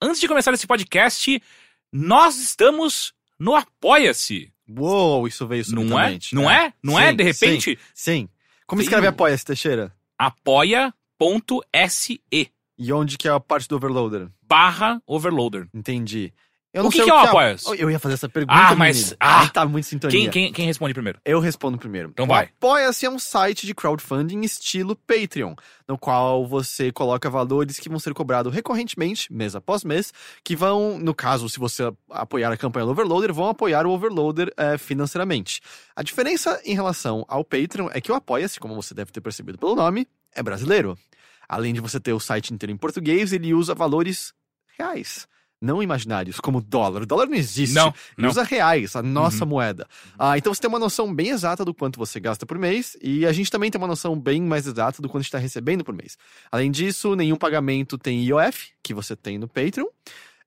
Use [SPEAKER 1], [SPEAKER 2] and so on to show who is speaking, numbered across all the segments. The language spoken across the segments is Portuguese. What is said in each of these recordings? [SPEAKER 1] Antes de começar esse podcast, nós estamos no Apoia-se.
[SPEAKER 2] Uou, isso veio
[SPEAKER 1] Não é?
[SPEAKER 2] subitamente.
[SPEAKER 1] Não é? Não é?
[SPEAKER 2] Sim,
[SPEAKER 1] De repente,
[SPEAKER 2] Sim. Como
[SPEAKER 1] Sim.
[SPEAKER 2] escreve apoia-se, Teixeira?
[SPEAKER 1] apoia.se
[SPEAKER 2] E onde que é a parte do overloader?
[SPEAKER 1] barra overloader.
[SPEAKER 2] Entendi. Eu
[SPEAKER 1] O que,
[SPEAKER 2] sei
[SPEAKER 1] que é o
[SPEAKER 2] a- Oh,
[SPEAKER 1] Apoia-se?
[SPEAKER 2] Eu ia fazer essa pergunta,
[SPEAKER 1] Ah, mas-
[SPEAKER 2] menino.
[SPEAKER 1] ah.
[SPEAKER 2] Aí tá muito sintonia.
[SPEAKER 1] Quem, quem, quem responde primeiro?
[SPEAKER 2] Eu respondo primeiro.
[SPEAKER 1] Então vai.
[SPEAKER 2] O Apoia-se é um site de crowdfunding estilo Patreon, no qual você coloca valores que vão ser cobrados recorrentemente, mês após mês, que vão, no caso, se você apoiar a campanha do Overloader, vão apoiar o Overloader eh, financeiramente. A diferença em relação ao Patreon é que o Apoia-se, como você deve ter percebido pelo nome, é brasileiro. Além de você ter o site inteiro em português, ele usa valores reais. Não imaginários, como dólar. Dólar não existe.
[SPEAKER 1] Não,
[SPEAKER 2] Ele
[SPEAKER 1] não.
[SPEAKER 2] usa reais, a nossa moeda. Ah, então você tem uma noção bem exata do quanto você gasta por mês e a gente também tem uma noção bem mais exata do quanto está recebendo por mês. Além disso, nenhum pagamento tem IOF, que você tem no Patreon.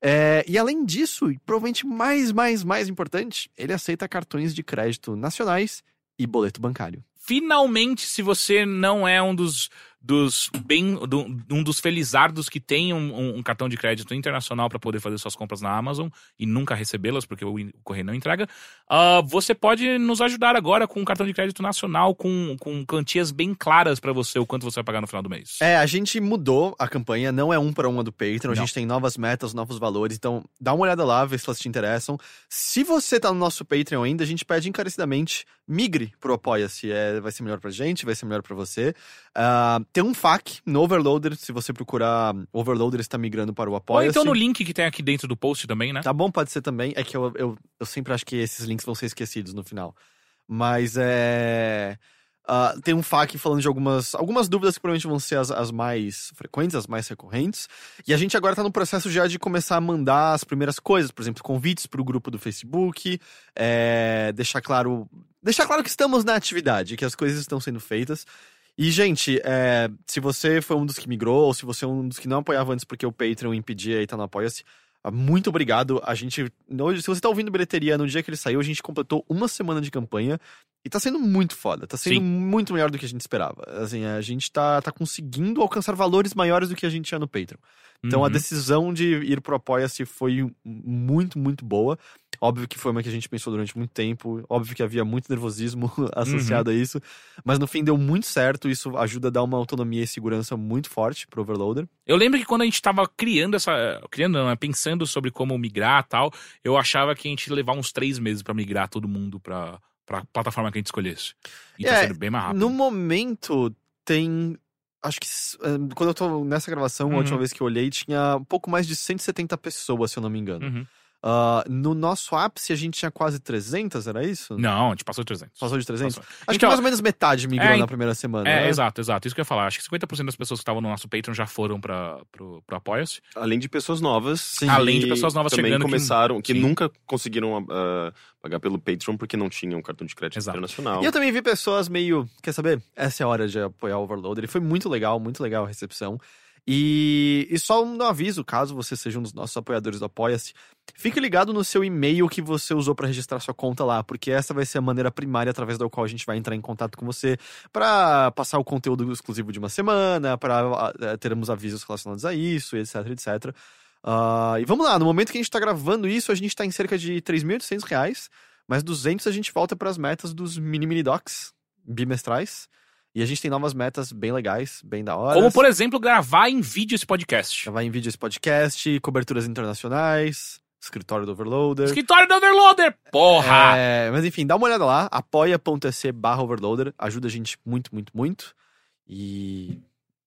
[SPEAKER 2] É, e além disso, e provavelmente mais, mais, mais importante, ele aceita cartões de crédito nacionais e boleto bancário.
[SPEAKER 1] Finalmente, se você não é um dos, dos bem do- um dos felizardos que tem um, um- um cartão de crédito internacional para poder fazer suas compras na Amazon e nunca recebê-las porque o, in- o correio não entrega, ah, você pode nos ajudar agora com um cartão de crédito nacional com, com quantias bem claras para você o quanto você vai pagar no final do mês.
[SPEAKER 2] É, a gente mudou a campanha, não é um para uma do Patreon,
[SPEAKER 1] Não.
[SPEAKER 2] a gente tem novas metas, novos valores, então dá uma olhada lá, vê se elas te interessam. Se você tá no nosso Patreon ainda, a gente pede encarecidamente, migre pro Apoia-se, é, vai ser melhor pra gente, vai ser melhor pra você. Ah, tem um FAQ no Overloader, se você procurar Overloader está migrando para o
[SPEAKER 1] Ou
[SPEAKER 2] Apoia-se.
[SPEAKER 1] então no link que tem aqui dentro do post também, né?
[SPEAKER 2] assim Tá bom, pode ser também, é que eu, eu, eu sempre acho que esses links vão ser esquecidos no final. Mas é... Ah, tem um FAQ falando de algumas, algumas dúvidas que provavelmente vão ser as, as mais frequentes, as mais recorrentes. E a gente agora tá no processo já de começar a mandar as primeiras coisas, por exemplo, convites pro grupo do Facebook, é, deixar claro. Deixar claro que estamos na atividade, que as coisas estão sendo feitas. E, gente, é, se você foi um dos que migrou, ou se você é um dos que não apoiava antes porque o Patreon impedia e tá no Apoia-se, ah, muito obrigado. A gente. hoje, Se você tá ouvindo bilheteria no dia que ele saiu, a gente completou uma semana de campanha. E tá sendo muito foda, tá sendo
[SPEAKER 1] Sim.
[SPEAKER 2] muito melhor do que a gente esperava. Assim, a gente tá, tá conseguindo alcançar valores maiores do que a gente tinha no Patreon. Então a
[SPEAKER 1] Uhum.
[SPEAKER 2] decisão de ir pro Apoia-se foi muito, muito boa. Óbvio que foi uma que a gente pensou durante muito tempo, óbvio que havia muito nervosismo associado
[SPEAKER 1] Uhum.
[SPEAKER 2] a isso, mas no fim deu muito certo, isso ajuda a dar uma autonomia e segurança muito forte pro overloader.
[SPEAKER 1] Eu lembro que quando a gente tava criando essa. Criando, não, né, pensando sobre como migrar e tal, eu achava que a gente ia levar uns três meses pra migrar todo mundo pra, pra plataforma que a gente escolhesse. E tá
[SPEAKER 2] É,
[SPEAKER 1] sendo bem mais rápido.
[SPEAKER 2] No momento tem acho que s- eh, quando eu tô nessa gravação,
[SPEAKER 1] Uhum.
[SPEAKER 2] a última vez que eu olhei, tinha um pouco mais de 170 pessoas, se eu não me engano.
[SPEAKER 1] Uhum.
[SPEAKER 2] Ah, no nosso ápice a gente tinha quase 300, era isso?
[SPEAKER 1] Não, a gente passou de 300.
[SPEAKER 2] Passou de 300?
[SPEAKER 1] Passou.
[SPEAKER 2] Acho que
[SPEAKER 1] Então,
[SPEAKER 2] mais ou menos metade migrou
[SPEAKER 1] é,
[SPEAKER 2] na primeira semana.
[SPEAKER 1] É,
[SPEAKER 2] né?
[SPEAKER 1] exato, exato. Isso que eu ia falar. Acho que 50% das pessoas que estavam no nosso Patreon já foram pra, pro, pro Apoia-se.
[SPEAKER 3] Além de pessoas novas.
[SPEAKER 2] Sim.
[SPEAKER 3] que
[SPEAKER 1] Além de pessoas novas
[SPEAKER 3] também
[SPEAKER 1] chegando que-
[SPEAKER 3] começaram, que,
[SPEAKER 1] Sim.
[SPEAKER 3] nunca conseguiram ah, pagar pelo Patreon porque não tinham cartão de crédito
[SPEAKER 1] Exato.
[SPEAKER 3] internacional.
[SPEAKER 2] E eu também vi pessoas meio, quer saber? Essa é a hora de apoiar o Overloader. E foi muito legal, muito legal a recepção. E, e só um aviso, caso você seja um dos nossos apoiadores do Apoia-se, fique ligado no seu e-mail que você usou para registrar sua conta lá, porque essa vai ser a maneira primária através da qual a gente vai entrar em contato com você para passar o conteúdo exclusivo de uma semana, para termos avisos relacionados a isso, etc, etc. Ah, e vamos lá, no momento que a gente tá gravando isso, a gente tá em cerca de 3.800 reais, mas 200 a gente volta para as metas dos mini mini docs bimestrais. E a gente tem novas metas bem legais, bem da hora.
[SPEAKER 1] Como, por exemplo, gravar em vídeo esse podcast.
[SPEAKER 2] Gravar em vídeo esse podcast, coberturas internacionais, escritório do Overloader.
[SPEAKER 1] Escritório do Overloader! Porra!
[SPEAKER 2] É, mas enfim, dá uma olhada lá, apoia.se barra overloader, ajuda a gente muito, muito, muito. E.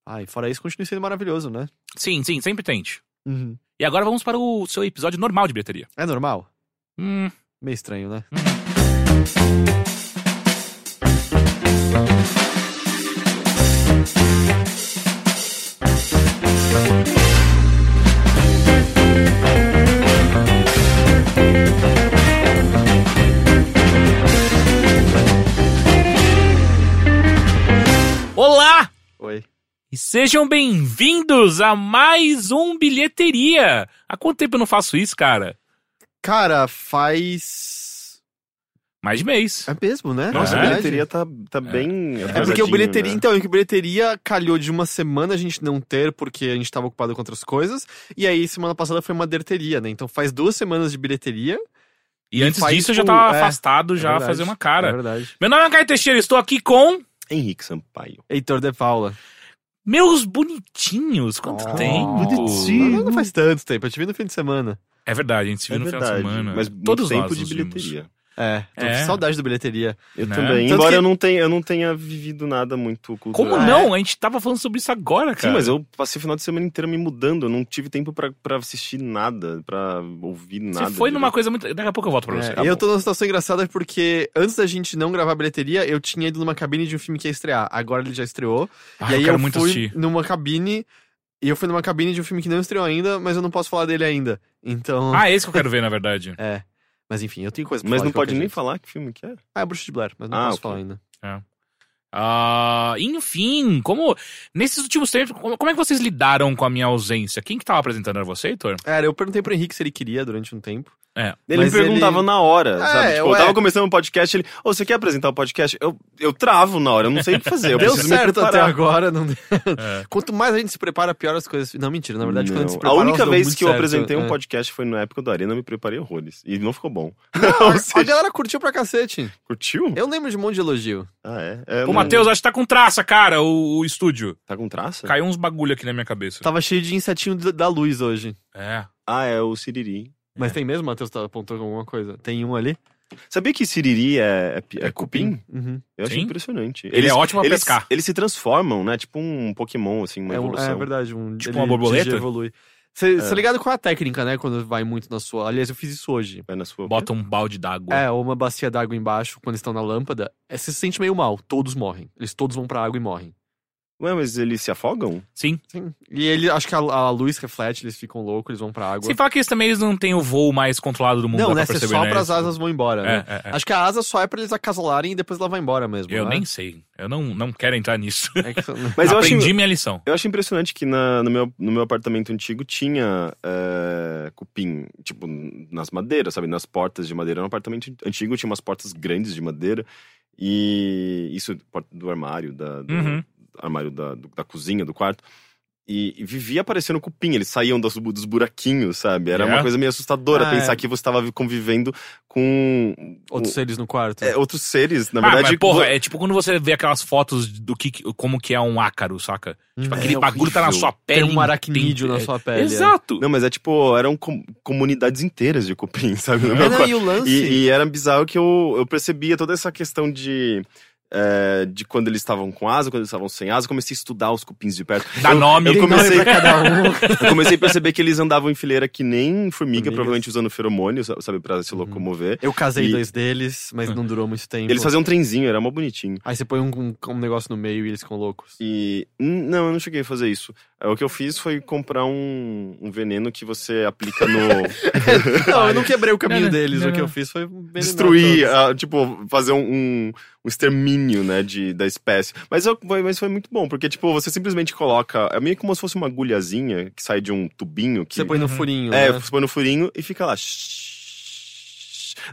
[SPEAKER 2] Ai, fora isso, continue sendo maravilhoso, né?
[SPEAKER 1] Sim, sim, sempre tente.
[SPEAKER 2] Uhum.
[SPEAKER 1] E agora vamos para o seu episódio normal de bilheteria.
[SPEAKER 2] É normal?
[SPEAKER 1] Hum,
[SPEAKER 2] Meio estranho, né?
[SPEAKER 1] Olá!
[SPEAKER 2] Oi.
[SPEAKER 1] E sejam bem-vindos a mais um Bilheteria. Há quanto tempo eu não faço isso, cara?
[SPEAKER 2] Cara, faz.
[SPEAKER 1] Mais de mês.
[SPEAKER 2] É mesmo, né?
[SPEAKER 3] Nossa,
[SPEAKER 1] É
[SPEAKER 3] a
[SPEAKER 1] verdade.
[SPEAKER 3] bilheteria tá, tá bem.
[SPEAKER 2] É porque o
[SPEAKER 3] atrasadinho,
[SPEAKER 2] bilheteria,
[SPEAKER 3] né?
[SPEAKER 2] então, é que o bilheteria calhou de uma semana a gente não ter, porque a gente tava ocupado com outras coisas. E aí, semana passada foi uma derteria, né? Então faz duas semanas de bilheteria.
[SPEAKER 1] E antes
[SPEAKER 2] faz,
[SPEAKER 1] disso eu já
[SPEAKER 2] tipo,
[SPEAKER 1] tava
[SPEAKER 2] é,
[SPEAKER 1] afastado, já a
[SPEAKER 2] verdade,
[SPEAKER 1] fazer uma cara.
[SPEAKER 2] É verdade.
[SPEAKER 1] Meu nome é Caio Teixeira, estou aqui com
[SPEAKER 3] Henrique Sampaio.
[SPEAKER 2] Heitor de Paula.
[SPEAKER 1] meus bonitinhos. Quanto
[SPEAKER 2] Oh,
[SPEAKER 1] tempo?
[SPEAKER 3] bonitinho.
[SPEAKER 2] Não, não faz tanto tempo, eu te vi no fim de semana.
[SPEAKER 1] É verdade, a gente se viu
[SPEAKER 3] é
[SPEAKER 1] no
[SPEAKER 3] verdade.
[SPEAKER 1] final de semana.
[SPEAKER 3] Mas
[SPEAKER 1] Todos
[SPEAKER 3] muito tempo
[SPEAKER 1] nós
[SPEAKER 3] de
[SPEAKER 1] nos vimos.
[SPEAKER 3] bilheteria.
[SPEAKER 2] É, tô
[SPEAKER 1] É.
[SPEAKER 2] com saudade do bilheteria.
[SPEAKER 3] Eu
[SPEAKER 1] Né?
[SPEAKER 3] também.
[SPEAKER 2] Tanto
[SPEAKER 3] Embora
[SPEAKER 2] que-
[SPEAKER 3] eu, não tenha, eu não tenha vivido nada muito cultural.
[SPEAKER 1] Como
[SPEAKER 2] Ah,
[SPEAKER 1] não? A gente tava falando sobre isso agora, cara.
[SPEAKER 3] É. Sim, mas eu passei o final de semana inteiro me mudando. Eu não tive tempo pra, pra assistir nada, pra ouvir
[SPEAKER 1] Você
[SPEAKER 3] nada.
[SPEAKER 1] foi numa
[SPEAKER 3] direito.
[SPEAKER 1] coisa muito. Daqui a pouco eu volto pra você.
[SPEAKER 2] É, e eu tô numa situação engraçada porque antes da gente não gravar a bilheteria, eu tinha ido numa cabine de um filme que ia estrear. Agora ele já estreou.
[SPEAKER 1] Ah,
[SPEAKER 2] e aí
[SPEAKER 1] eu quero
[SPEAKER 2] eu
[SPEAKER 1] muito
[SPEAKER 2] fui
[SPEAKER 1] assistir.
[SPEAKER 2] numa cabine. E eu fui numa cabine de um filme que não estreou ainda, mas eu não posso falar dele ainda. Então.
[SPEAKER 1] Ah, é esse que eu quero ver, na verdade.
[SPEAKER 2] É. Mas enfim, eu tenho coisa pra
[SPEAKER 3] Mas
[SPEAKER 2] falar
[SPEAKER 3] não
[SPEAKER 2] de qualquer
[SPEAKER 3] pode nem
[SPEAKER 2] jeito.
[SPEAKER 3] falar que filme que é.
[SPEAKER 2] Ah, é Bruxa de Blair, mas não
[SPEAKER 3] Ah,
[SPEAKER 2] posso
[SPEAKER 3] ok.
[SPEAKER 2] falar ainda.
[SPEAKER 1] Ah, enfim, como. Nesses últimos tempos, como como é que vocês lidaram com a minha ausência? Quem que tava apresentando era você, Heitor?
[SPEAKER 2] Cara, eu perguntei pro Henrique se ele queria durante um tempo.
[SPEAKER 3] Ele
[SPEAKER 2] Mas
[SPEAKER 3] me perguntava
[SPEAKER 2] ele-
[SPEAKER 3] na hora,
[SPEAKER 2] É,
[SPEAKER 3] sabe? Tipo, eu
[SPEAKER 2] ué.
[SPEAKER 3] tava começando um podcast, ele... Ô, você quer apresentar o podcast? Eu, eu travo na hora, eu não sei o que fazer. Eu
[SPEAKER 2] Deu
[SPEAKER 3] preciso me
[SPEAKER 2] certo até
[SPEAKER 3] preparar.
[SPEAKER 2] agora. Não...
[SPEAKER 1] É.
[SPEAKER 2] Quanto mais a gente se prepara, pior as coisas. Não, mentira, na verdade, quando a gente se
[SPEAKER 3] Não. a
[SPEAKER 2] prepara.
[SPEAKER 3] única
[SPEAKER 2] elas dão
[SPEAKER 3] vez
[SPEAKER 2] muito
[SPEAKER 3] que eu
[SPEAKER 2] certo.
[SPEAKER 3] apresentei um
[SPEAKER 2] É.
[SPEAKER 3] podcast foi na época do Arena, eu me preparei horrores. E não ficou bom.
[SPEAKER 2] Ah,
[SPEAKER 3] Ou
[SPEAKER 2] a
[SPEAKER 3] seja,
[SPEAKER 2] galera curtiu pra cacete.
[SPEAKER 3] curtiu?
[SPEAKER 2] Eu lembro de um monte de elogio.
[SPEAKER 3] Ah, é? é
[SPEAKER 1] Ô, Matheus, acho que tá com traça, cara, o, o estúdio.
[SPEAKER 3] Tá com traça?
[SPEAKER 1] Caiu uns bagulho aqui na minha cabeça.
[SPEAKER 2] Tava cheio de insetinho da- da luz hoje.
[SPEAKER 1] É.
[SPEAKER 3] Ah, é o Siriri.
[SPEAKER 2] Mas
[SPEAKER 1] É.
[SPEAKER 2] tem mesmo, Matheus, tá apontando alguma coisa? Tem um ali?
[SPEAKER 3] Sabia que Siriri é, é, pi- é cupim?
[SPEAKER 2] Uhum.
[SPEAKER 3] Eu achei
[SPEAKER 1] Sim.
[SPEAKER 3] impressionante.
[SPEAKER 1] Ele é ótimo pra
[SPEAKER 3] eles,
[SPEAKER 1] pescar.
[SPEAKER 3] Eles se transformam, né? Tipo um Pokémon, assim, uma
[SPEAKER 2] É, um,
[SPEAKER 3] evolução.
[SPEAKER 2] é verdade, um
[SPEAKER 1] Tipo
[SPEAKER 2] ele
[SPEAKER 1] uma borboleta?
[SPEAKER 2] digio evolui. Você tá ligado com a técnica, né? Quando vai muito na sua. Aliás, eu fiz isso hoje.
[SPEAKER 3] Vai É na sua...
[SPEAKER 1] Bota um balde d'água.
[SPEAKER 2] É, ou uma bacia d'água embaixo, quando estão na lâmpada. É, você se sente meio mal, todos morrem. Eles todos vão pra água e morrem.
[SPEAKER 3] Ué, mas eles se afogam?
[SPEAKER 1] Sim.
[SPEAKER 2] Sim. E ele, acho que a, a luz reflete, eles ficam loucos, eles vão pra água.
[SPEAKER 1] Sem falar que eles também eles não têm o voo mais controlado do mundo.
[SPEAKER 2] não,
[SPEAKER 1] dá
[SPEAKER 2] né?
[SPEAKER 1] pra
[SPEAKER 2] Você
[SPEAKER 1] perceber,
[SPEAKER 2] só
[SPEAKER 1] né?
[SPEAKER 2] as asas vão embora, né?
[SPEAKER 1] É, é, é.
[SPEAKER 2] Acho que a asa só é pra eles acasalarem e depois ela vai embora mesmo.
[SPEAKER 1] Eu
[SPEAKER 2] né?
[SPEAKER 1] nem sei. Eu não, não quero entrar nisso.
[SPEAKER 2] É que-
[SPEAKER 3] Mas eu acho,
[SPEAKER 1] Aprendi minha lição.
[SPEAKER 3] eu acho impressionante que na- no, meu, no meu apartamento antigo tinha é, cupim, tipo, nas madeiras, sabe? Nas portas de madeira. No apartamento antigo tinha umas portas grandes de madeira. E isso, porta do armário, da, do,
[SPEAKER 1] Uhum.
[SPEAKER 3] armário da, do- da cozinha, do quarto. E, e vivia aparecendo cupim, eles saíam dos, bu- dos buraquinhos, sabe? Era
[SPEAKER 1] É?
[SPEAKER 3] uma coisa meio assustadora
[SPEAKER 2] Ah,
[SPEAKER 3] pensar
[SPEAKER 2] é.
[SPEAKER 3] que você estava convivendo com
[SPEAKER 2] Outros
[SPEAKER 3] com-
[SPEAKER 2] seres no quarto.
[SPEAKER 3] é, outros seres. Na
[SPEAKER 1] Ah,
[SPEAKER 3] verdade,
[SPEAKER 1] mas, porra,
[SPEAKER 3] vo-
[SPEAKER 1] é tipo quando você vê aquelas fotos do que, como que é um ácaro, saca? Tipo,
[SPEAKER 2] Hum.
[SPEAKER 1] aquele
[SPEAKER 3] É
[SPEAKER 1] bagulho tá na
[SPEAKER 3] horrível.
[SPEAKER 1] sua
[SPEAKER 2] Tem
[SPEAKER 1] pele.
[SPEAKER 2] um aracnídeo na
[SPEAKER 1] inteira.
[SPEAKER 2] sua pele. é.
[SPEAKER 1] Exato.
[SPEAKER 3] Não, mas é tipo, eram com- comunidades inteiras de cupim, sabe? No
[SPEAKER 2] É,
[SPEAKER 3] meu
[SPEAKER 2] não,
[SPEAKER 3] quarto.
[SPEAKER 2] e o lance.
[SPEAKER 3] E, e era bizarro que eu, eu percebia toda essa questão de. é, de quando eles estavam com asa, quando eles estavam sem asa, eu comecei a estudar os cupins de perto.
[SPEAKER 1] Dá
[SPEAKER 3] eu,
[SPEAKER 1] nome.
[SPEAKER 3] eu comecei-
[SPEAKER 2] é Pra cada um.
[SPEAKER 3] Eu comecei a perceber que eles andavam em fileira que nem formiga,
[SPEAKER 2] Formigas.
[SPEAKER 3] provavelmente usando feromônio, sabe, pra se locomover.
[SPEAKER 2] Eu casei
[SPEAKER 3] E-
[SPEAKER 2] dois deles, mas não durou muito tempo.
[SPEAKER 3] Eles faziam um trenzinho, era mó bonitinho.
[SPEAKER 2] Aí você põe um, um- um negócio no meio e eles ficam loucos.
[SPEAKER 3] E n- não, eu não cheguei a fazer isso. É, O que eu fiz foi comprar um, um veneno que você aplica no.
[SPEAKER 2] não, eu não quebrei o caminho
[SPEAKER 1] Não, não,
[SPEAKER 2] deles.
[SPEAKER 1] não,
[SPEAKER 2] o que eu
[SPEAKER 1] não.
[SPEAKER 2] fiz foi envenenar
[SPEAKER 3] destruir,
[SPEAKER 2] todos.
[SPEAKER 3] ah, tipo, fazer um, um, um extermínio, né, de, da espécie. Mas, eu- foi, mas foi muito bom, porque, tipo, você simplesmente coloca. É meio como se fosse uma agulhazinha que sai de um tubinho que.
[SPEAKER 2] Você põe
[SPEAKER 1] Uhum.
[SPEAKER 2] no furinho.
[SPEAKER 3] é,
[SPEAKER 2] né?
[SPEAKER 3] você põe no furinho e fica lá.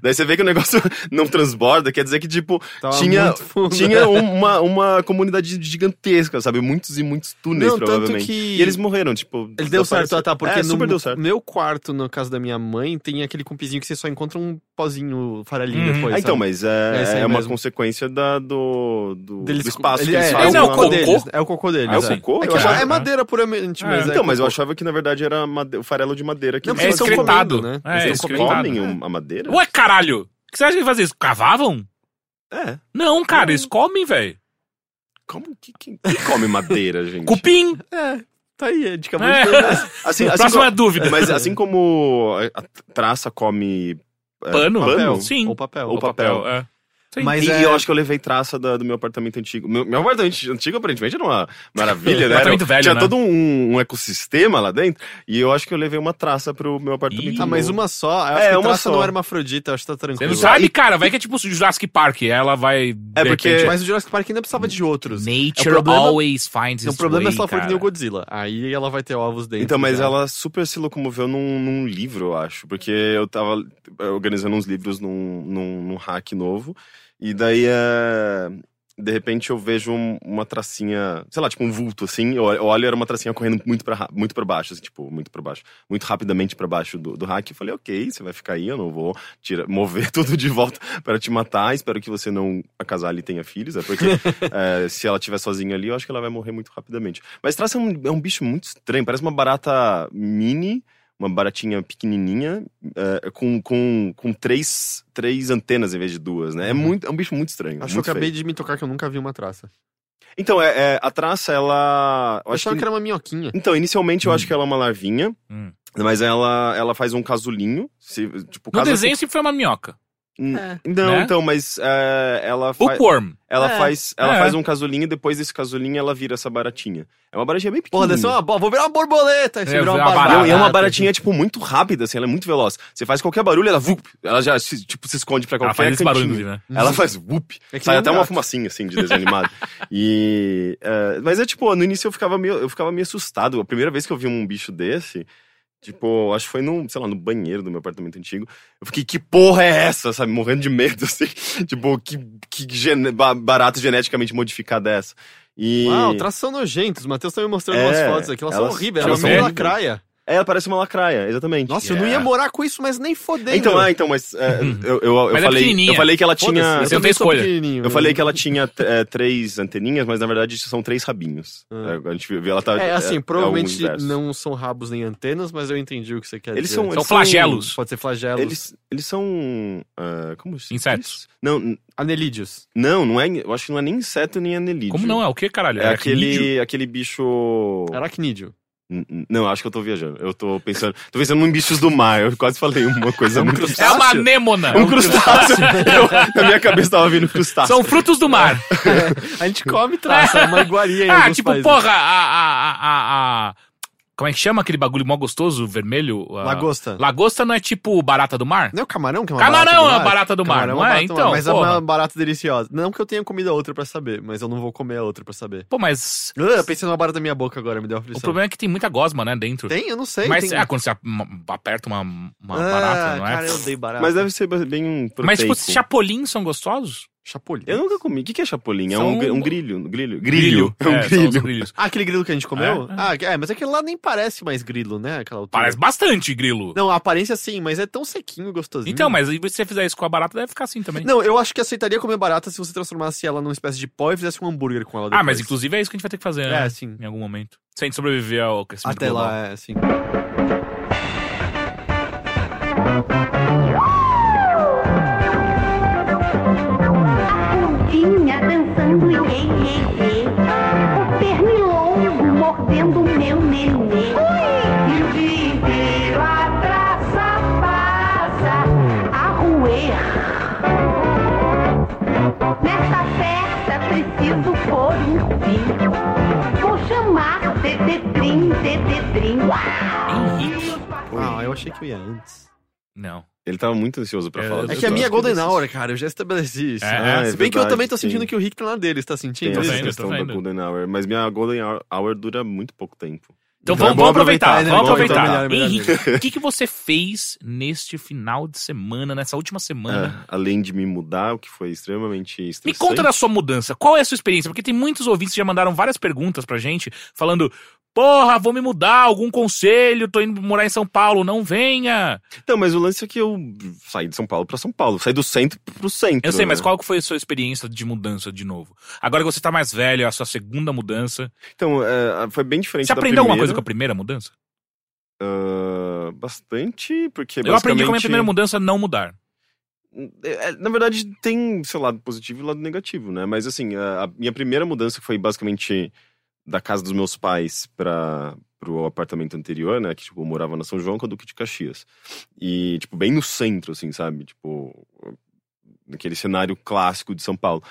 [SPEAKER 3] Daí você vê que o negócio não transborda, quer dizer que, tipo,
[SPEAKER 2] Tava
[SPEAKER 3] tinha-
[SPEAKER 2] muito fundo.
[SPEAKER 3] tinha um- uma, uma comunidade gigantesca, sabe? Muitos e muitos túneis,
[SPEAKER 2] Não, tanto
[SPEAKER 3] provavelmente.
[SPEAKER 2] que.
[SPEAKER 3] E eles morreram, tipo.
[SPEAKER 2] Ele deu
[SPEAKER 3] desapareceram.
[SPEAKER 2] certo, ah, tá, porque
[SPEAKER 3] é,
[SPEAKER 2] no
[SPEAKER 3] super deu certo.
[SPEAKER 2] meu quarto, no caso da minha mãe, tem aquele cupizinho que você só encontra um pozinho farelinho
[SPEAKER 1] Uhum.
[SPEAKER 2] depois.
[SPEAKER 3] Ah, então,
[SPEAKER 2] sabe?
[SPEAKER 3] mas
[SPEAKER 2] É isso
[SPEAKER 3] é,
[SPEAKER 2] aí
[SPEAKER 3] é uma
[SPEAKER 2] mesmo.
[SPEAKER 3] consequência da, do, do,
[SPEAKER 2] Deles-
[SPEAKER 3] do espaço
[SPEAKER 2] ele-
[SPEAKER 3] que eles
[SPEAKER 2] é,
[SPEAKER 3] fazem.
[SPEAKER 1] Mas é o
[SPEAKER 3] lá.
[SPEAKER 2] o
[SPEAKER 1] cocô?
[SPEAKER 2] cocô deles. né? É o cocô deles.
[SPEAKER 3] Ah, é o
[SPEAKER 2] é.
[SPEAKER 3] cocô?
[SPEAKER 2] É,
[SPEAKER 3] Eu
[SPEAKER 2] que
[SPEAKER 3] achava-
[SPEAKER 2] é madeira puramente,
[SPEAKER 1] Ah,
[SPEAKER 2] mas é
[SPEAKER 3] Então, mas eu
[SPEAKER 2] cocô.
[SPEAKER 3] achava que na verdade era made- o farelo de madeira que
[SPEAKER 2] Não,
[SPEAKER 1] É
[SPEAKER 2] mas
[SPEAKER 3] estão
[SPEAKER 2] eles
[SPEAKER 3] comendo.
[SPEAKER 1] excretado.
[SPEAKER 2] comendo, né?
[SPEAKER 1] É,
[SPEAKER 3] Eles
[SPEAKER 2] estão
[SPEAKER 1] excretado.
[SPEAKER 3] comem um- a madeira?
[SPEAKER 1] Ué, caralho. O que você acha que eles faziam? Eles cavavam?
[SPEAKER 3] É.
[SPEAKER 1] Não, cara, eles comem, velho.
[SPEAKER 3] Como que, quem, quem come madeira, gente?
[SPEAKER 1] Cupim.
[SPEAKER 2] É, tá aí, é dica muito
[SPEAKER 1] É.
[SPEAKER 3] Assim, assim
[SPEAKER 1] Próxima
[SPEAKER 3] como-
[SPEAKER 1] dúvida.
[SPEAKER 3] mas assim como a a traça come é,
[SPEAKER 1] Pano?
[SPEAKER 3] pano
[SPEAKER 1] Sim.
[SPEAKER 2] Ou papel.
[SPEAKER 3] ou papel.
[SPEAKER 1] é. Sim.
[SPEAKER 2] Mas
[SPEAKER 3] e
[SPEAKER 2] é-
[SPEAKER 3] eu acho que eu levei traça da- do meu apartamento antigo. Meu, meu apartamento antigo, aparentemente, era uma maravilha, né? Era-
[SPEAKER 1] Apartamento velho,
[SPEAKER 3] tinha
[SPEAKER 1] né?
[SPEAKER 3] todo um, um ecossistema lá dentro. E eu acho que eu levei uma traça pro meu apartamento.
[SPEAKER 1] Ih.
[SPEAKER 2] Ah, mas uma só. Eu acho
[SPEAKER 3] É,
[SPEAKER 2] que
[SPEAKER 3] Tá, uma
[SPEAKER 2] traça
[SPEAKER 3] só.
[SPEAKER 2] não era hermafrodita, eu acho que tá tranquilo.
[SPEAKER 1] Você não sabe, cara, vai que é tipo o Jurassic Park, ela vai.
[SPEAKER 3] É,
[SPEAKER 1] de
[SPEAKER 3] porque-
[SPEAKER 1] repente,
[SPEAKER 2] Mas o Jurassic Park ainda precisava de outros.
[SPEAKER 1] Nature
[SPEAKER 2] É o problema-
[SPEAKER 1] always finds its
[SPEAKER 2] o problema é se
[SPEAKER 1] way,
[SPEAKER 2] ela for que nem
[SPEAKER 1] cara.
[SPEAKER 2] o Godzilla. Aí ela vai ter ovos dentro.
[SPEAKER 3] Então, mas
[SPEAKER 2] dela.
[SPEAKER 3] ela super se locomoveu num, num livro, eu acho. Porque eu tava organizando uns livros num, num, num hack novo. E daí, eh, de repente, eu vejo um- uma tracinha, sei lá, tipo um vulto, assim. Eu olho- eu olho era uma tracinha correndo muito pra, ra- muito pra baixo, assim, tipo, muito pra baixo. Muito rapidamente pra baixo do, do hack. Eu falei, ok, você vai ficar aí, eu não vou tira, mover tudo de volta para te matar. Espero que você não acasale e tenha filhos. É porque é, se ela estiver sozinha ali, eu acho que ela vai morrer muito rapidamente. Mas traça é um, é um bicho muito estranho. Parece uma barata mini, uma baratinha pequenininha, é, com, com, com três, três antenas em vez de duas, né? É,
[SPEAKER 2] Uhum.
[SPEAKER 3] muito, é um bicho muito estranho.
[SPEAKER 2] Acho
[SPEAKER 3] muito
[SPEAKER 2] que eu acabei
[SPEAKER 3] feio.
[SPEAKER 2] de me tocar que eu nunca vi uma traça.
[SPEAKER 3] Então, é, é, a traça, ela... eu
[SPEAKER 2] Eu
[SPEAKER 3] acho
[SPEAKER 2] achava
[SPEAKER 3] que-
[SPEAKER 2] que era uma minhoquinha.
[SPEAKER 3] Então, inicialmente eu
[SPEAKER 1] Hum.
[SPEAKER 3] acho que ela é uma larvinha.
[SPEAKER 1] Hum.
[SPEAKER 3] Mas ela, ela faz um casulinho. Se, tipo,
[SPEAKER 1] No
[SPEAKER 3] casa
[SPEAKER 1] desenho sempre foi uma minhoca.
[SPEAKER 3] Hum.
[SPEAKER 2] É.
[SPEAKER 3] com- Não,
[SPEAKER 1] né?
[SPEAKER 3] então, mas é, ela faz.
[SPEAKER 1] Bookworm.
[SPEAKER 3] Ela,
[SPEAKER 2] É.
[SPEAKER 3] faz, ela
[SPEAKER 1] É.
[SPEAKER 3] faz um casulinho e depois desse casulinho ela vira essa baratinha. É uma baratinha bem
[SPEAKER 2] Porra,
[SPEAKER 3] pequena.
[SPEAKER 2] deve ser uma bo- Vou virar uma borboleta. Aí você
[SPEAKER 1] É,
[SPEAKER 2] virar uma
[SPEAKER 1] virar uma
[SPEAKER 2] barata.
[SPEAKER 3] Não, e é uma baratinha, tipo, muito rápida, assim, ela é muito veloz. Você faz qualquer barulho, ela vup, ela já se, tipo, se esconde pra qualquer
[SPEAKER 1] Ela Ah, faz esse barulho,
[SPEAKER 3] cantinho.
[SPEAKER 1] inclusive, né?
[SPEAKER 3] Ela faz whoop.
[SPEAKER 2] É que
[SPEAKER 3] Sai
[SPEAKER 2] nem um
[SPEAKER 3] até uma
[SPEAKER 2] gato.
[SPEAKER 3] fumacinha, assim, de desenho animado. e, é, mas é tipo, no início eu ficava, meio, eu ficava meio assustado. A primeira vez que eu vi um bicho desse, tipo, acho que foi no, sei lá, no banheiro do meu apartamento antigo. Eu fiquei, que porra é essa? Sabe, morrendo de medo, assim. tipo, que, que gene, ba- barata geneticamente modificada é essa? E...
[SPEAKER 2] Uau, traços são nojentos. O Matheus tá me mostrando
[SPEAKER 3] É,
[SPEAKER 2] umas fotos aqui. Elas,
[SPEAKER 3] elas-
[SPEAKER 2] são horríveis.
[SPEAKER 1] elas
[SPEAKER 2] Elas
[SPEAKER 1] são
[SPEAKER 2] são uma
[SPEAKER 3] horríveis.
[SPEAKER 2] lacraia.
[SPEAKER 3] É, ela parece uma lacraia, exatamente. É.
[SPEAKER 2] Nossa, eu não
[SPEAKER 1] Yeah.
[SPEAKER 2] ia morar com isso, mas nem fodendo.
[SPEAKER 3] Então, ah, então, mas é,
[SPEAKER 2] Hum.
[SPEAKER 3] eu, eu, eu
[SPEAKER 1] Mas é
[SPEAKER 3] falei,
[SPEAKER 1] pequenininha.
[SPEAKER 3] eu falei que ela
[SPEAKER 2] Foda-se, é
[SPEAKER 3] tinha.
[SPEAKER 1] Você não
[SPEAKER 2] também
[SPEAKER 1] tem
[SPEAKER 2] sou
[SPEAKER 1] escolha.
[SPEAKER 2] pequenininho,
[SPEAKER 3] Eu
[SPEAKER 2] né?
[SPEAKER 3] falei que ela tinha é, três anteninhas, mas na verdade são três rabinhos.
[SPEAKER 2] Ah.
[SPEAKER 3] É, a gente vê, ela tá.
[SPEAKER 2] É, assim,
[SPEAKER 3] o
[SPEAKER 2] provavelmente
[SPEAKER 3] inverso.
[SPEAKER 2] não são rabos nem antenas, mas eu entendi o que você quer
[SPEAKER 3] Eles
[SPEAKER 2] dizer.
[SPEAKER 3] são,
[SPEAKER 1] São
[SPEAKER 3] eles
[SPEAKER 1] flagelos.
[SPEAKER 2] Pode ser flagelos.
[SPEAKER 3] Eles, eles são. ah, como se diz?
[SPEAKER 1] Insetos.
[SPEAKER 3] Não, n-
[SPEAKER 2] Anelídeos.
[SPEAKER 3] não, não é. Eu acho que não é nem inseto nem anelídeo.
[SPEAKER 1] Como não? É o que, caralho?
[SPEAKER 3] É,
[SPEAKER 1] aracnídeo?
[SPEAKER 3] aquele, aquele bicho.
[SPEAKER 2] Aracnídeo.
[SPEAKER 3] N- n- Não, acho que eu tô viajando. Eu tô pensando. Tô pensando em bichos do mar. Eu quase falei uma coisa muito.
[SPEAKER 1] É uma
[SPEAKER 2] crustáceo?
[SPEAKER 1] anêmona.
[SPEAKER 3] Um crustáceo. Eu- na minha cabeça tava vindo crustáceo.
[SPEAKER 1] São frutos do mar.
[SPEAKER 2] A gente come traça, é uma iguaria em
[SPEAKER 1] ah,
[SPEAKER 2] É. alguns
[SPEAKER 1] tipo,
[SPEAKER 2] países.
[SPEAKER 1] porra, a, a, a, a- a- Como é que chama aquele bagulho mó gostoso, vermelho? A-
[SPEAKER 2] Lagosta.
[SPEAKER 1] Lagosta não é tipo barata do mar?
[SPEAKER 2] Não é o camarão que é uma barata
[SPEAKER 1] Camarão
[SPEAKER 2] do
[SPEAKER 1] é
[SPEAKER 2] mar?
[SPEAKER 1] uma barata do mar,
[SPEAKER 2] Camarão
[SPEAKER 1] não é?
[SPEAKER 2] barata do mar,
[SPEAKER 1] Então,
[SPEAKER 2] Mas é
[SPEAKER 1] porra.
[SPEAKER 2] uma barata deliciosa. Não que eu tenha comido a outra pra saber, mas eu não vou comer a outra pra saber.
[SPEAKER 1] Pô, mas...
[SPEAKER 2] Ah, Eu pensei numa barata na minha boca agora, me deu uma
[SPEAKER 1] O
[SPEAKER 2] aflição.
[SPEAKER 1] problema é que tem muita gosma, né, dentro.
[SPEAKER 2] Tem? Eu não sei.
[SPEAKER 1] mas
[SPEAKER 2] tem...
[SPEAKER 1] ah, quando você ap- m- aperta uma, uma
[SPEAKER 2] Ah,
[SPEAKER 1] barata, não é?
[SPEAKER 2] Cara, eu odeio barata.
[SPEAKER 3] Mas deve ser bem um proteico.
[SPEAKER 1] Mas, tipo, os chapolins são gostosos?
[SPEAKER 2] Chapolin.
[SPEAKER 3] Eu nunca comi. O que que é chapolim? É
[SPEAKER 1] São-
[SPEAKER 3] um, gri- um grilho. um Grilho. Grilho. É um
[SPEAKER 1] É, são os
[SPEAKER 3] grilho.
[SPEAKER 1] grilhos.
[SPEAKER 2] Ah, aquele grilo que a gente comeu?
[SPEAKER 1] É?
[SPEAKER 2] Ah, é, mas aquele lá nem parece mais grilo, né? Aquela altura.
[SPEAKER 1] Parece bastante grilo.
[SPEAKER 2] Não, a aparência sim, mas é tão sequinho e gostosinho.
[SPEAKER 1] Então, mas se você fizer isso com a barata, deve ficar assim também.
[SPEAKER 2] Não, eu acho que aceitaria comer barata se você transformasse ela numa espécie de pó e fizesse um hambúrguer com ela depois.
[SPEAKER 1] Ah, mas inclusive é isso que a gente vai ter que fazer, né?
[SPEAKER 2] É, sim.
[SPEAKER 1] Em algum momento. Sem sobreviver ao crescimento
[SPEAKER 2] Até
[SPEAKER 1] global.
[SPEAKER 2] lá, é, sim.
[SPEAKER 4] Pontinha dançando e ei, ei, ei. O pernilongo mordendo o meu nenê. E o dia inteiro a traça passa a roer. Nesta festa preciso pôr um fim. Vou chamar Dedetrim, Dedetrim.
[SPEAKER 1] Henrique.
[SPEAKER 2] Ah, eu achei que eu ia antes.
[SPEAKER 1] Não.
[SPEAKER 3] Ele tava muito ansioso pra
[SPEAKER 1] É,
[SPEAKER 3] falar.
[SPEAKER 1] eu
[SPEAKER 2] É
[SPEAKER 3] disso.
[SPEAKER 2] que a minha é
[SPEAKER 3] Eu
[SPEAKER 2] Golden
[SPEAKER 3] acho que
[SPEAKER 2] Hour, cara, eu já estabeleci isso.
[SPEAKER 1] É,
[SPEAKER 2] Ah,
[SPEAKER 3] é
[SPEAKER 2] Se bem que eu
[SPEAKER 3] verdade,
[SPEAKER 2] também tô sentindo
[SPEAKER 3] sim.
[SPEAKER 2] que o Rick tá na dele, você tá
[SPEAKER 3] Tem
[SPEAKER 2] sentindo
[SPEAKER 1] Tô
[SPEAKER 3] essa
[SPEAKER 1] vendo,
[SPEAKER 2] isso?
[SPEAKER 3] questão
[SPEAKER 1] tô
[SPEAKER 3] da
[SPEAKER 1] vendo.
[SPEAKER 3] Golden Hour. Mas minha Golden Hour- Hour dura muito pouco tempo.
[SPEAKER 1] Então
[SPEAKER 3] É
[SPEAKER 1] vamos,
[SPEAKER 3] bom
[SPEAKER 1] vamos aproveitar,
[SPEAKER 2] aproveitar, né?
[SPEAKER 1] vamos
[SPEAKER 2] Bom,
[SPEAKER 1] aproveitar.
[SPEAKER 2] então, melhor, melhor,
[SPEAKER 1] Henrique, o que, que você fez neste final de semana, nessa última semana?
[SPEAKER 3] É, além de me mudar, o que foi extremamente estressante.
[SPEAKER 1] Me conta da sua mudança. Qual é a sua experiência? Porque tem muitos ouvintes que já mandaram várias perguntas pra gente, falando: Porra, vou me mudar, algum conselho, tô indo morar em São Paulo, não venha.
[SPEAKER 3] Não, mas o lance é que eu saí de São Paulo pra São Paulo. Saí do centro pro centro.
[SPEAKER 1] Eu sei,
[SPEAKER 3] né?
[SPEAKER 1] mas qual que foi a sua experiência de mudança de novo? Agora que você tá mais velho, é a sua segunda mudança.
[SPEAKER 3] Então, é, foi bem diferente
[SPEAKER 1] Você
[SPEAKER 3] da
[SPEAKER 1] aprendeu alguma
[SPEAKER 3] primeira.
[SPEAKER 1] coisa com a primeira mudança?
[SPEAKER 3] Ah, bastante, porque
[SPEAKER 1] Eu aprendi com a minha
[SPEAKER 3] basicamente-
[SPEAKER 1] primeira mudança não mudar.
[SPEAKER 3] É, é, Na verdade, tem seu lado positivo e lado negativo, né? Mas assim, a, a minha primeira mudança foi basicamente da casa dos meus pais para pro apartamento anterior, né? Que tipo, eu morava na São João, com a Duque de Caxias. E, tipo, bem no centro, assim, sabe? Tipo, naquele cenário clássico de São Paulo.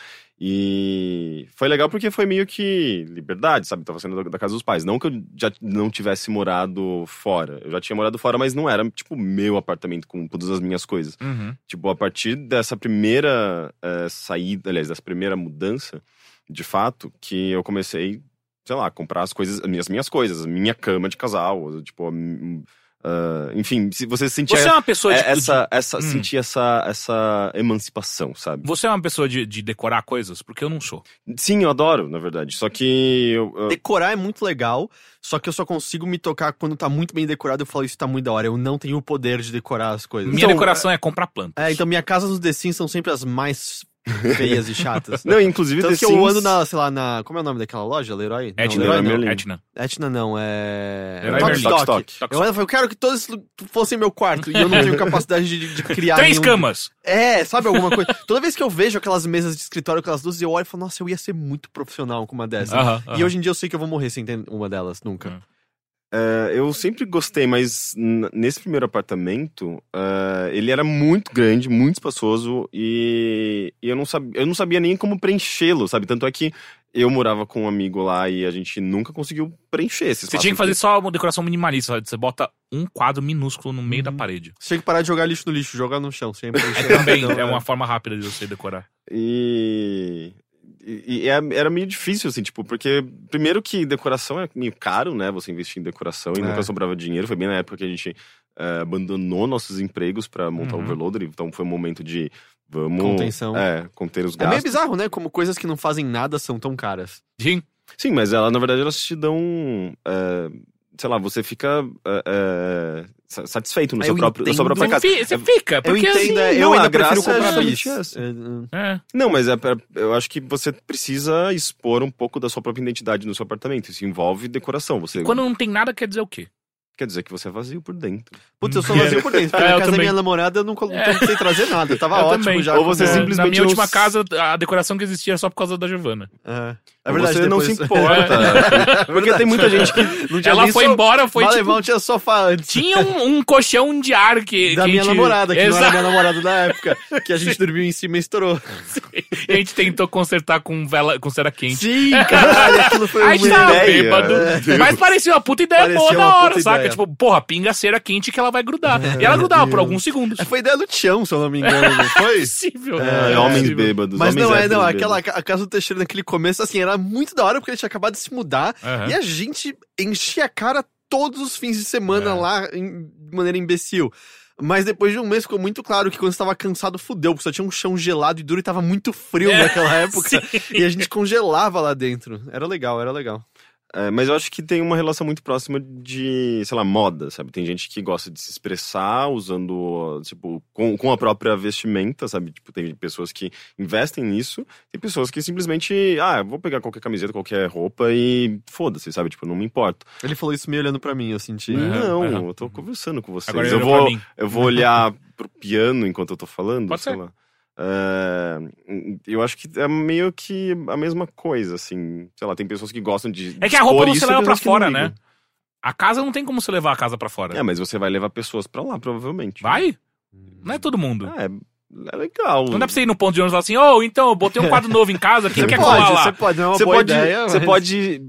[SPEAKER 3] E foi legal porque foi meio que liberdade, sabe? Tava saindo da, da casa dos pais. Não que eu já não tivesse morado fora. Eu já tinha morado fora, mas não era, tipo, meu apartamento com todas as minhas coisas.
[SPEAKER 1] Uhum.
[SPEAKER 3] Tipo, a partir dessa primeira eh, saída, aliás, dessa primeira mudança, de fato, que eu comecei, sei lá, a comprar as coisas, as minhas, minhas coisas, a minha cama de casal, tipo, a mi- ah, enfim, se você sentia
[SPEAKER 1] Você é uma pessoa de,
[SPEAKER 3] é, essa, essa
[SPEAKER 1] Hum.
[SPEAKER 3] sentir essa, essa emancipação, sabe?
[SPEAKER 1] Você é uma pessoa de, de decorar coisas? Porque eu não sou.
[SPEAKER 3] Sim, eu adoro, na verdade. Só que eu, eu-
[SPEAKER 2] Decorar é muito legal, só que eu só consigo me tocar quando tá muito bem decorado. Eu falo, isso tá muito da hora. Eu não tenho o poder de decorar as coisas.
[SPEAKER 1] Minha
[SPEAKER 2] então,
[SPEAKER 1] decoração é comprar plantas.
[SPEAKER 2] É, então minha casa dos The Sims são sempre as mais feias e chatas.
[SPEAKER 3] não, inclusive
[SPEAKER 2] Tanto
[SPEAKER 3] The
[SPEAKER 2] que eu
[SPEAKER 3] Sims-
[SPEAKER 2] ando na, sei lá, na. Como é o nome daquela loja? Leroy? Não, é
[SPEAKER 1] Etna,
[SPEAKER 3] Leroy
[SPEAKER 2] Leroy não.
[SPEAKER 3] Merlin.
[SPEAKER 1] É Etna.
[SPEAKER 2] Etna não, é.
[SPEAKER 1] Leroy
[SPEAKER 2] Toque
[SPEAKER 1] Merlin.
[SPEAKER 2] Stock.
[SPEAKER 3] Toque Stock.
[SPEAKER 1] Toque
[SPEAKER 2] Eu, olhava, eu quero que todos fossem meu quarto e eu não tenho capacidade de, de criar.
[SPEAKER 1] Três
[SPEAKER 2] nenhum-
[SPEAKER 1] camas!
[SPEAKER 2] É, sabe alguma coisa? Toda vez que eu vejo aquelas mesas de escritório, aquelas luzes, eu olho e falo, nossa, eu ia ser muito profissional com uma dessas.
[SPEAKER 1] Aham, aham.
[SPEAKER 2] E hoje em dia eu sei que eu vou morrer sem ter uma delas, nunca.
[SPEAKER 1] Hum.
[SPEAKER 3] É, eu sempre gostei, mas n- nesse primeiro apartamento, é, ele era muito grande, muito espaçoso e, e eu, não sab, eu não sabia nem como preenchê-lo, sabe? Tanto é que eu morava com um amigo lá e a gente nunca conseguiu preencher esse
[SPEAKER 1] Você
[SPEAKER 3] espaço.
[SPEAKER 1] tinha que fazer só uma decoração minimalista, sabe? Você bota um quadro minúsculo no meio da parede.
[SPEAKER 2] Você tem que parar de jogar lixo no lixo, jogar no chão, sempre.
[SPEAKER 1] Também é uma forma rápida de você decorar.
[SPEAKER 3] E, e- e era era meio difícil, assim, tipo, porque primeiro que decoração é meio caro, né? Você investir em decoração e
[SPEAKER 2] É.
[SPEAKER 3] nunca sobrava dinheiro. Foi bem na época que a gente eh, abandonou nossos empregos pra montar o
[SPEAKER 1] Uhum.
[SPEAKER 3] Overloader, então foi um momento de vamos
[SPEAKER 2] Contenção.
[SPEAKER 3] é, conter os
[SPEAKER 2] É meio
[SPEAKER 3] gastos.
[SPEAKER 2] bizarro, né? Como coisas que não fazem nada são tão caras.
[SPEAKER 1] Sim.
[SPEAKER 3] Sim, mas ela, na verdade, elas te dão. eh, sei lá, você fica eh, eh, sa- satisfeito no
[SPEAKER 2] Ah,
[SPEAKER 3] seu
[SPEAKER 2] eu
[SPEAKER 3] próprio, na sua própria casa.
[SPEAKER 1] Fi- Você fica,
[SPEAKER 2] Eu
[SPEAKER 1] porque
[SPEAKER 2] entendo,
[SPEAKER 1] assim...
[SPEAKER 2] é, eu
[SPEAKER 3] não,
[SPEAKER 2] ainda
[SPEAKER 3] a graça
[SPEAKER 2] prefiro comprar
[SPEAKER 3] é
[SPEAKER 2] no
[SPEAKER 3] justamente
[SPEAKER 2] lixo.
[SPEAKER 3] essa.
[SPEAKER 2] É, hum.
[SPEAKER 1] É.
[SPEAKER 3] Não, mas é pra- eu acho que você precisa expor um pouco da sua própria identidade no seu apartamento. Isso envolve decoração. Você
[SPEAKER 1] Quando não tem nada, quer dizer o quê?
[SPEAKER 3] quer dizer que você é vazio por dentro.
[SPEAKER 2] Putz, eu sou vazio por dentro, porque
[SPEAKER 1] É,
[SPEAKER 2] na
[SPEAKER 1] eu
[SPEAKER 2] casa da
[SPEAKER 1] também. É.
[SPEAKER 2] minha namorada eu não colo- não tentei trazer nada. Eu tava
[SPEAKER 1] Eu
[SPEAKER 2] ótimo
[SPEAKER 1] também.
[SPEAKER 2] já.
[SPEAKER 3] Ou
[SPEAKER 2] com-
[SPEAKER 3] você
[SPEAKER 1] É,
[SPEAKER 3] simplesmente
[SPEAKER 1] Na minha
[SPEAKER 3] não
[SPEAKER 1] última
[SPEAKER 3] s-
[SPEAKER 1] casa, a decoração que existia era só por causa da Giovana.
[SPEAKER 2] É, é
[SPEAKER 3] Ou
[SPEAKER 2] verdade,
[SPEAKER 3] você não se né?
[SPEAKER 2] depois- É
[SPEAKER 3] importa. porque tem muita gente que.
[SPEAKER 2] Não tinha
[SPEAKER 1] Ela
[SPEAKER 2] nem
[SPEAKER 1] foi
[SPEAKER 2] so-
[SPEAKER 1] embora, foi tipo,
[SPEAKER 2] Malemão tinha sofá antes.
[SPEAKER 1] Tinha um, um colchão de ar que.
[SPEAKER 2] Da
[SPEAKER 1] que a
[SPEAKER 2] minha
[SPEAKER 1] gente-
[SPEAKER 2] namorada, que não
[SPEAKER 1] Exato.
[SPEAKER 2] era minha namorada na época. Que a gente dormiu em cima e estourou.
[SPEAKER 1] E a gente tentou consertar com vela, com cera quente.
[SPEAKER 2] Sim, caralho, aquilo foi um
[SPEAKER 1] Aí tá. a gente
[SPEAKER 2] uma
[SPEAKER 1] tava
[SPEAKER 3] ideia.
[SPEAKER 1] bêbado.
[SPEAKER 3] É.
[SPEAKER 1] Mas parecia uma puta ideia
[SPEAKER 2] Parecia
[SPEAKER 1] boa
[SPEAKER 2] uma
[SPEAKER 1] da hora,
[SPEAKER 2] puta
[SPEAKER 1] saca?
[SPEAKER 2] ideia.
[SPEAKER 1] Tipo, porra, pinga a cera quente que ela vai grudar. e ela
[SPEAKER 2] meu
[SPEAKER 1] grudava por
[SPEAKER 2] Deus.
[SPEAKER 1] alguns segundos.
[SPEAKER 2] É, Foi ideia do Tião, se eu não me engano, não
[SPEAKER 1] É
[SPEAKER 2] foi?
[SPEAKER 1] possível.
[SPEAKER 3] É,
[SPEAKER 2] É,
[SPEAKER 3] homens
[SPEAKER 1] possível.
[SPEAKER 3] bêbados.
[SPEAKER 2] Mas
[SPEAKER 3] homens
[SPEAKER 2] não é,
[SPEAKER 3] héteros
[SPEAKER 2] não.
[SPEAKER 3] bêbados.
[SPEAKER 2] Aquela, a casa do Teixeira naquele começo, assim, era muito da hora porque ele tinha acabado de se mudar.
[SPEAKER 1] Aham.
[SPEAKER 2] E é a gente enchia a cara todos os fins de semana
[SPEAKER 1] É.
[SPEAKER 2] lá em- de maneira imbecil. Mas depois de um mês ficou muito claro que quando você tava cansado, fudeu, porque só tinha um chão gelado e duro e tava muito frio
[SPEAKER 1] É,
[SPEAKER 2] naquela época.
[SPEAKER 1] sim.
[SPEAKER 2] E a gente congelava lá dentro. Era legal, era legal.
[SPEAKER 3] É, mas eu acho que tem uma relação muito próxima de, sei lá, moda, sabe? Tem gente que gosta de se expressar usando, tipo, com, com a própria vestimenta, sabe? Tipo, tem pessoas que investem nisso, tem pessoas que simplesmente, ah, eu vou pegar qualquer camiseta, qualquer roupa e foda-se, sabe? Tipo, não me importo.
[SPEAKER 2] Ele falou isso meio olhando pra mim, eu senti.
[SPEAKER 1] Uhum,
[SPEAKER 3] não,
[SPEAKER 1] uhum.
[SPEAKER 3] eu tô conversando com vocês.
[SPEAKER 1] Agora
[SPEAKER 3] eu,
[SPEAKER 1] olhou pra
[SPEAKER 3] vou,
[SPEAKER 1] mim.
[SPEAKER 3] eu vou olhar pro piano enquanto eu tô falando,
[SPEAKER 1] Pode
[SPEAKER 3] sei
[SPEAKER 1] ser.
[SPEAKER 3] lá. É, eu acho que é meio que a mesma coisa, assim. Sei lá, tem pessoas que gostam de.
[SPEAKER 1] É que a roupa
[SPEAKER 3] expor
[SPEAKER 1] não se
[SPEAKER 3] isso e
[SPEAKER 1] leva
[SPEAKER 3] pessoas
[SPEAKER 1] pra
[SPEAKER 3] que não
[SPEAKER 1] fora,
[SPEAKER 3] ligam.
[SPEAKER 1] né? A casa não tem como você levar a casa pra fora.
[SPEAKER 3] É, mas você vai levar pessoas pra lá, provavelmente.
[SPEAKER 1] Vai? Não é todo mundo.
[SPEAKER 3] Ah, é, é legal.
[SPEAKER 1] Não dá pra você ir no ponto de ônibus e falar assim, ô, então, eu botei um quadro novo em casa, quem
[SPEAKER 2] Você
[SPEAKER 1] quer
[SPEAKER 2] pode,
[SPEAKER 1] colar lá?
[SPEAKER 2] Você pode, não é uma
[SPEAKER 3] Você
[SPEAKER 2] boa
[SPEAKER 3] pode,
[SPEAKER 2] ideia.
[SPEAKER 3] você
[SPEAKER 2] mas-
[SPEAKER 3] pode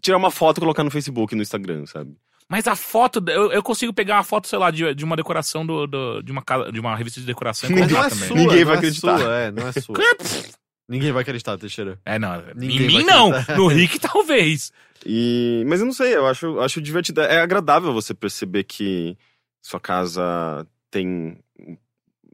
[SPEAKER 3] tirar uma foto e colocar no Facebook, no Instagram, sabe?
[SPEAKER 1] Mas a foto, eu, eu consigo pegar uma foto, sei lá, de, de uma decoração do, do- de, uma casa, de uma revista de decoração e
[SPEAKER 2] Mas não
[SPEAKER 1] colocar
[SPEAKER 2] é
[SPEAKER 1] também.
[SPEAKER 2] sua,
[SPEAKER 3] Ninguém
[SPEAKER 2] não
[SPEAKER 3] vai
[SPEAKER 2] é
[SPEAKER 3] acreditar.
[SPEAKER 2] sua, é, não é sua. Ninguém vai acreditar, Teixeira.
[SPEAKER 1] É, não.
[SPEAKER 2] Ninguém
[SPEAKER 1] em mim
[SPEAKER 2] vai
[SPEAKER 1] não. No Rick, talvez.
[SPEAKER 3] E, mas eu não sei, eu acho, acho divertido. É agradável você perceber que sua casa tem um-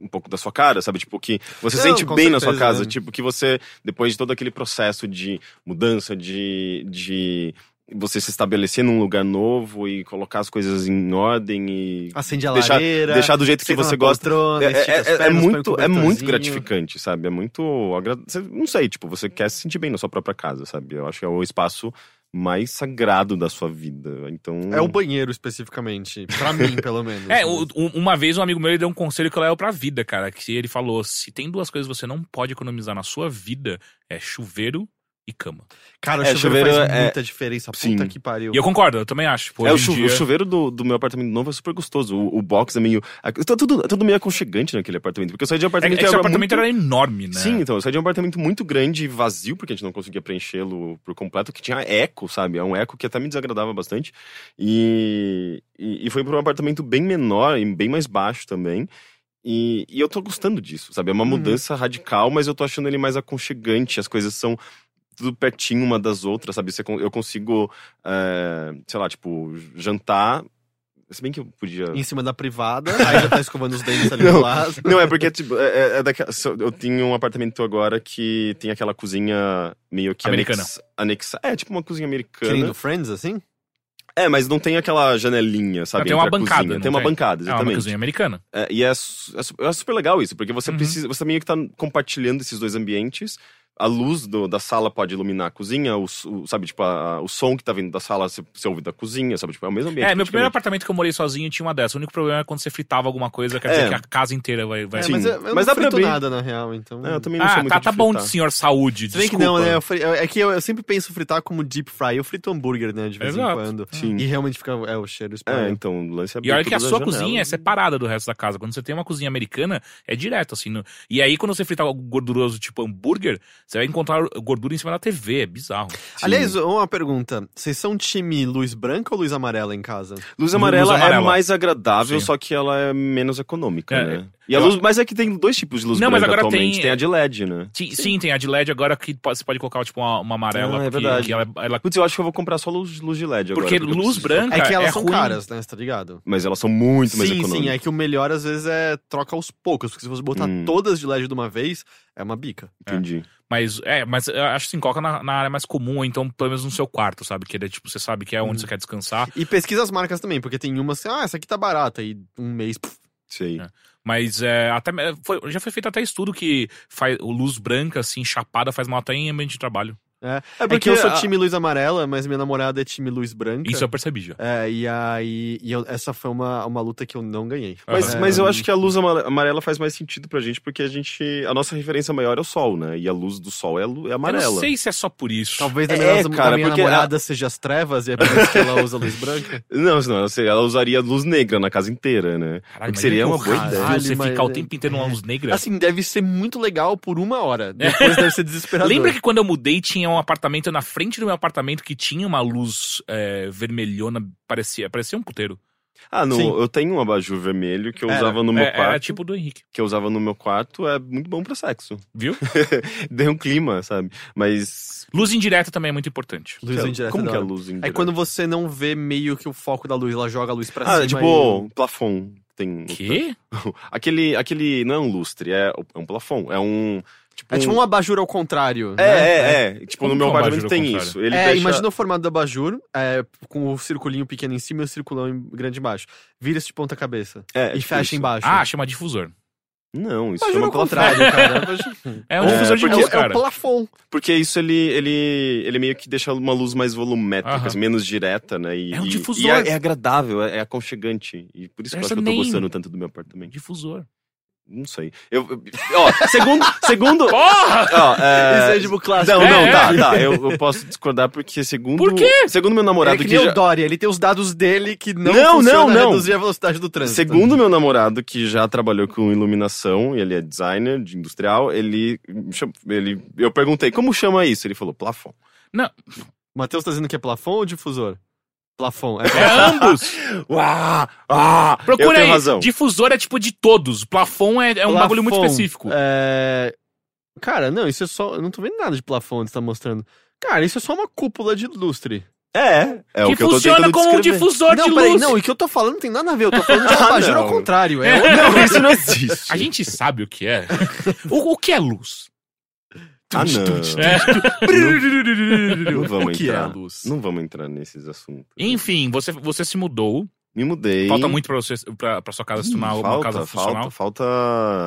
[SPEAKER 3] um pouco da sua cara, sabe? Tipo, que você
[SPEAKER 2] Não,
[SPEAKER 3] sente
[SPEAKER 2] com
[SPEAKER 3] bem na sua
[SPEAKER 2] certeza,
[SPEAKER 3] casa.
[SPEAKER 2] né?
[SPEAKER 3] Tipo, que você, depois de todo aquele processo de mudança, de, de você se estabelecer num lugar novo e colocar as coisas em ordem e
[SPEAKER 2] Acende a
[SPEAKER 3] Deixar-
[SPEAKER 2] lareira.
[SPEAKER 3] deixar do jeito que
[SPEAKER 2] senta
[SPEAKER 3] você
[SPEAKER 2] na
[SPEAKER 3] gosta.
[SPEAKER 2] poltrona,
[SPEAKER 3] É,
[SPEAKER 2] estica as
[SPEAKER 3] é- é- é
[SPEAKER 2] pernas, põe um
[SPEAKER 3] muito, é muito
[SPEAKER 2] cobertorzinho.
[SPEAKER 3] gratificante, sabe? É muito. agra- Você- Não sei, tipo, você quer se sentir bem na sua própria casa, sabe? Eu acho que é o espaço mais sagrado da sua vida. Então.
[SPEAKER 2] É o banheiro especificamente. Pra mim, pelo menos.
[SPEAKER 1] É, o- o- uma vez um amigo meu ele deu um conselho que eu levo pra vida, cara. Que ele falou: se tem duas coisas que você não pode economizar na sua vida, é chuveiro e cama.
[SPEAKER 2] Cara, o
[SPEAKER 3] É,
[SPEAKER 2] chuveiro,
[SPEAKER 3] chuveiro
[SPEAKER 2] faz
[SPEAKER 3] é-
[SPEAKER 2] muita diferença. Puta
[SPEAKER 3] Sim.
[SPEAKER 2] que pariu.
[SPEAKER 1] E eu concordo, eu também acho. Tipo,
[SPEAKER 3] é, o,
[SPEAKER 1] hoje em
[SPEAKER 3] chu-
[SPEAKER 1] dia-
[SPEAKER 3] o chuveiro do, do meu apartamento novo é super gostoso. O, o box é meio. a- tá Tudo, tudo meio aconchegante naquele apartamento. Porque eu saí de um
[SPEAKER 1] É, que- é
[SPEAKER 3] apartamento.
[SPEAKER 1] que esse apartamento
[SPEAKER 3] muito-
[SPEAKER 1] era enorme, né?
[SPEAKER 3] Sim, então, eu saí de um apartamento muito grande e vazio, porque a gente não conseguia preenchê-lo por completo, que tinha eco, sabe? É um eco que até me desagradava bastante. E, e, e foi para um apartamento bem menor e bem mais baixo também. E, e eu tô gostando disso, sabe? É uma
[SPEAKER 2] Uhum.
[SPEAKER 3] mudança radical, mas eu tô achando ele mais aconchegante. As coisas são tudo pertinho uma das outras, sabe? Você con- Eu consigo, eh, sei lá, tipo, jantar. Se bem que eu podia.
[SPEAKER 2] Em cima da privada, aí já tá escovando os dentes ali do
[SPEAKER 3] Não.
[SPEAKER 2] lado.
[SPEAKER 3] Não, é porque, tipo, é, é- é daquela- so- eu tenho um apartamento agora que tem aquela cozinha meio que
[SPEAKER 1] Americana.
[SPEAKER 3] anexa- anexa- é, tipo uma cozinha americana.
[SPEAKER 2] Que nem do Friends, assim?
[SPEAKER 3] É, mas não tem aquela janelinha, sabe?
[SPEAKER 1] Ah, tem uma
[SPEAKER 3] entre a
[SPEAKER 1] bancada,
[SPEAKER 3] cozinha.
[SPEAKER 1] não
[SPEAKER 3] Tem uma
[SPEAKER 1] tem?
[SPEAKER 3] bancada,
[SPEAKER 1] É uma
[SPEAKER 3] exatamente.
[SPEAKER 1] cozinha americana.
[SPEAKER 3] É, e é, su- é su- é super legal isso, porque você
[SPEAKER 1] Uhum.
[SPEAKER 3] precisa. Você meio que tá compartilhando esses dois ambientes. A luz do- da sala pode iluminar a cozinha, o, su- o- sabe, tipo, a- a- o som que tá vindo da sala você, você ouve da cozinha, sabe? Tipo, é o mesmo ambiente.
[SPEAKER 1] É, meu primeiro apartamento
[SPEAKER 3] praticamente.
[SPEAKER 1] que eu morei sozinho tinha uma dessa. O único problema é quando você fritava alguma coisa, quer
[SPEAKER 3] É.
[SPEAKER 1] dizer que a casa inteira vai. vai...
[SPEAKER 2] É,
[SPEAKER 3] Sim.
[SPEAKER 2] mas eu, eu não
[SPEAKER 3] Mas dá pra
[SPEAKER 2] frito
[SPEAKER 3] abrir.
[SPEAKER 2] nada, na real, então...
[SPEAKER 3] É, eu também não sou
[SPEAKER 1] Ah,
[SPEAKER 3] muito
[SPEAKER 1] tá,
[SPEAKER 3] de
[SPEAKER 1] tá bom,
[SPEAKER 3] fritar.
[SPEAKER 1] senhor saúde.
[SPEAKER 2] Se bem que
[SPEAKER 1] desculpa.
[SPEAKER 2] não, né? Eu fri- eu- é que eu, eu sempre penso fritar como deep fry. Eu frito hambúrguer, né, de vez
[SPEAKER 1] Exato.
[SPEAKER 2] em quando.
[SPEAKER 3] Ah. Sim.
[SPEAKER 2] E realmente fica... É, o cheiro espalha.
[SPEAKER 3] É, então, o lance é
[SPEAKER 1] E olha que a
[SPEAKER 3] abrir
[SPEAKER 1] sua
[SPEAKER 3] todas as
[SPEAKER 1] cozinha é
[SPEAKER 3] janelas.
[SPEAKER 1] separada do resto da casa. Quando você tem uma cozinha americana, é direto, assim. no- E aí, quando você frita algo gorduroso, tipo hambúrguer, você vai encontrar gordura em cima da TV. É bizarro.
[SPEAKER 3] Sim.
[SPEAKER 2] Aliás, uma pergunta. Vocês são time luz branca ou luz amarela em casa?
[SPEAKER 3] Luz amarela,
[SPEAKER 1] Luz amarela.
[SPEAKER 3] é mais agradável,
[SPEAKER 1] Sim.
[SPEAKER 3] só que ela é menos econômica,
[SPEAKER 1] É,
[SPEAKER 3] né? E a
[SPEAKER 1] eu-
[SPEAKER 3] luz, mas é que tem dois tipos de luz
[SPEAKER 1] Não, mas
[SPEAKER 3] branca
[SPEAKER 1] agora tem-
[SPEAKER 3] atualmente. Tem... a de LED, né?
[SPEAKER 1] Ti- Sim, tem a de LED agora que pode- você pode colocar, tipo, uma, uma amarela.
[SPEAKER 3] Ah, é
[SPEAKER 1] que-
[SPEAKER 3] verdade.
[SPEAKER 1] que ela- ela-
[SPEAKER 3] Putz, eu acho que eu vou comprar só luz, luz de LED agora.
[SPEAKER 1] Porque
[SPEAKER 3] eu
[SPEAKER 1] luz
[SPEAKER 3] preciso-
[SPEAKER 1] branca
[SPEAKER 2] é que elas são
[SPEAKER 1] ruim.
[SPEAKER 2] caras, né? Você tá ligado?
[SPEAKER 3] Mas elas são muito mais
[SPEAKER 2] Sim,
[SPEAKER 3] econômicas.
[SPEAKER 2] sim. É que o melhor, às vezes, é troca aos poucos. Porque se você botar
[SPEAKER 3] Hum.
[SPEAKER 2] todas de LED de uma vez, é uma bica.
[SPEAKER 3] Entendi.
[SPEAKER 1] Mas, é, mas eu acho assim, coloca na, na área mais comum, ou então, pelo menos no seu quarto, sabe? Que é, tipo, você sabe que é onde
[SPEAKER 3] Hum.
[SPEAKER 2] Uhum.
[SPEAKER 1] você quer descansar.
[SPEAKER 2] E pesquisa as marcas também, porque tem umas assim, ah, essa aqui tá barata. E um mês... pff,
[SPEAKER 3] Sei.
[SPEAKER 1] É. Mas é, até, me- foi- já foi feito até estudo que faz, o luz branca, assim, chapada, faz mal até em ambiente de trabalho.
[SPEAKER 3] É
[SPEAKER 2] É que eu sou
[SPEAKER 3] a-
[SPEAKER 2] time luz amarela, mas minha namorada é time luz branca.
[SPEAKER 1] Isso eu percebi já.
[SPEAKER 2] É, e aí. E eu- essa foi uma, uma luta que eu não ganhei.
[SPEAKER 3] Mas,
[SPEAKER 2] É,
[SPEAKER 3] mas eu acho que a luz ama- amarela faz mais sentido pra gente, porque a gente. A nossa referência maior é o sol, né? E a luz do sol é, a lu- é amarela.
[SPEAKER 1] Eu não sei se é só por isso.
[SPEAKER 2] Talvez da
[SPEAKER 3] É,
[SPEAKER 2] minha, da
[SPEAKER 3] cara,
[SPEAKER 2] minha
[SPEAKER 3] porque
[SPEAKER 2] namorada seja as trevas e é por isso que ela usa luz branca.
[SPEAKER 3] Não, senão ela, seria- ela usaria luz negra na casa inteira,
[SPEAKER 1] Caralho,
[SPEAKER 3] né? O que
[SPEAKER 1] imagina
[SPEAKER 3] seria uma boa
[SPEAKER 1] horrível
[SPEAKER 3] ideia. é.
[SPEAKER 1] Você
[SPEAKER 2] Caralho,
[SPEAKER 1] ficar o
[SPEAKER 2] mas-
[SPEAKER 1] tempo inteiro numa luz negra.
[SPEAKER 2] Assim, deve ser muito legal por uma hora. Depois deve ser desesperador.
[SPEAKER 1] Lembra que quando eu mudei tinha um apartamento na frente do meu apartamento que tinha uma luz é, vermelhona, parecia, parecia um puteiro.
[SPEAKER 3] Ah, no,
[SPEAKER 2] Sim.
[SPEAKER 3] eu tenho um abajur vermelho que eu
[SPEAKER 2] Era.
[SPEAKER 3] usava no meu
[SPEAKER 1] É,
[SPEAKER 3] quarto.
[SPEAKER 1] era tipo do Henrique,
[SPEAKER 3] Que eu usava no meu quarto é muito bom pra sexo.
[SPEAKER 1] viu?
[SPEAKER 3] Deu um clima, sabe? Mas.
[SPEAKER 1] luz indireta também é muito importante.
[SPEAKER 2] Luz
[SPEAKER 3] que é-
[SPEAKER 2] indireta.
[SPEAKER 3] Como
[SPEAKER 2] da
[SPEAKER 3] que é a
[SPEAKER 2] hora.
[SPEAKER 3] luz indireta?
[SPEAKER 2] Então, É quando você não vê meio que o foco da luz, ela joga a luz pra
[SPEAKER 3] Ah,
[SPEAKER 2] cima.
[SPEAKER 3] é tipo,
[SPEAKER 2] e-
[SPEAKER 3] plafon. Tem. um
[SPEAKER 1] Que?
[SPEAKER 3] Aquele, aquele. Não é um lustre, é, é um plafon. É um. Tipo,
[SPEAKER 2] É tipo um abajur ao contrário.
[SPEAKER 3] É,
[SPEAKER 2] né?
[SPEAKER 3] é, é. Tipo,
[SPEAKER 1] Como
[SPEAKER 3] no
[SPEAKER 1] que é
[SPEAKER 3] meu
[SPEAKER 1] um abajur
[SPEAKER 3] apartamento
[SPEAKER 1] ao
[SPEAKER 3] tem
[SPEAKER 1] contrário?
[SPEAKER 3] isso. Ele
[SPEAKER 2] é,
[SPEAKER 3] fecha-
[SPEAKER 2] imagina o formato do abajur, é, com o circulinho pequeno em cima e o circulão em- grande embaixo. Vira-se de ponta cabeça.
[SPEAKER 3] É, é
[SPEAKER 2] e
[SPEAKER 3] tipo
[SPEAKER 2] fecha
[SPEAKER 3] isso.
[SPEAKER 2] embaixo.
[SPEAKER 1] Ah, chama difusor.
[SPEAKER 3] Não, isso é
[SPEAKER 2] abajur
[SPEAKER 3] chama
[SPEAKER 2] ao
[SPEAKER 3] plafon.
[SPEAKER 2] contrário, cara. Abajur-
[SPEAKER 1] É um
[SPEAKER 3] É,
[SPEAKER 1] difusor de
[SPEAKER 3] porque-
[SPEAKER 1] luz,
[SPEAKER 2] é, o- é o
[SPEAKER 1] cara.
[SPEAKER 2] plafon.
[SPEAKER 3] Porque isso ele, ele, ele meio que deixa uma luz mais volumétrica,
[SPEAKER 1] Aham.
[SPEAKER 3] assim, menos direta, né? E,
[SPEAKER 1] É um
[SPEAKER 3] e-
[SPEAKER 1] difusor.
[SPEAKER 3] e é, é agradável, é, é aconchegante. E por isso que eu
[SPEAKER 1] Essa
[SPEAKER 3] acho que eu tô
[SPEAKER 1] nem-
[SPEAKER 3] gostando tanto do meu apartamento.
[SPEAKER 1] Difusor.
[SPEAKER 3] Não sei. Eu, eu- ó, segundo. segundo
[SPEAKER 1] Porra!
[SPEAKER 3] ó, é,
[SPEAKER 2] Isso é tipo clássico.
[SPEAKER 3] Não,
[SPEAKER 1] É,
[SPEAKER 3] não,
[SPEAKER 1] é.
[SPEAKER 3] tá, tá. Eu, eu posso discordar porque segundo.
[SPEAKER 1] Por quê?
[SPEAKER 3] Segundo meu
[SPEAKER 2] Ele é
[SPEAKER 3] namorado
[SPEAKER 2] que
[SPEAKER 3] que,
[SPEAKER 2] nem
[SPEAKER 3] já.
[SPEAKER 2] o Dória, ele tem os dados dele que não,
[SPEAKER 3] Não,
[SPEAKER 2] funciona
[SPEAKER 3] não, não.
[SPEAKER 2] reduzir a velocidade do trânsito.
[SPEAKER 3] Segundo meu namorado, que já trabalhou com iluminação, ele é designer de industrial, ele, ele. Eu perguntei, como chama isso? Ele falou, plafon.
[SPEAKER 2] Matheus tá dizendo que é plafon ou difusor? Plafon. É,
[SPEAKER 1] É ambos!
[SPEAKER 3] Uau! Ah! eu
[SPEAKER 1] Procura
[SPEAKER 3] tenho
[SPEAKER 1] aí.
[SPEAKER 3] razão.
[SPEAKER 1] Difusor é tipo de todos. Plafon é, é um bagulho muito
[SPEAKER 2] Plafon.
[SPEAKER 1] específico.
[SPEAKER 2] É, Cara, não, isso é só. Eu não tô vendo nada de plafon que você tá mostrando. Cara, isso é só uma cúpula de lustre.
[SPEAKER 3] É, é
[SPEAKER 1] que,
[SPEAKER 3] o que eu tô
[SPEAKER 1] funciona
[SPEAKER 3] tentando
[SPEAKER 1] como um
[SPEAKER 3] descrever.
[SPEAKER 1] difusor de
[SPEAKER 2] não,
[SPEAKER 1] luz.
[SPEAKER 2] não, e o que eu tô falando não tem nada a ver. Eu tô falando de
[SPEAKER 3] Ah,
[SPEAKER 2] abajur
[SPEAKER 3] não.
[SPEAKER 2] ao contrário. É outro-
[SPEAKER 3] Não, isso não existe.
[SPEAKER 1] né? A gente sabe o que é. o, o que é luz?
[SPEAKER 3] Ah, não.
[SPEAKER 1] É.
[SPEAKER 3] Não
[SPEAKER 2] o
[SPEAKER 3] vamos
[SPEAKER 2] que é a
[SPEAKER 3] entrar.
[SPEAKER 2] luz?
[SPEAKER 3] Não vamos entrar nesses assuntos.
[SPEAKER 1] Enfim, você, você se mudou.
[SPEAKER 3] Me mudei.
[SPEAKER 1] Falta muito pra, você, pra, pra sua casa se tornar uma
[SPEAKER 3] Falta,
[SPEAKER 1] casa funcional.
[SPEAKER 3] Falta, falta.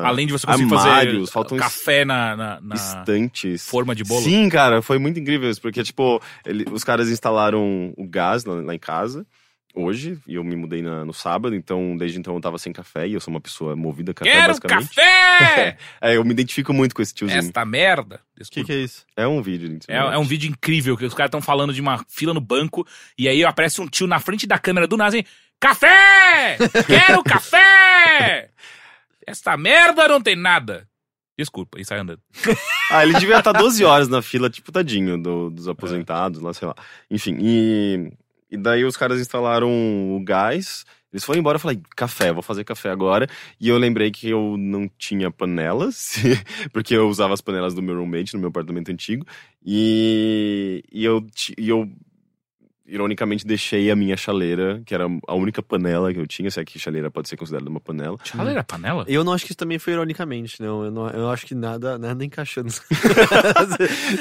[SPEAKER 1] Além de você conseguir
[SPEAKER 3] Armários,
[SPEAKER 1] fazer
[SPEAKER 3] faltam
[SPEAKER 1] café na, na, na
[SPEAKER 3] Estantes.
[SPEAKER 1] forma de bolo.
[SPEAKER 3] Sim, cara, foi muito incrível isso, porque, tipo, ele- os caras instalaram o gás lá, lá em casa. hoje e eu me mudei na- no sábado, então desde então eu tava sem café e eu sou uma pessoa movida a café,
[SPEAKER 1] Quero
[SPEAKER 3] basicamente.
[SPEAKER 1] café!
[SPEAKER 3] É, eu me identifico muito com esse tiozinho.
[SPEAKER 1] Esta merda.
[SPEAKER 2] O que,
[SPEAKER 1] Desculpa.
[SPEAKER 2] que é isso?
[SPEAKER 3] É um vídeo, gente.
[SPEAKER 1] É, é um vídeo incrível que os caras estão falando de uma fila no banco e aí aparece um tio na frente da câmera do nada e café! Quero café! Esta merda não tem nada. Desculpa, e sai andando.
[SPEAKER 3] Ah, ele devia estar 12 horas na fila, tipo, tadinho do- dos aposentados, lá, sei lá. Enfim, e, e daí os caras instalaram o gás. Eles foram embora, eu falei, café, vou fazer café agora. E eu lembrei que eu não tinha panelas, porque eu usava as panelas do meu roommate no meu apartamento antigo. E, e, eu, ti- e eu, ironicamente, deixei a minha chaleira, que era a única panela que eu tinha, se é que chaleira pode ser considerada uma panela.
[SPEAKER 1] Chaleira, panela?
[SPEAKER 2] Eu não acho que isso também foi ironicamente, não. Eu, não, eu acho que nada, nada encaixando.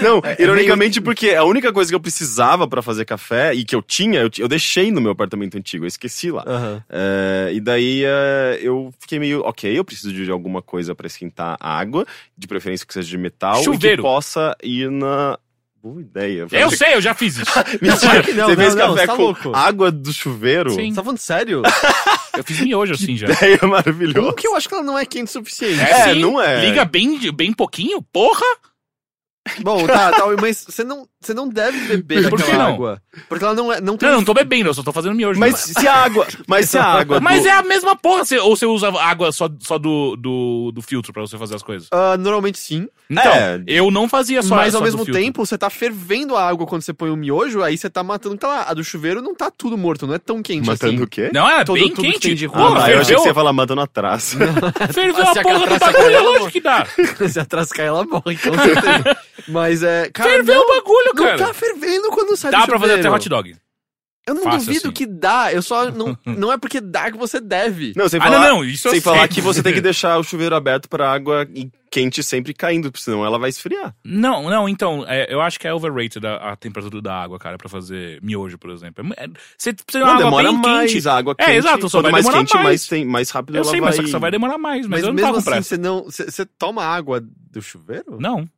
[SPEAKER 3] Não,
[SPEAKER 2] É, é
[SPEAKER 3] ironicamente, porque a única coisa que eu precisava pra fazer café e que eu tinha, eu, ti- eu deixei no meu apartamento antigo, eu esqueci lá.
[SPEAKER 2] Aham.
[SPEAKER 3] É, e daí é, eu fiquei meio, ok, eu preciso de alguma coisa pra esquentar a água, de preferência que seja de metal, e que
[SPEAKER 1] Chuveiro.
[SPEAKER 3] possa ir na. Boa ideia.
[SPEAKER 1] Eu sei, eu já fiz isso.
[SPEAKER 3] Mentira,
[SPEAKER 2] Claro que não,
[SPEAKER 3] você
[SPEAKER 2] não,
[SPEAKER 3] fez
[SPEAKER 2] não,
[SPEAKER 3] café
[SPEAKER 2] você tá
[SPEAKER 3] com
[SPEAKER 2] louco.
[SPEAKER 3] água do chuveiro?
[SPEAKER 1] Sim.
[SPEAKER 2] Você tá falando sério?
[SPEAKER 1] Eu fiz miojo assim já.
[SPEAKER 3] Ideia maravilhosa.
[SPEAKER 2] Como que eu acho que ela não é quente o suficiente?
[SPEAKER 3] É, não é.
[SPEAKER 1] Liga bem, de- bem pouquinho, porra!
[SPEAKER 2] Bom, tá, tá, mas você não, você não deve beber
[SPEAKER 1] Por que
[SPEAKER 2] aquela
[SPEAKER 1] não?
[SPEAKER 2] água. Porque ela não é. Não tem.
[SPEAKER 1] Não, eu não tô bebendo, eu só tô fazendo miojo.
[SPEAKER 3] Mas se a água. Mas se a água.
[SPEAKER 1] Mas
[SPEAKER 3] do-
[SPEAKER 1] é a mesma porra, você- ou você usa água só, só do, do, do filtro pra você fazer as coisas.
[SPEAKER 2] Ah, normalmente sim.
[SPEAKER 1] Então,
[SPEAKER 3] É.
[SPEAKER 1] eu não fazia só
[SPEAKER 2] mas
[SPEAKER 1] só
[SPEAKER 2] ao
[SPEAKER 1] do
[SPEAKER 2] mesmo
[SPEAKER 1] filtro.
[SPEAKER 2] tempo, você tá fervendo a água quando você põe o miojo, aí você tá matando. Tá lá, a do chuveiro não tá tudo morto, não é tão quente
[SPEAKER 3] Matando o
[SPEAKER 2] assim.
[SPEAKER 3] quê?
[SPEAKER 1] Não, é
[SPEAKER 2] Todo-
[SPEAKER 1] bem
[SPEAKER 2] tudo que tem
[SPEAKER 1] quente.
[SPEAKER 2] de
[SPEAKER 1] De
[SPEAKER 2] rua,
[SPEAKER 1] Pô,
[SPEAKER 3] ah, tá, eu achei
[SPEAKER 1] ferveu,
[SPEAKER 3] que você ia falar matando atrás.
[SPEAKER 1] ferveu
[SPEAKER 2] Se
[SPEAKER 1] a
[SPEAKER 2] a
[SPEAKER 1] porra do
[SPEAKER 2] catraça
[SPEAKER 1] bagulho,
[SPEAKER 2] cair,
[SPEAKER 1] é
[SPEAKER 2] ela
[SPEAKER 1] lógico que dá.
[SPEAKER 2] Se atrascar, ela morre, então você tem. Mas é. Cara,
[SPEAKER 1] Ferveu
[SPEAKER 2] não,
[SPEAKER 1] o bagulho,
[SPEAKER 2] não
[SPEAKER 1] cara.
[SPEAKER 2] tá fervendo quando sai
[SPEAKER 1] Dá
[SPEAKER 2] do
[SPEAKER 1] pra fazer até
[SPEAKER 2] chuveiro.
[SPEAKER 1] hot dog.
[SPEAKER 2] Eu não
[SPEAKER 1] Fácil
[SPEAKER 2] duvido
[SPEAKER 1] assim.
[SPEAKER 2] que dá, eu só. Não, não é porque dá que você deve.
[SPEAKER 3] Não, sem
[SPEAKER 1] Ah,
[SPEAKER 3] falar,
[SPEAKER 1] não, não, isso eu
[SPEAKER 3] sem falar
[SPEAKER 1] sei.
[SPEAKER 3] que você tem que deixar o chuveiro aberto para água e quente sempre caindo, porque senão ela vai esfriar.
[SPEAKER 1] Não, não, então, é, eu acho que é overrated a, a temperatura da água, cara, pra fazer miojo, por exemplo. É, é, você precisa de
[SPEAKER 3] Não,
[SPEAKER 1] uma água
[SPEAKER 3] demora
[SPEAKER 1] bem
[SPEAKER 3] mais
[SPEAKER 1] quente.
[SPEAKER 3] a água
[SPEAKER 1] É,
[SPEAKER 3] quente.
[SPEAKER 1] exato, só
[SPEAKER 3] quando
[SPEAKER 1] vai
[SPEAKER 3] mais
[SPEAKER 1] demorar
[SPEAKER 3] quente,
[SPEAKER 1] mais.
[SPEAKER 3] mais, tem, mais rápido
[SPEAKER 1] Eu
[SPEAKER 3] ela
[SPEAKER 1] sei,
[SPEAKER 3] vai...
[SPEAKER 1] mas só que só vai demorar mais, mas,
[SPEAKER 2] mas
[SPEAKER 1] eu não
[SPEAKER 2] mesmo
[SPEAKER 1] tava com
[SPEAKER 2] assim,
[SPEAKER 1] pressa.
[SPEAKER 2] você não. Você você toma água do chuveiro?
[SPEAKER 1] Não.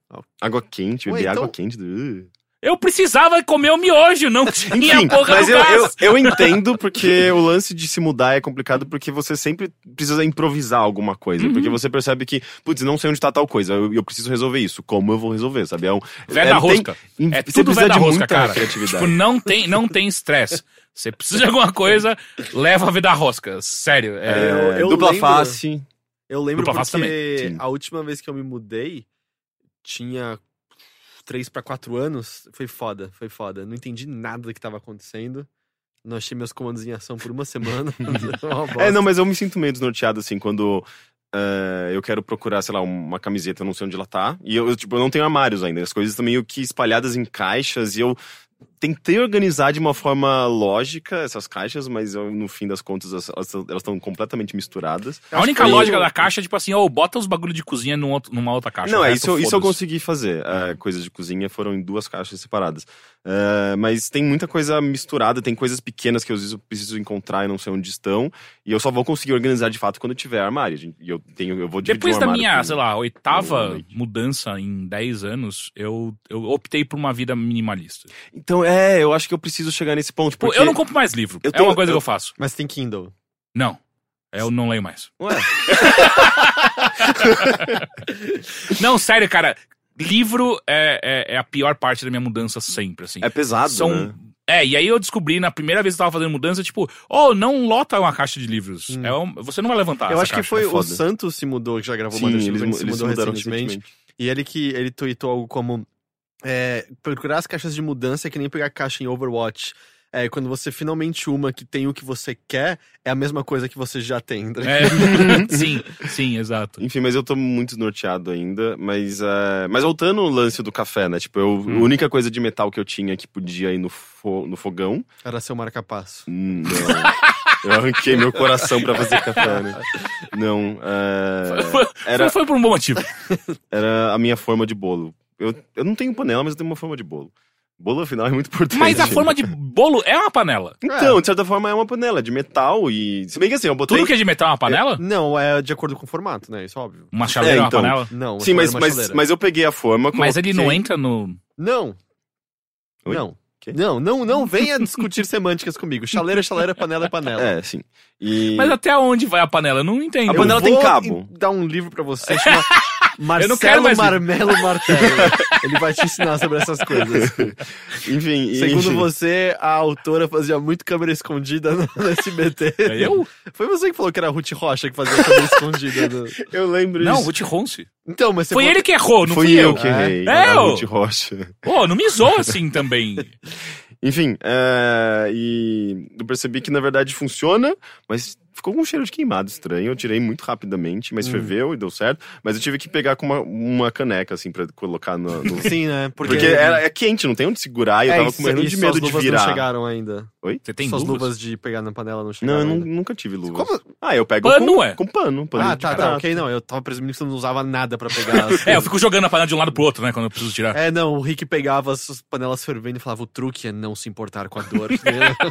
[SPEAKER 3] Água quente,
[SPEAKER 2] Ué,
[SPEAKER 3] beber
[SPEAKER 2] então-
[SPEAKER 3] água quente... uh.
[SPEAKER 1] Eu precisava comer o miojo, não tinha
[SPEAKER 3] Enfim,
[SPEAKER 1] Tá a porra
[SPEAKER 3] mas
[SPEAKER 1] do
[SPEAKER 3] eu,
[SPEAKER 1] gás.
[SPEAKER 3] eu, eu entendo porque o lance de se mudar é complicado porque você sempre precisa improvisar alguma coisa.
[SPEAKER 1] Uhum.
[SPEAKER 3] Porque você percebe que, putz, não sei onde tá tal coisa, eu, eu preciso resolver isso. Como eu vou resolver, sabe? É um...
[SPEAKER 1] Vé
[SPEAKER 3] é,
[SPEAKER 1] da
[SPEAKER 3] tem-
[SPEAKER 1] rosca. É
[SPEAKER 3] você
[SPEAKER 1] tudo
[SPEAKER 3] precisa
[SPEAKER 1] vé da
[SPEAKER 3] de
[SPEAKER 1] rosca,
[SPEAKER 3] muita
[SPEAKER 1] cara.
[SPEAKER 3] criatividade.
[SPEAKER 1] Tipo, não tem não tem estresse. Você precisa de alguma coisa, leva a vida rosca. Sério.
[SPEAKER 3] É,
[SPEAKER 1] É,
[SPEAKER 2] eu
[SPEAKER 3] dupla
[SPEAKER 2] lembro-
[SPEAKER 3] face...
[SPEAKER 2] Eu lembro
[SPEAKER 1] Dupla
[SPEAKER 2] porque
[SPEAKER 1] face também,
[SPEAKER 3] sim.
[SPEAKER 2] a última vez que eu me mudei tinha três pra quatro anos. Foi foda, foi foda. Não entendi nada do que tava acontecendo. Não achei meus comandos em ação por uma semana. Uma bosta.
[SPEAKER 3] É, não, mas eu me sinto meio desnorteado, assim, quando eh, eu quero procurar, sei lá, uma camiseta, eu não sei onde ela tá. E eu, eu, tipo, eu não tenho armários ainda. As coisas estão meio que espalhadas em caixas e eu tentei organizar de uma forma lógica essas caixas, mas eu, no fim das contas as- elas estão completamente misturadas.
[SPEAKER 1] a única
[SPEAKER 3] que-
[SPEAKER 1] lógica da caixa é tipo assim, ou bota os bagulho de cozinha num outro- numa outra caixa.
[SPEAKER 3] Não,
[SPEAKER 1] o
[SPEAKER 3] é
[SPEAKER 1] resto,
[SPEAKER 3] isso, eu- isso eu
[SPEAKER 1] foda-se.
[SPEAKER 3] consegui fazer. Eh, coisas de cozinha foram em duas caixas separadas. Eh, mas tem muita coisa misturada, tem coisas pequenas que às vezes eu preciso encontrar e não sei onde estão. E eu só vou conseguir organizar de fato quando eu tiver armário. gente. E eu tenho, eu vou dividir
[SPEAKER 1] Depois
[SPEAKER 3] um
[SPEAKER 1] da
[SPEAKER 3] armário
[SPEAKER 1] minha,
[SPEAKER 3] com-
[SPEAKER 1] sei lá, oitava
[SPEAKER 3] Normalmente.
[SPEAKER 1] mudança em 10 anos, eu, eu optei por uma vida minimalista.
[SPEAKER 3] Então, é, eu acho que eu preciso chegar nesse ponto.
[SPEAKER 1] Tipo,
[SPEAKER 3] Porque...
[SPEAKER 1] eu não compro mais livro.
[SPEAKER 3] Eu
[SPEAKER 1] é
[SPEAKER 3] tô-
[SPEAKER 1] uma coisa
[SPEAKER 3] eu-
[SPEAKER 1] que eu faço.
[SPEAKER 2] Mas tem Kindle.
[SPEAKER 1] Não. Eu não leio mais.
[SPEAKER 3] Ué,
[SPEAKER 1] Não, sério, cara. Livro é, é, é a pior parte da minha mudança sempre, assim.
[SPEAKER 3] é pesado,
[SPEAKER 1] São-
[SPEAKER 3] né?
[SPEAKER 1] É, e aí eu descobri na primeira vez que eu tava fazendo mudança, tipo, oh, não lota uma caixa de livros.
[SPEAKER 2] Hum.
[SPEAKER 1] É um- você não vai levantar.
[SPEAKER 2] eu
[SPEAKER 1] essa
[SPEAKER 2] acho que
[SPEAKER 1] caixa.
[SPEAKER 2] foi
[SPEAKER 3] é
[SPEAKER 2] o
[SPEAKER 3] foda.
[SPEAKER 2] Santos se mudou, que já gravou
[SPEAKER 3] Sim,
[SPEAKER 2] uma
[SPEAKER 3] eles,
[SPEAKER 2] das
[SPEAKER 3] mu-
[SPEAKER 2] Children, se
[SPEAKER 3] eles
[SPEAKER 2] mudou
[SPEAKER 3] mudaram
[SPEAKER 2] recentemente.
[SPEAKER 3] recentemente.
[SPEAKER 2] E ele que ele tweetou algo como é, procurar as caixas de mudança é que nem pegar caixa em Overwatch. É, quando você finalmente uma que tem o que você quer, é a mesma coisa que você já tem. tá ligado?
[SPEAKER 1] É, sim, sim, exato.
[SPEAKER 3] Enfim, mas eu tô muito norteado ainda. Mas, eh, mas voltando ao lance do café, né? Tipo, eu,
[SPEAKER 1] Hum.
[SPEAKER 3] a única coisa de metal que eu tinha que podia ir no, fo- no fogão
[SPEAKER 2] Era seu marca-passo.
[SPEAKER 3] Hum, Não. Eu arranquei meu coração pra fazer café, né? Não, é,
[SPEAKER 1] Foi,
[SPEAKER 3] era-
[SPEAKER 1] foi por um bom motivo.
[SPEAKER 3] era a minha forma de bolo. Eu, eu não tenho panela, mas eu tenho uma forma de bolo. Bolo, afinal, é muito importante.
[SPEAKER 1] Mas a forma de bolo é uma panela.
[SPEAKER 3] Então, de certa forma, é uma panela de metal e... Se bem que assim, eu botei...
[SPEAKER 1] Tudo que é de metal é uma panela?
[SPEAKER 2] Não, é de acordo com o formato, né? Isso é óbvio.
[SPEAKER 1] Uma chaleira é
[SPEAKER 3] É,
[SPEAKER 1] uma
[SPEAKER 3] então.
[SPEAKER 1] panela?
[SPEAKER 2] Não,
[SPEAKER 3] Sim,
[SPEAKER 2] uma
[SPEAKER 3] mas,
[SPEAKER 2] chaleira.
[SPEAKER 3] mas, mas eu peguei a forma...
[SPEAKER 1] Mas ele não
[SPEAKER 3] coloquei-
[SPEAKER 1] entra no.
[SPEAKER 2] Não.
[SPEAKER 3] Oi?
[SPEAKER 2] Não.
[SPEAKER 3] quê?
[SPEAKER 2] Não, não, não venha discutir semânticas comigo. Chaleira, é chaleira, panela é panela.
[SPEAKER 3] É, sim. E...
[SPEAKER 1] Mas até onde vai a panela? Eu não entendo.
[SPEAKER 3] A panela
[SPEAKER 2] Eu
[SPEAKER 3] tem
[SPEAKER 2] vou
[SPEAKER 3] cabo.
[SPEAKER 2] dar um livro pra você. Chama Marcelo
[SPEAKER 1] Eu não quero mais
[SPEAKER 2] Marmelo Martelo. Ele vai te ensinar sobre essas coisas.
[SPEAKER 3] Enfim, e-
[SPEAKER 2] Segundo você, a autora fazia muito câmera escondida no no SBT.
[SPEAKER 1] É eu?
[SPEAKER 2] Foi você que falou que era a Ruth Rocha que fazia câmera escondida. no-
[SPEAKER 3] eu lembro
[SPEAKER 1] Não,
[SPEAKER 3] é isso.
[SPEAKER 1] Ruth Ronce.
[SPEAKER 2] Então, mas você
[SPEAKER 1] Foi
[SPEAKER 2] falou-
[SPEAKER 1] ele que errou, não
[SPEAKER 3] Fui
[SPEAKER 1] fui
[SPEAKER 3] eu,
[SPEAKER 1] eu.
[SPEAKER 3] que
[SPEAKER 2] É.
[SPEAKER 3] errei.
[SPEAKER 1] É,
[SPEAKER 3] era
[SPEAKER 1] eu.
[SPEAKER 3] Ruth Rocha.
[SPEAKER 1] Pô, não me zoa assim também.
[SPEAKER 3] Enfim, é, e eu percebi que na verdade funciona, mas ficou com um cheiro de queimado estranho. Eu tirei muito rapidamente,
[SPEAKER 2] Hum.
[SPEAKER 3] mas ferveu e deu certo. Mas eu tive que pegar com uma, uma caneca, assim, pra colocar no. no-
[SPEAKER 2] Sim, né? Porque,
[SPEAKER 3] Porque, era, é quente, não tem onde segurar, e eu
[SPEAKER 2] É,
[SPEAKER 3] tava
[SPEAKER 2] isso-
[SPEAKER 3] com medo de
[SPEAKER 2] isso,
[SPEAKER 3] medo
[SPEAKER 2] suas
[SPEAKER 3] de
[SPEAKER 2] luvas
[SPEAKER 3] virar.
[SPEAKER 2] não chegaram ainda.
[SPEAKER 1] Você tem
[SPEAKER 2] suas
[SPEAKER 1] luvas?
[SPEAKER 2] luvas de pegar na panela não
[SPEAKER 3] Não,
[SPEAKER 2] chegaram
[SPEAKER 3] eu nu-
[SPEAKER 2] ainda.
[SPEAKER 3] nunca tive luva.
[SPEAKER 2] Como?
[SPEAKER 3] Ah, eu pego
[SPEAKER 1] Pano,
[SPEAKER 3] com,
[SPEAKER 1] é.
[SPEAKER 3] com pano. pano
[SPEAKER 2] Ah,
[SPEAKER 3] de
[SPEAKER 2] tá, tá,
[SPEAKER 3] prato.
[SPEAKER 2] ok, não. Eu tava presumindo que você não usava nada pra pegar as
[SPEAKER 1] É, eu
[SPEAKER 2] coisas.
[SPEAKER 1] fico jogando a panela de um lado pro outro, né? Quando eu preciso tirar.
[SPEAKER 2] É, não, o Rick pegava as panelas fervendo e falava: o truque é não se importar com a dor.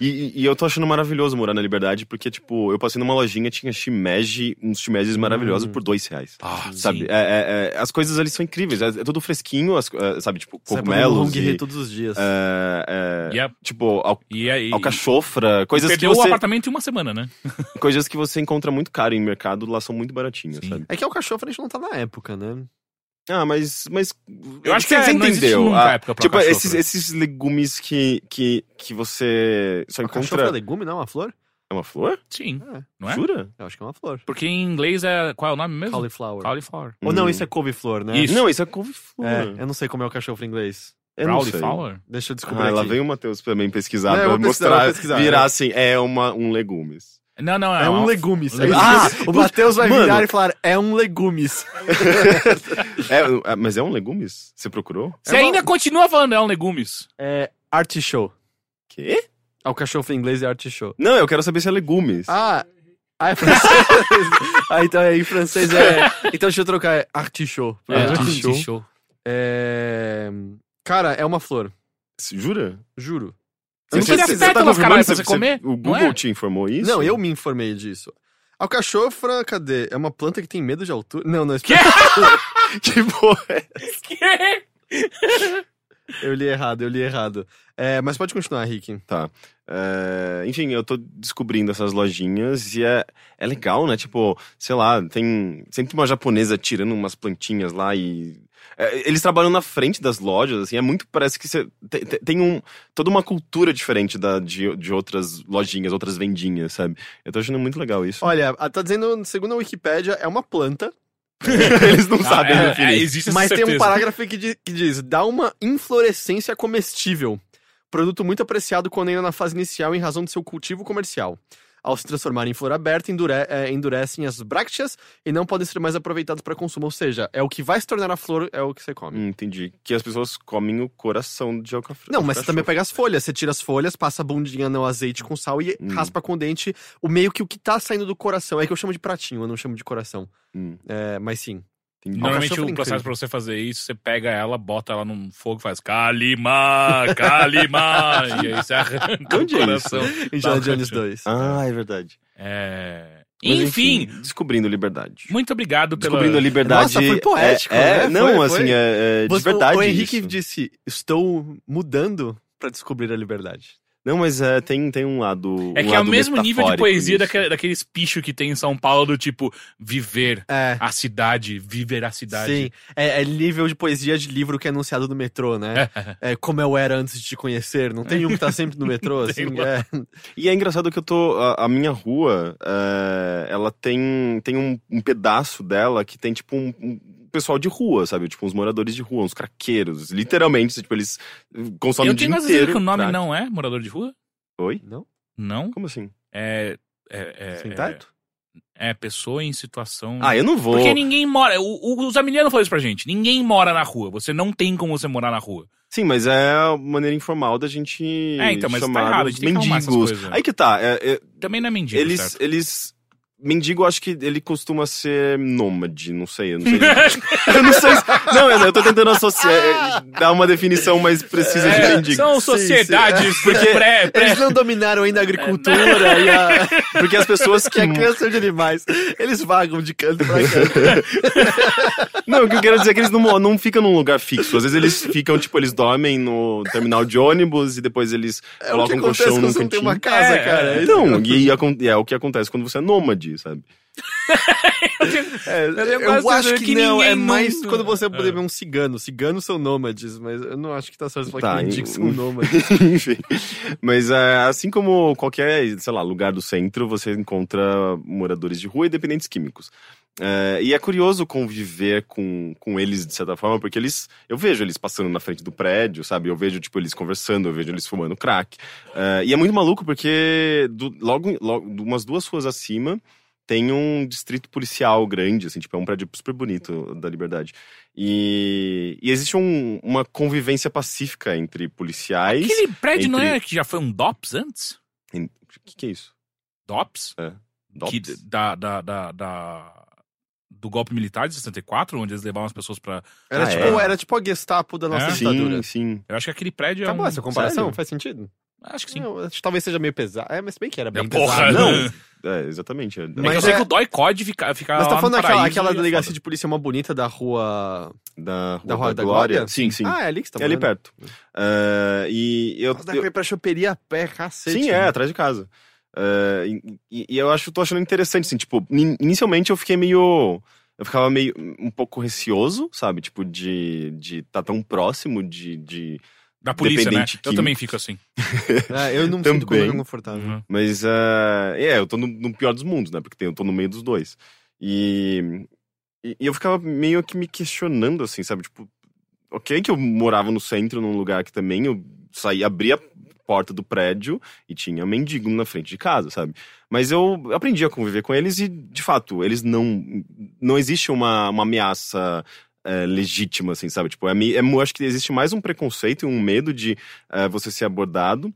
[SPEAKER 3] E, e- e eu tô achando maravilhoso morar na Liberdade, porque, tipo, eu passei numa lojinha, tinha shimeji, uns shimeji maravilhosos
[SPEAKER 2] Hum.
[SPEAKER 3] por dois reais.
[SPEAKER 1] Ah, sim.
[SPEAKER 3] Sabe? É- é- é, as coisas ali são incríveis. É, é tudo fresquinho, as, é, sabe? Tipo,
[SPEAKER 2] Sai pra comer um
[SPEAKER 3] cogumelos.
[SPEAKER 2] Long Rei
[SPEAKER 3] E,
[SPEAKER 2] todos os dias.
[SPEAKER 3] é, é,
[SPEAKER 1] E, a-
[SPEAKER 3] Tipo, al,
[SPEAKER 1] e aí.
[SPEAKER 3] alcachofra. Coisas que,
[SPEAKER 1] Perdeu o
[SPEAKER 3] assim, você,
[SPEAKER 1] apartamento em uma semana, né?
[SPEAKER 3] coisas que você encontra muito caro em mercado, lá são muito baratinhas,
[SPEAKER 1] Sim.
[SPEAKER 3] sabe?
[SPEAKER 2] É que o cachorro a gente não tá na época, né?
[SPEAKER 3] Ah, mas. mas
[SPEAKER 1] Eu acho que
[SPEAKER 3] você
[SPEAKER 1] é, não existe
[SPEAKER 3] entendeu.
[SPEAKER 1] nunca
[SPEAKER 3] Ah,
[SPEAKER 1] época pra
[SPEAKER 3] tipo,
[SPEAKER 1] alcachofra.
[SPEAKER 3] esses, esses legumes que, que, que você só
[SPEAKER 2] O cachorro é
[SPEAKER 3] encontra.
[SPEAKER 2] legume, não? É uma flor?
[SPEAKER 3] É uma flor?
[SPEAKER 1] Sim,
[SPEAKER 2] É,
[SPEAKER 1] não é?
[SPEAKER 3] Jura?
[SPEAKER 2] eu acho que é uma flor.
[SPEAKER 1] Porque em inglês é. Qual é o nome mesmo?
[SPEAKER 2] Cauliflower.
[SPEAKER 1] Cauliflower.
[SPEAKER 2] Ou não,
[SPEAKER 3] Hum.
[SPEAKER 2] isso é couve-flor, né?
[SPEAKER 1] Isso.
[SPEAKER 3] Não, isso é couve-flor.
[SPEAKER 2] É, eu não sei como é o cachorro em inglês.
[SPEAKER 3] Eu não sei.
[SPEAKER 1] Cauliflower?
[SPEAKER 2] Deixa eu descobrir
[SPEAKER 3] Ah, lá
[SPEAKER 2] aqui.
[SPEAKER 3] vem o Matheus também pesquisar
[SPEAKER 2] Não, É, eu
[SPEAKER 3] pra
[SPEAKER 2] vou pesquisar, eu
[SPEAKER 3] mostrar,
[SPEAKER 2] vou pesquisar,
[SPEAKER 3] virar
[SPEAKER 2] né?
[SPEAKER 3] assim, é uma, um legumes.
[SPEAKER 1] Não, não, é.
[SPEAKER 2] É um
[SPEAKER 1] uma-
[SPEAKER 2] legume.
[SPEAKER 1] legume.
[SPEAKER 2] Ah, o Matheus vai
[SPEAKER 3] Mano.
[SPEAKER 2] virar e falar, é um legumes.
[SPEAKER 3] É, é, mas é um legumes? Você procurou?
[SPEAKER 1] Você
[SPEAKER 2] É uma-
[SPEAKER 1] ainda continua falando, é um legumes.
[SPEAKER 2] É artichow.
[SPEAKER 3] Quê?
[SPEAKER 2] Ah, o cachorro em inglês é artichow.
[SPEAKER 3] Não, eu quero saber se é legumes.
[SPEAKER 2] Ah, ah, é francês. ah, então é em francês é... Então deixa eu trocar, é artichow.
[SPEAKER 1] É, artichow.
[SPEAKER 2] É... Cara, é uma flor,
[SPEAKER 3] S- Jura?
[SPEAKER 2] juro.
[SPEAKER 1] Você
[SPEAKER 3] Eu sei
[SPEAKER 1] tira
[SPEAKER 3] se-
[SPEAKER 1] as pétalas,
[SPEAKER 3] tá confirmando
[SPEAKER 1] caralho,
[SPEAKER 3] se-
[SPEAKER 1] pra você
[SPEAKER 3] se
[SPEAKER 1] comer,
[SPEAKER 3] O
[SPEAKER 1] não
[SPEAKER 3] Google
[SPEAKER 1] é?
[SPEAKER 3] te informou isso?
[SPEAKER 2] Não, eu me informei disso. Alcachofra, cadê? É uma planta que tem medo de altura? Não, não,
[SPEAKER 1] Quê?
[SPEAKER 2] espera.
[SPEAKER 3] Que porra é?
[SPEAKER 2] Eu li errado, eu li errado. É, mas pode continuar, Rick.
[SPEAKER 3] É, enfim, eu tô descobrindo essas lojinhas e é, é legal, né? Tipo, sei lá, tem sempre uma japonesa tirando umas plantinhas lá e. é, eles trabalham na frente das lojas, assim, é muito. Parece que você. Tem, tem- tem um, toda uma cultura diferente da, de, de outras lojinhas, outras vendinhas, sabe? Eu tô achando muito legal isso.
[SPEAKER 2] Olha, a- tá dizendo, segundo a Wikipédia, é uma planta,
[SPEAKER 3] eles não sabem
[SPEAKER 1] é, é,
[SPEAKER 3] definir.
[SPEAKER 1] existe essa
[SPEAKER 2] mas tem um
[SPEAKER 1] certeza.
[SPEAKER 2] parágrafo que, di- que diz: dá uma inflorescência comestível. Produto muito apreciado quando ainda na fase inicial em razão de seu cultivo comercial. Ao se transformar em flor aberta, endure- eh, endurecem as brácteas e não podem ser mais aproveitados para consumo. Ou seja, é o que vai se tornar a flor, é o que você come.
[SPEAKER 3] Hum, Entendi. Que as pessoas comem o coração de alcafrão.
[SPEAKER 2] Não, mas você também pega as folhas. Você tira as folhas, passa a bundinha no azeite com sal e
[SPEAKER 3] Hum.
[SPEAKER 2] raspa com o dente. O meio que o que tá saindo do coração. É que eu chamo de pratinho, eu não chamo de coração.
[SPEAKER 3] Hum,
[SPEAKER 2] É, mas sim.
[SPEAKER 3] entendi.
[SPEAKER 1] Normalmente
[SPEAKER 2] Alcachofra
[SPEAKER 1] o
[SPEAKER 2] é
[SPEAKER 1] processo
[SPEAKER 2] incrível.
[SPEAKER 1] pra você fazer isso, você pega ela, bota ela num fogo e faz Kalima, Kalima, e aí você arranca
[SPEAKER 3] Onde
[SPEAKER 1] o
[SPEAKER 3] é isso?
[SPEAKER 1] coração.
[SPEAKER 2] Indiana
[SPEAKER 1] Tá.
[SPEAKER 2] Jones 2.
[SPEAKER 3] Ah, é verdade.
[SPEAKER 1] É...
[SPEAKER 3] Mas,
[SPEAKER 1] Enfim,
[SPEAKER 3] Descobrindo liberdade.
[SPEAKER 1] muito obrigado pela...
[SPEAKER 3] Descobrindo a liberdade.
[SPEAKER 2] Nossa, foi poético,
[SPEAKER 3] é,
[SPEAKER 2] né?
[SPEAKER 3] é, Não,
[SPEAKER 2] Foi,
[SPEAKER 3] assim,
[SPEAKER 2] foi.
[SPEAKER 3] é, é de
[SPEAKER 2] Você- o-
[SPEAKER 3] verdade.
[SPEAKER 2] O Henrique
[SPEAKER 3] isso.
[SPEAKER 2] disse: Estou mudando pra descobrir a liberdade.
[SPEAKER 3] Não, mas é, tem, tem um lado.
[SPEAKER 1] É
[SPEAKER 3] um
[SPEAKER 1] que é o
[SPEAKER 3] lado
[SPEAKER 1] mesmo nível de
[SPEAKER 3] metafórico
[SPEAKER 1] poesia
[SPEAKER 3] nisso.
[SPEAKER 1] daquele, daqueles pichos que tem em São Paulo, do tipo, viver
[SPEAKER 2] É.
[SPEAKER 1] a cidade, viver a cidade.
[SPEAKER 2] Sim, é, é nível de poesia de livro que é anunciado no metrô, né? É, como eu era antes de te conhecer. Não tem um que tá sempre no metrô, assim.
[SPEAKER 1] Tem um
[SPEAKER 2] é.
[SPEAKER 3] E é engraçado que eu tô. A, a minha rua, é, ela tem, tem um, um pedaço dela que tem, tipo, um. um pessoal de rua, sabe? Tipo, uns moradores de rua, uns craqueiros. Literalmente, tipo, eles consomem
[SPEAKER 1] Eu
[SPEAKER 3] o dia
[SPEAKER 1] tenho quase certeza
[SPEAKER 3] inteiro. Tá.
[SPEAKER 1] que o nome
[SPEAKER 3] crack.
[SPEAKER 1] não é morador de rua?
[SPEAKER 3] Oi?
[SPEAKER 2] Não? Assim, tá?
[SPEAKER 1] Não.
[SPEAKER 3] Como assim?
[SPEAKER 1] É... É,
[SPEAKER 2] Sem
[SPEAKER 1] é,
[SPEAKER 2] teto?
[SPEAKER 1] é pessoa em situação...
[SPEAKER 3] Ah, eu não vou.
[SPEAKER 1] Hum. Porque ninguém mora... O, o, o Zamiliano falou isso pra gente. Ninguém mora na rua. Você não tem como você morar na rua.
[SPEAKER 3] Sim, mas é a maneira informal da gente
[SPEAKER 1] É, então, mas tá
[SPEAKER 3] chamar
[SPEAKER 1] errado, a
[SPEAKER 3] os
[SPEAKER 1] gente tem que arrumar essas
[SPEAKER 3] mendigos.
[SPEAKER 1] coisas.
[SPEAKER 3] Aí que tá. é- é-
[SPEAKER 1] Também não é mendigo,
[SPEAKER 3] eles,
[SPEAKER 1] certo?
[SPEAKER 3] eles Mendigo, eu acho que ele costuma ser nômade, não sei. Eu não sei, eu não, sei se- não, eu eu tô tentando associar, é, dar uma definição mais precisa de
[SPEAKER 1] É,
[SPEAKER 3] mendigo.
[SPEAKER 1] são
[SPEAKER 2] Sim, sim.
[SPEAKER 1] sociedades pré, pré,
[SPEAKER 2] Eles não dominaram ainda a
[SPEAKER 1] É,
[SPEAKER 2] agricultura
[SPEAKER 1] né?
[SPEAKER 2] e a,
[SPEAKER 3] Porque as pessoas que.
[SPEAKER 2] que a criação de animais. Eles vagam de canto pra canto.
[SPEAKER 3] Não, o que eu quero dizer é que eles não, não ficam num lugar fixo. Às vezes eles ficam, tipo, eles dormem no terminal de ônibus e depois eles
[SPEAKER 2] É o que
[SPEAKER 3] colocam um
[SPEAKER 2] acontece
[SPEAKER 3] colchão
[SPEAKER 2] quando
[SPEAKER 3] num
[SPEAKER 2] você não tem
[SPEAKER 3] cantinho.
[SPEAKER 2] uma casa,
[SPEAKER 1] É,
[SPEAKER 2] cara. É isso.
[SPEAKER 3] Então, e, acon- e é o que acontece quando você é nômade, sabe?
[SPEAKER 2] É,
[SPEAKER 1] é
[SPEAKER 2] eu
[SPEAKER 1] quase
[SPEAKER 2] acho que,
[SPEAKER 1] que
[SPEAKER 2] não, é
[SPEAKER 1] ninguém
[SPEAKER 2] mais
[SPEAKER 1] nunca-
[SPEAKER 2] quando você poder
[SPEAKER 1] É.
[SPEAKER 2] ver um cigano. Ciganos são nômades, mas eu não acho que tá certo falar
[SPEAKER 3] Tá,
[SPEAKER 2] que
[SPEAKER 3] em-
[SPEAKER 2] mendigos são nômades.
[SPEAKER 3] Enfim. Mas é, assim como qualquer, sei lá, lugar do centro, você encontra moradores de rua e dependentes químicos. É, e é curioso conviver com, com eles, de certa forma, porque eles. Eu vejo eles passando na frente do prédio, sabe? Eu vejo, tipo, eles conversando, eu vejo eles fumando crack. É, e é muito maluco porque do- logo, logo umas duas ruas acima tem um distrito policial grande, assim, tipo, é um prédio super bonito da Liberdade. E, e existe um- uma convivência pacífica entre policiais.
[SPEAKER 1] Aquele prédio não
[SPEAKER 3] entre-
[SPEAKER 1] é que já foi um DOPS antes?
[SPEAKER 3] O que, que é isso?
[SPEAKER 1] DOPS?
[SPEAKER 3] Dops?
[SPEAKER 1] Que d- da, da, da, da- do golpe militar de 64, onde eles levavam as pessoas pra.
[SPEAKER 2] Era,
[SPEAKER 3] Ah,
[SPEAKER 2] tipo,
[SPEAKER 3] é?
[SPEAKER 2] era tipo a gestapo da nossa
[SPEAKER 1] É?
[SPEAKER 2] ditadura.
[SPEAKER 3] Sim, sim.
[SPEAKER 1] Eu acho que aquele prédio
[SPEAKER 2] Acabou
[SPEAKER 1] é. Um...
[SPEAKER 2] essa comparação?
[SPEAKER 3] Sério?
[SPEAKER 2] Faz sentido?
[SPEAKER 1] Acho que sim.
[SPEAKER 2] Eu acho que talvez seja meio pesado. É, mas se bem que era
[SPEAKER 1] É,
[SPEAKER 2] bem
[SPEAKER 1] porra,
[SPEAKER 2] pesado.
[SPEAKER 1] não.
[SPEAKER 2] Não.
[SPEAKER 1] É
[SPEAKER 3] É, exatamente. É,
[SPEAKER 1] que
[SPEAKER 2] Mas
[SPEAKER 1] eu sei
[SPEAKER 2] é-
[SPEAKER 1] que o Dói Code fica, fica
[SPEAKER 2] Mas
[SPEAKER 1] lá
[SPEAKER 2] tá
[SPEAKER 1] no
[SPEAKER 2] falando daquela,
[SPEAKER 1] paraíso
[SPEAKER 2] aquela
[SPEAKER 1] e é
[SPEAKER 2] delegacia
[SPEAKER 1] foda.
[SPEAKER 2] de polícia uma bonita da rua...
[SPEAKER 3] da Rua
[SPEAKER 2] Da
[SPEAKER 3] da,
[SPEAKER 2] Rua da
[SPEAKER 3] Glória.
[SPEAKER 2] Glória?
[SPEAKER 3] Sim, sim.
[SPEAKER 2] Ah, é ali que você tá
[SPEAKER 3] é ali
[SPEAKER 2] morando.
[SPEAKER 3] perto. É, e eu,
[SPEAKER 2] Nossa, dá
[SPEAKER 3] eu-
[SPEAKER 2] pra ir pra choperia a pé, cacete.
[SPEAKER 3] Sim, é,
[SPEAKER 2] né?
[SPEAKER 3] atrás de casa. É, e- e, e eu acho, tô achando interessante, assim, tipo, in- inicialmente eu fiquei meio. Eu ficava meio um pouco receoso, sabe? Tipo, de estar de tá tão próximo de. de...
[SPEAKER 1] Da polícia, né?
[SPEAKER 3] dependente
[SPEAKER 1] Eu também fico assim.
[SPEAKER 2] É, eu não me sinto com
[SPEAKER 3] Também.
[SPEAKER 2] lugar confortável.
[SPEAKER 1] Uhum.
[SPEAKER 3] Mas é, é, eu tô no, no pior dos mundos, né? Porque tem- eu tô no meio dos dois. E, e, e eu ficava meio que me questionando, assim, sabe? Tipo, ok que eu morava no centro, num lugar que também eu saí, abri a porta do prédio e tinha mendigo na frente de casa, sabe? Mas eu aprendi a conviver com eles e, de fato, eles não... Não existe uma, uma ameaça é, legítima, assim, sabe? Tipo, é, me- é, eu acho que existe mais um preconceito e um medo de é, você ser abordado.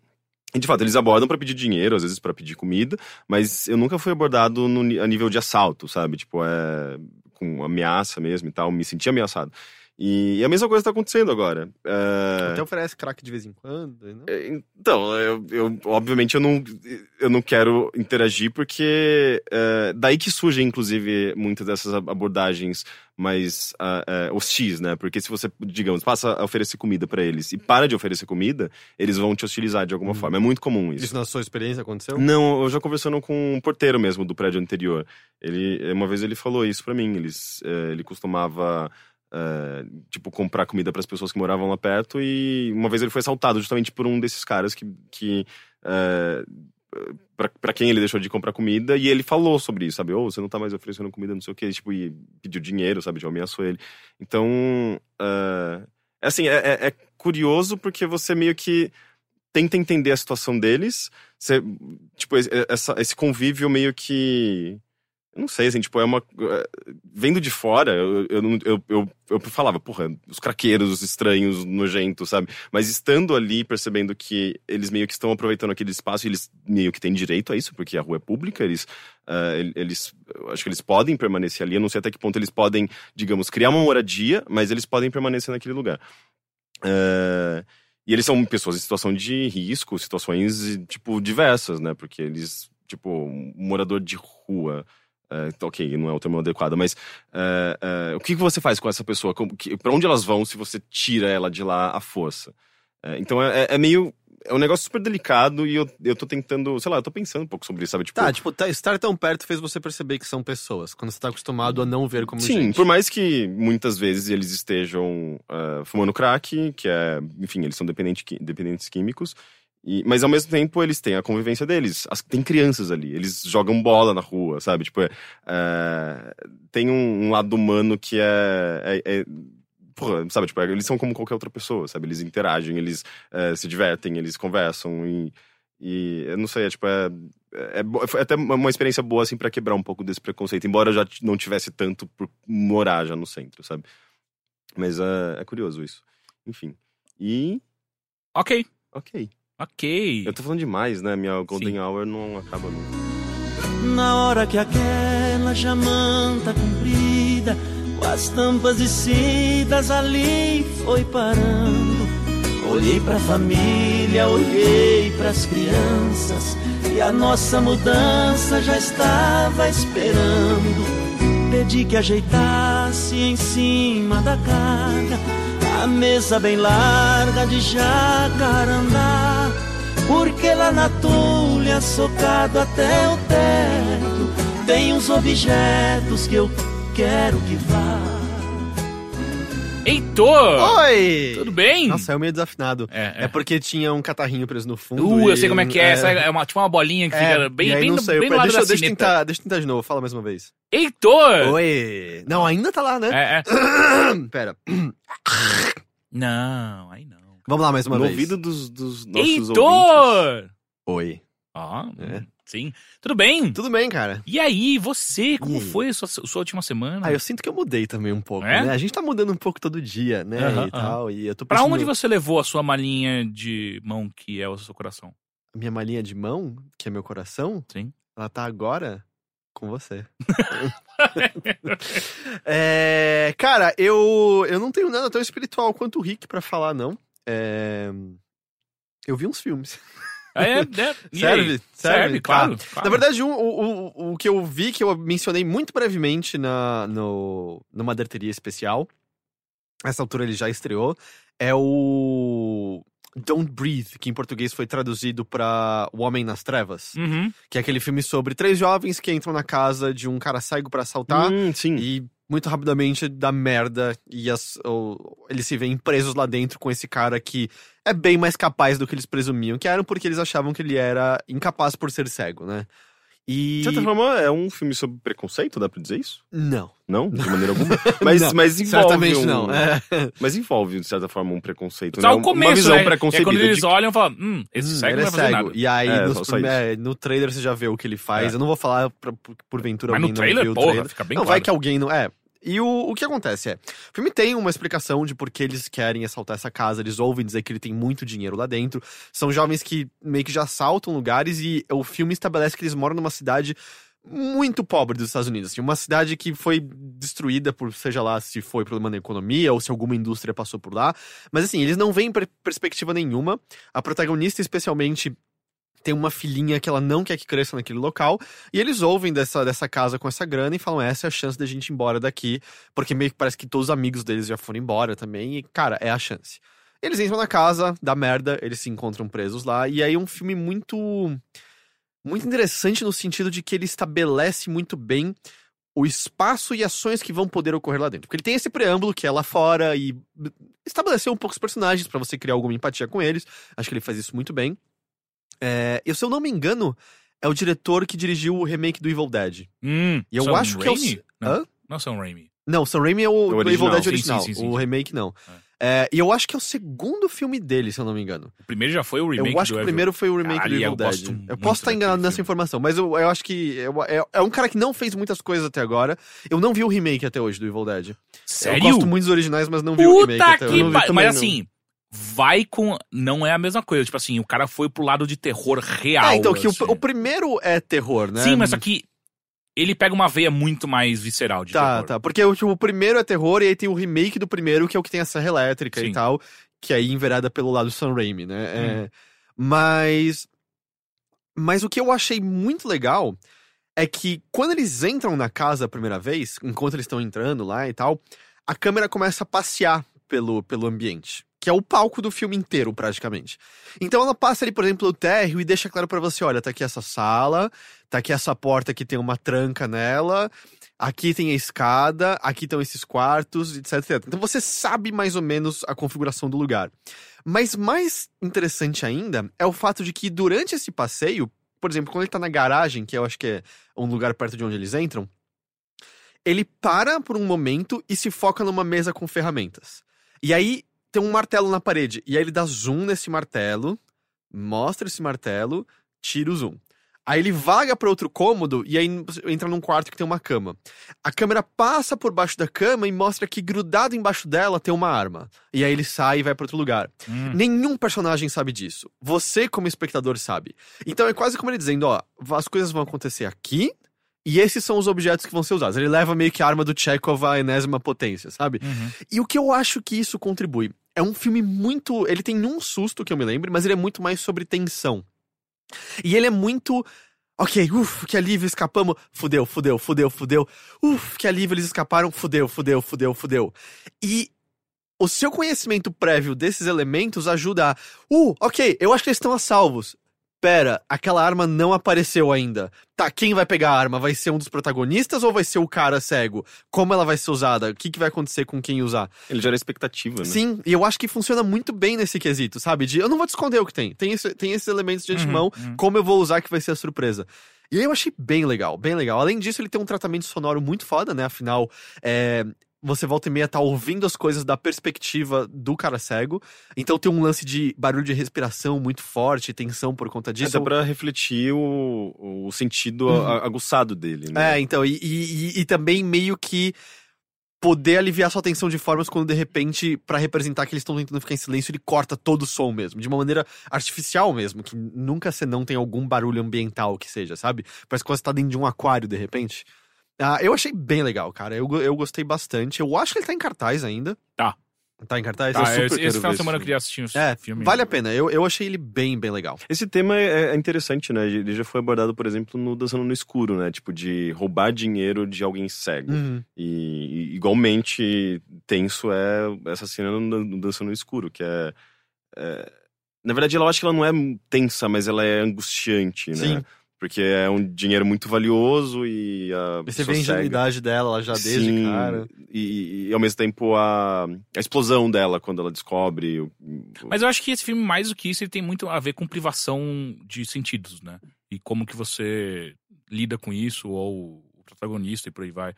[SPEAKER 3] E, de fato, eles abordam pra pedir dinheiro, às vezes pra pedir comida, mas eu nunca fui abordado no, ni- a nível de assalto, sabe? Tipo, é, com ameaça mesmo e tal, me senti ameaçado. E, e a mesma coisa tá acontecendo agora. É...
[SPEAKER 2] Até oferece crack de vez em quando. né? Não?
[SPEAKER 3] É, Então, eu, eu- obviamente eu não, eu não quero interagir, porque é, daí que surgem, inclusive, muitas dessas ab- abordagens mais ah, é, hostis, né? Porque se você, digamos, passa a oferecer comida pra eles e para de oferecer comida, eles vão te hostilizar de alguma
[SPEAKER 2] Hum.
[SPEAKER 3] forma. É muito comum isso.
[SPEAKER 2] Isso na sua experiência aconteceu?
[SPEAKER 3] Não, eu já conversando com um porteiro mesmo do prédio anterior. Ele, uma vez ele falou isso pra mim. Eles, eh, ele costumava eh, tipo comprar comida pras pessoas que moravam lá perto e uma vez ele foi assaltado justamente por um desses caras que, que eh, pra para quem ele deixou de comprar comida e ele falou sobre isso, sabe? Ou você não tá mais oferecendo comida, não sei o que, tipo e pediu dinheiro, sabe? Já ameaçou ele. Então, eh, assim, é, é- é curioso porque você meio que tenta entender a situação deles. Você, tipo, es- essa- esse convívio meio que. Eu não sei, assim, tipo, é uma. é, Vendo de fora, eu, eu, não- eu, eu, eu falava, porra, os craqueiros, os estranhos, nojentos, sabe? Mas estando ali, percebendo que eles meio que estão aproveitando aquele espaço, e eles meio que têm direito a isso, porque a rua é pública, eles. ah, el- eles eu acho que eles podem permanecer ali, eu não sei até que ponto eles podem, digamos, criar uma moradia, mas eles podem permanecer naquele lugar. É, e eles são pessoas em situação de risco, situações, tipo, diversas, né? Porque eles, tipo, um morador de rua. é, então, ok, não é o termo adequado, mas é, é, o que, que você faz com essa pessoa? Como que- Pra onde elas vão se você tira ela de lá à força? É, então é, é- é meio. É um negócio super delicado e eu, eu tô tentando, sei lá, eu tô pensando um pouco sobre isso, sabe? Tipo,
[SPEAKER 2] Tá, tipo, tá- estar tão perto fez você perceber que são pessoas. Quando você tá acostumado a não ver como
[SPEAKER 3] Sim,
[SPEAKER 2] gente.
[SPEAKER 3] por mais que muitas vezes eles estejam ah, fumando crack, que é, enfim, eles são dependente, qui- dependentes químicos, e- mas ao mesmo tempo eles têm a convivência deles. As- tem crianças ali, eles jogam bola na rua, sabe? Tipo, é, ah, tem um, um lado humano que é. é- é- porra, sabe, tipo, é- eles são como qualquer outra pessoa, sabe? Eles interagem, eles eh, se divertem, eles conversam e, e eu não sei, é tipo, é, é, bo- foi até uma uma experiência boa, assim, pra quebrar um pouco desse preconceito. Embora eu já t- não tivesse tanto por morar já no centro, sabe? Mas é, é curioso isso. Enfim. E.
[SPEAKER 1] Ok,
[SPEAKER 3] Ok.
[SPEAKER 1] ok.
[SPEAKER 3] Eu tô falando demais, né? Minha Golden
[SPEAKER 1] Sim.
[SPEAKER 3] Hour não acaba nunca.
[SPEAKER 5] Na hora que aquela jamanta comprida, com as tampas descidas ali foi parando. Olhei pra família, olhei pras crianças, e a nossa mudança já estava esperando. Pedi que ajeitasse em cima da carga A mesa bem larga de jacarandá Porque lá na tulha, socado até o teto Tem uns objetos que eu quero que vá
[SPEAKER 1] Heitor!
[SPEAKER 2] Oi!
[SPEAKER 1] Tudo bem?
[SPEAKER 2] Oh! Nossa, eu meio desafinado.
[SPEAKER 1] É, é.
[SPEAKER 2] É. porque tinha um catarrinho preso no fundo.
[SPEAKER 1] Uh, eu
[SPEAKER 2] e- um
[SPEAKER 1] sei como é que é. Essa é uma, tipo uma bolinha que
[SPEAKER 2] É,
[SPEAKER 1] fica bem,
[SPEAKER 2] e aí
[SPEAKER 1] bem,
[SPEAKER 2] não
[SPEAKER 1] no-
[SPEAKER 2] sei,
[SPEAKER 1] bem
[SPEAKER 2] eu-
[SPEAKER 1] do lado
[SPEAKER 2] deixa,
[SPEAKER 1] da
[SPEAKER 2] deixa eu
[SPEAKER 1] cineta.
[SPEAKER 2] tentar, deixa eu tentar de novo, fala mais uma vez.
[SPEAKER 1] Heitor!
[SPEAKER 2] Oi! Não, ainda tá lá, né?
[SPEAKER 1] É, é.
[SPEAKER 2] Pera,
[SPEAKER 1] Não, aí não.
[SPEAKER 2] vamos lá mais uma
[SPEAKER 3] no
[SPEAKER 2] vez.
[SPEAKER 3] ouvido dos, dos nossos ouvintes.
[SPEAKER 1] Heitor!
[SPEAKER 2] Oi.
[SPEAKER 1] Ó,
[SPEAKER 2] É.
[SPEAKER 1] sim. Tudo bem?
[SPEAKER 2] Tudo bem, cara?
[SPEAKER 1] E aí, você, como
[SPEAKER 2] E aí?
[SPEAKER 1] foi a sua, sua última semana?
[SPEAKER 2] Ah, eu sinto que eu mudei também um pouco,
[SPEAKER 1] Hum. É?
[SPEAKER 2] né? A gente tá mudando um pouco todo dia, né?
[SPEAKER 1] Aham,
[SPEAKER 2] e tal, e eu tô
[SPEAKER 1] Pra
[SPEAKER 2] pensando-
[SPEAKER 1] onde você levou a sua malinha de mão que é o seu coração?
[SPEAKER 2] Minha malinha de mão, que é meu coração,
[SPEAKER 1] Sim.
[SPEAKER 2] ela tá agora com você. É, cara, eu, eu não tenho nada tão espiritual quanto o Rick pra falar, não. É, eu vi uns filmes.
[SPEAKER 1] É, é, e aí?
[SPEAKER 2] serve, serve?
[SPEAKER 1] Serve, claro,
[SPEAKER 2] Tá.
[SPEAKER 1] claro.
[SPEAKER 2] Na verdade, um- o, o, o que eu vi, que eu mencionei muito brevemente na, no, numa derteria especial, essa altura ele já estreou, é o Don't Breathe, que em português foi traduzido pra O Homem nas Trevas,
[SPEAKER 1] Uhum.
[SPEAKER 2] que é aquele filme sobre três jovens que entram na casa de um cara cego pra assaltar
[SPEAKER 3] Hum, sim.
[SPEAKER 2] e muito rapidamente dá merda e as- o- eles se veem presos lá dentro com esse cara que é bem mais capaz do que eles presumiam, que eram porque eles achavam que ele era incapaz por ser cego, né? E
[SPEAKER 3] De certa forma, é um filme sobre preconceito, dá pra dizer isso?
[SPEAKER 2] não,
[SPEAKER 3] Não, de maneira alguma. Mas,
[SPEAKER 2] Não,
[SPEAKER 3] mas envolve.
[SPEAKER 2] certamente
[SPEAKER 3] um-
[SPEAKER 2] não. É.
[SPEAKER 3] Mas envolve, de certa forma, um preconceito.
[SPEAKER 1] Só
[SPEAKER 3] né?
[SPEAKER 1] o começo,
[SPEAKER 3] Uma visão
[SPEAKER 1] né? É
[SPEAKER 3] preconcebida.
[SPEAKER 1] quando eles
[SPEAKER 3] de-
[SPEAKER 1] olham e falam, hum, esse
[SPEAKER 2] Hum,
[SPEAKER 1] cego
[SPEAKER 2] ele
[SPEAKER 1] não
[SPEAKER 2] é
[SPEAKER 1] vai fazer
[SPEAKER 2] cego.
[SPEAKER 1] nada.
[SPEAKER 2] E aí
[SPEAKER 3] É,
[SPEAKER 2] nos
[SPEAKER 3] só- só
[SPEAKER 2] prime- é, no trailer você já vê o que ele faz.
[SPEAKER 3] É.
[SPEAKER 2] Eu não vou falar pra- por- porventura
[SPEAKER 1] Mas no
[SPEAKER 2] alguém não
[SPEAKER 1] trailer,
[SPEAKER 2] viu o
[SPEAKER 1] porra,
[SPEAKER 2] trailer.
[SPEAKER 1] fica bem
[SPEAKER 2] não,
[SPEAKER 1] claro.
[SPEAKER 2] vai que alguém não. É. E o, o que acontece é, o filme tem uma explicação de por que eles querem assaltar essa casa, eles ouvem dizer que ele tem muito dinheiro lá dentro. São jovens que meio que já assaltam lugares e o filme estabelece que eles moram numa cidade muito pobre dos Estados Unidos. assim, uma cidade que foi destruída por, seja lá, se foi problema na economia ou se alguma indústria passou por lá. Mas assim, eles não veem per- perspectiva nenhuma. A protagonista, especialmente, tem uma filhinha que ela não quer que cresça naquele local. E eles ouvem dessa, dessa casa com essa grana e falam: essa é a chance da gente ir embora daqui. Porque meio que parece que todos os amigos deles já foram embora também. E, cara, é a chance. Eles entram na casa, dá merda, eles se encontram presos lá. E aí é um filme muito. Muito interessante no sentido de que ele estabelece muito bem o espaço e ações que vão poder ocorrer lá dentro. Porque ele tem esse preâmbulo que é lá fora e estabeleceu um pouco os personagens pra você criar alguma empatia com eles. Acho que ele faz isso muito bem. É, e se eu não me engano, é o diretor que dirigiu o remake do Evil Dead.
[SPEAKER 1] Hum,
[SPEAKER 2] E eu
[SPEAKER 1] Sam
[SPEAKER 2] acho que é o-
[SPEAKER 1] Raimi?
[SPEAKER 2] Hã?
[SPEAKER 1] Não, não Sam Raimi.
[SPEAKER 2] Não, Sam Raimi é o, do
[SPEAKER 3] original.
[SPEAKER 2] Evil Dead
[SPEAKER 1] Sim,
[SPEAKER 2] original,
[SPEAKER 1] sim, sim, sim,
[SPEAKER 2] o
[SPEAKER 1] sim.
[SPEAKER 2] remake não. É, e eu acho que é o segundo filme dele, se eu não me engano.
[SPEAKER 1] O primeiro já foi o remake
[SPEAKER 2] eu acho
[SPEAKER 1] do
[SPEAKER 2] que o
[SPEAKER 1] Evil-
[SPEAKER 2] primeiro foi o remake
[SPEAKER 1] Caralho,
[SPEAKER 2] do
[SPEAKER 1] eu
[SPEAKER 2] Evil Dead.
[SPEAKER 1] gosto muito
[SPEAKER 2] Eu posso estar
[SPEAKER 1] daquele
[SPEAKER 2] enganado nessa
[SPEAKER 1] filme.
[SPEAKER 2] informação, mas eu, eu acho que é, é- é um cara que não fez muitas coisas até agora. Eu não vi o remake até hoje do Evil Dead.
[SPEAKER 1] Sério?
[SPEAKER 2] Eu gosto muito dos originais, mas não vi o remake
[SPEAKER 1] Puta
[SPEAKER 2] até hoje.
[SPEAKER 1] que
[SPEAKER 3] não vi
[SPEAKER 1] pariu.
[SPEAKER 3] também,
[SPEAKER 1] Mas
[SPEAKER 3] não.
[SPEAKER 1] assim, vai com. Não é a mesma coisa. Tipo assim, o cara foi pro lado de terror real.
[SPEAKER 2] Ah, então, que o,
[SPEAKER 1] assim.
[SPEAKER 2] o primeiro é terror, né?
[SPEAKER 1] Sim, mas só que ele pega uma veia muito mais visceral de
[SPEAKER 2] Tá,
[SPEAKER 1] terror.
[SPEAKER 2] tá. Porque o, tipo, o primeiro é terror e aí tem o remake do primeiro, que é o que tem a serra elétrica
[SPEAKER 1] Sim. Uhum.
[SPEAKER 2] e tal, que é aí enverada pelo lado do Sam Raimi, né? É, mas. Mas o que eu achei muito legal é que quando eles entram na casa a primeira vez, enquanto eles estão entrando lá e tal, a câmera começa a passear pelo, pelo ambiente. Que é o palco do filme inteiro, praticamente. Então ela passa ali, por exemplo, o térreo e deixa claro pra você: olha, tá aqui essa sala, tá aqui essa porta que tem uma tranca nela, aqui tem a escada, aqui estão esses quartos, etc, etc. Então você sabe mais ou menos a configuração do lugar. Mas mais interessante ainda é o fato de que durante esse passeio, por exemplo, quando ele tá na garagem, que eu acho que é um lugar perto de onde eles entram, ele para por um momento e se foca numa mesa com ferramentas. E aí tem um martelo na parede, e aí ele dá zoom nesse martelo, mostra esse martelo, tira o zoom. Aí ele vaga para outro cômodo e aí entra num quarto que tem uma cama. A câmera passa por baixo da cama e mostra que grudado embaixo dela tem uma arma. E aí ele sai e vai para outro lugar.
[SPEAKER 1] Hum.
[SPEAKER 2] Nenhum personagem sabe disso. Você, como espectador, sabe. Então é quase como ele dizendo: ó, as coisas vão acontecer aqui. E esses são os objetos que vão ser usados. Ele leva meio que a arma do Chekhov à enésima potência, sabe?
[SPEAKER 1] Uhum.
[SPEAKER 2] E o que eu acho que isso contribui? É um filme muito. Ele tem um susto que eu me lembro, mas ele é muito mais sobre tensão. E ele é muito. Ok, uff, que alívio, escapamos. Fudeu, fudeu, fudeu, fudeu. Uff, que alívio, eles escaparam. Fudeu, fudeu, fudeu, fudeu. E o seu conhecimento prévio desses elementos ajuda a. Uh, ok, eu acho que eles estão a salvos. Pera, aquela arma não apareceu ainda. Tá, quem vai pegar a arma? Vai ser um dos protagonistas ou vai ser o cara cego? Como ela vai ser usada? O que, que vai acontecer com quem usar?
[SPEAKER 3] Ele gera expectativa, né?
[SPEAKER 2] Sim, e eu acho que funciona muito bem nesse quesito, sabe? De eu não vou te esconder o que tem. Tem, esse- tem esses elementos
[SPEAKER 1] Uhum.
[SPEAKER 2] de antemão, como eu vou usar que vai ser a surpresa. E aí eu achei bem legal, bem legal. Além disso, ele tem um tratamento sonoro muito foda, né? Afinal, é, Você volta e meia tá ouvindo as coisas da perspectiva do cara cego. Então tem um lance de barulho de respiração muito forte, tensão por conta disso.
[SPEAKER 3] Até é pra refletir o, o sentido
[SPEAKER 2] Uhum.
[SPEAKER 3] a- aguçado dele, né?
[SPEAKER 2] É, então, e, e- e- e também meio que poder aliviar sua atenção de formas quando de repente, pra representar que eles estão tentando ficar em silêncio, ele corta todo o som mesmo, de uma maneira artificial mesmo, que nunca você não tem algum barulho ambiental que seja, sabe? Parece que você tá dentro de um aquário de repente. Ah, eu achei bem legal, cara. Eu, go- eu gostei bastante. Eu acho que ele tá em cartaz ainda.
[SPEAKER 1] Tá.
[SPEAKER 2] Tá em cartaz?
[SPEAKER 1] Tá,
[SPEAKER 2] Eu
[SPEAKER 1] eu-
[SPEAKER 2] super
[SPEAKER 1] esse,
[SPEAKER 2] quero
[SPEAKER 1] esse final
[SPEAKER 2] ver
[SPEAKER 1] de semana eu
[SPEAKER 2] esse
[SPEAKER 1] queria assistir esse
[SPEAKER 2] filme. É,
[SPEAKER 1] filme.
[SPEAKER 2] vale a pena. Eu, eu achei ele bem, bem legal.
[SPEAKER 3] Esse tema é, é interessante, né? Ele já foi abordado, por exemplo, no Dançando no Escuro, né? Tipo, de roubar dinheiro de alguém cego.
[SPEAKER 2] Uhum.
[SPEAKER 3] E, e igualmente tenso é essa cena no, Dan- no Dançando no Escuro, que é, é- Na verdade, eu acho que ela não é tensa, mas ela é angustiante, né?
[SPEAKER 2] Sim.
[SPEAKER 3] Porque é um dinheiro muito valioso e a
[SPEAKER 2] Você vê
[SPEAKER 3] pessoa
[SPEAKER 2] a
[SPEAKER 3] cega-
[SPEAKER 2] ingenuidade dela ela já desde,
[SPEAKER 3] Sim,
[SPEAKER 2] cara.
[SPEAKER 3] E, e ao mesmo tempo a, a explosão dela quando ela descobre. o- o-
[SPEAKER 1] Mas eu acho que esse filme, mais do que isso, ele tem muito a ver com privação de sentidos, né? E como que você lida com isso, ou o protagonista e por aí vai.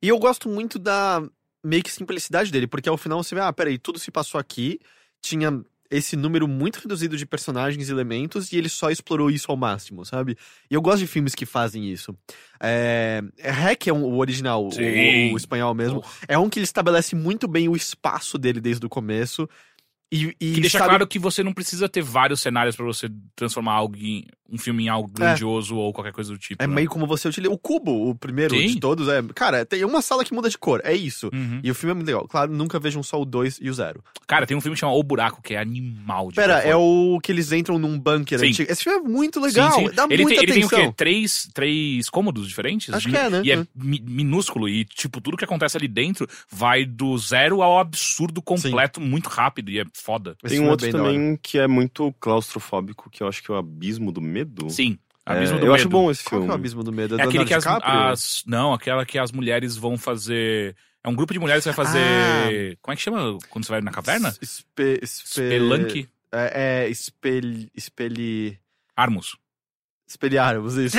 [SPEAKER 2] E eu gosto muito da meio que simplicidade dele, porque ao final você vê, ah, peraí, tudo se passou aqui, tinha esse número muito reduzido de personagens e elementos, e ele só explorou isso ao máximo, sabe? E eu gosto de filmes que fazem isso. É... é Hack é um- o original, o-
[SPEAKER 1] Sim.
[SPEAKER 2] o, o espanhol mesmo. É um que ele estabelece muito bem o espaço dele desde o começo. E, e
[SPEAKER 1] Que deixa
[SPEAKER 2] sabe-
[SPEAKER 1] claro que você não precisa ter vários cenários pra você transformar algo em- um filme em algo grandioso ou qualquer coisa do tipo.
[SPEAKER 2] É
[SPEAKER 1] né?
[SPEAKER 2] meio como você utiliza. O cubo, o primeiro
[SPEAKER 1] Sim.
[SPEAKER 2] de todos, é. Cara, tem uma sala que muda de cor, é isso.
[SPEAKER 1] Uhum.
[SPEAKER 2] E o filme é muito legal. Claro, nunca vejam só o 2 e o 0.
[SPEAKER 1] Cara, tem um filme que chama O Buraco, que é animal. De
[SPEAKER 2] Pera, é
[SPEAKER 1] performance.
[SPEAKER 2] o que eles entram num bunker
[SPEAKER 1] Sim.
[SPEAKER 2] antigo. Esse filme é muito
[SPEAKER 1] Sim,
[SPEAKER 2] legal,
[SPEAKER 1] sim.
[SPEAKER 2] dá
[SPEAKER 1] ele
[SPEAKER 2] muita
[SPEAKER 1] tem, ele tem o
[SPEAKER 2] atenção.
[SPEAKER 1] quê? Três, três cômodos diferentes?
[SPEAKER 2] Acho que é, né?
[SPEAKER 1] E é
[SPEAKER 2] É.
[SPEAKER 1] mi- minúsculo. E, tipo, tudo que acontece ali dentro vai do zero ao absurdo completo muito rápido. E é foda.
[SPEAKER 2] Esse
[SPEAKER 3] Tem
[SPEAKER 2] filme
[SPEAKER 3] um
[SPEAKER 2] é
[SPEAKER 3] outro
[SPEAKER 2] bem da hora.
[SPEAKER 3] também que é muito claustrofóbico, que eu acho que é o Abismo do Medo.
[SPEAKER 1] Sim.
[SPEAKER 3] É,
[SPEAKER 1] Abismo
[SPEAKER 3] eu
[SPEAKER 1] do
[SPEAKER 3] acho
[SPEAKER 1] Medo.
[SPEAKER 3] bom esse
[SPEAKER 2] Qual
[SPEAKER 3] filme.
[SPEAKER 2] que é o Abismo do Medo?
[SPEAKER 1] É aquele
[SPEAKER 2] Leonardo
[SPEAKER 1] que as,
[SPEAKER 2] DiCaprio?
[SPEAKER 1] as- Não, aquela que as mulheres vão fazer. É um grupo de mulheres que vai fazer.
[SPEAKER 3] Ah.
[SPEAKER 1] Como é que chama quando você vai na caverna?
[SPEAKER 2] Es- Espe... espe-
[SPEAKER 1] Spelunky.
[SPEAKER 2] É, é espelhi... espelhi...
[SPEAKER 1] Armos.
[SPEAKER 2] Espelharmos, isso.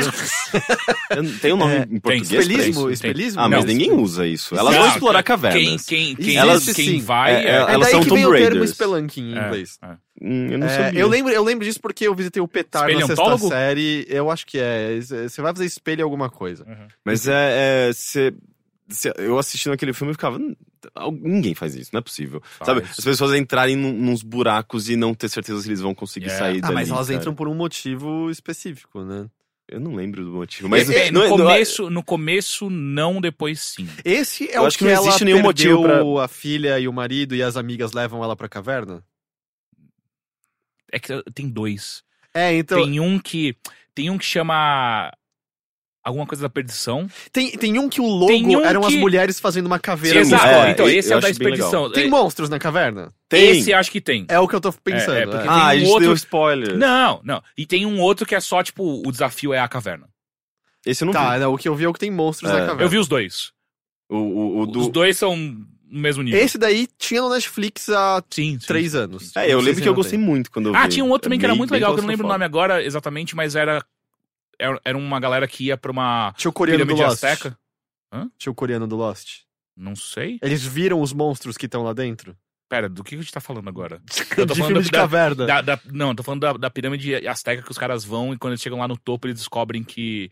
[SPEAKER 3] Eu- Tem um nome
[SPEAKER 2] É,
[SPEAKER 3] em português pra isso?
[SPEAKER 2] Espelismo?
[SPEAKER 1] tem.
[SPEAKER 2] Espelhismo?
[SPEAKER 3] Ah, mas
[SPEAKER 2] Não.
[SPEAKER 3] ninguém usa isso. Elas
[SPEAKER 1] Não,
[SPEAKER 3] vão explorar
[SPEAKER 1] Quem,
[SPEAKER 3] cavernas.
[SPEAKER 1] quem,
[SPEAKER 2] Existe,
[SPEAKER 1] quem, elas,
[SPEAKER 2] sim.
[SPEAKER 1] quem vai.
[SPEAKER 3] É,
[SPEAKER 2] É
[SPEAKER 3] elas
[SPEAKER 2] daí
[SPEAKER 3] são
[SPEAKER 2] que
[SPEAKER 3] Tomb
[SPEAKER 2] vem o termo
[SPEAKER 3] Raiders.
[SPEAKER 2] Spelunky em
[SPEAKER 1] É,
[SPEAKER 2] inglês.
[SPEAKER 1] é.
[SPEAKER 3] Hum, eu não
[SPEAKER 2] É,
[SPEAKER 3] sabia.
[SPEAKER 2] eu, lembro, eu lembro disso porque eu visitei o Petar na sexta
[SPEAKER 1] Espelhantólogo?
[SPEAKER 2] série. Eu acho que é. Você vai fazer espelho em alguma coisa.
[SPEAKER 3] Mas é. é, cê- cê- eu assistindo aquele filme e ficava. "Hum, al- Ninguém faz isso, não é possível.
[SPEAKER 1] Faz.
[SPEAKER 3] Sabe? As pessoas entrarem num- nos buracos e não ter certeza se eles vão conseguir
[SPEAKER 1] Yeah.
[SPEAKER 3] sair
[SPEAKER 2] Ah,
[SPEAKER 3] dali.
[SPEAKER 2] mas elas
[SPEAKER 3] cara.
[SPEAKER 2] entram por um motivo específico, né?
[SPEAKER 3] Eu não lembro do motivo.
[SPEAKER 1] Mas
[SPEAKER 3] Mas
[SPEAKER 1] é,
[SPEAKER 3] não
[SPEAKER 1] no,
[SPEAKER 3] é- não é-
[SPEAKER 1] começo, no começo, não, depois sim.
[SPEAKER 2] Esse é
[SPEAKER 3] Eu
[SPEAKER 2] o
[SPEAKER 3] acho
[SPEAKER 2] que,
[SPEAKER 3] que não
[SPEAKER 2] ela
[SPEAKER 3] existe nenhum
[SPEAKER 2] perdeu
[SPEAKER 3] motivo
[SPEAKER 2] a filha e o marido e as amigas levam ela pra caverna?
[SPEAKER 1] É que tem dois.
[SPEAKER 2] É, então.
[SPEAKER 1] Tem um que. Tem um que chama. Alguma coisa da perdição.
[SPEAKER 2] Tem, tem um que o logo
[SPEAKER 1] Tem um
[SPEAKER 2] eram as
[SPEAKER 1] que-
[SPEAKER 2] mulheres fazendo uma caveira.
[SPEAKER 3] Exato.
[SPEAKER 2] no escuro.
[SPEAKER 3] É,
[SPEAKER 1] então,
[SPEAKER 3] eu-
[SPEAKER 1] esse é
[SPEAKER 3] eu
[SPEAKER 1] o da
[SPEAKER 3] acho bem legal.
[SPEAKER 1] expedição.
[SPEAKER 2] Tem
[SPEAKER 1] É,
[SPEAKER 2] monstros na caverna?
[SPEAKER 3] Tem.
[SPEAKER 1] Esse acho que tem.
[SPEAKER 2] É o que eu tô pensando.
[SPEAKER 1] É, é,
[SPEAKER 2] é.
[SPEAKER 1] porque-
[SPEAKER 3] Ah,
[SPEAKER 1] tem
[SPEAKER 3] a
[SPEAKER 1] um
[SPEAKER 3] gente deu
[SPEAKER 1] outro-
[SPEAKER 3] spoiler.
[SPEAKER 1] Não, não. E tem um outro que é só, tipo, o desafio é a caverna.
[SPEAKER 3] Esse eu não
[SPEAKER 2] Tá,
[SPEAKER 3] vi.
[SPEAKER 2] não, o que eu vi é o que tem monstros
[SPEAKER 3] É.
[SPEAKER 2] na caverna.
[SPEAKER 1] Eu vi os dois.
[SPEAKER 3] O, o, o
[SPEAKER 1] Os
[SPEAKER 3] do...
[SPEAKER 1] dois são no mesmo nível.
[SPEAKER 2] Esse daí tinha no Netflix há
[SPEAKER 1] Sim, sim.
[SPEAKER 2] três anos.
[SPEAKER 3] É,
[SPEAKER 2] Não sei
[SPEAKER 3] eu lembro
[SPEAKER 2] se
[SPEAKER 3] que eu
[SPEAKER 2] ainda
[SPEAKER 3] gostei
[SPEAKER 2] tem.
[SPEAKER 3] muito quando eu vi. É
[SPEAKER 1] Ah, tinha um outro também que era
[SPEAKER 3] Bem-
[SPEAKER 1] muito
[SPEAKER 3] bem
[SPEAKER 1] legal, que eu não lembro o nome
[SPEAKER 3] claustrofóbico.
[SPEAKER 1] agora exatamente, mas era. Era era uma galera que ia pra uma
[SPEAKER 2] Tinha o coreano do
[SPEAKER 1] pirâmide
[SPEAKER 2] Lost.
[SPEAKER 1] azteca.
[SPEAKER 2] Tinha o coreano do Lost.
[SPEAKER 1] Não sei.
[SPEAKER 2] Eles viram os monstros que estão lá dentro?
[SPEAKER 1] Pera, do que a gente tá falando agora?
[SPEAKER 2] de
[SPEAKER 1] falando
[SPEAKER 2] filme de
[SPEAKER 1] da-
[SPEAKER 2] caverna.
[SPEAKER 1] Da- da- não, eu tô falando da, da pirâmide azteca que os caras vão e quando eles chegam lá no topo eles descobrem que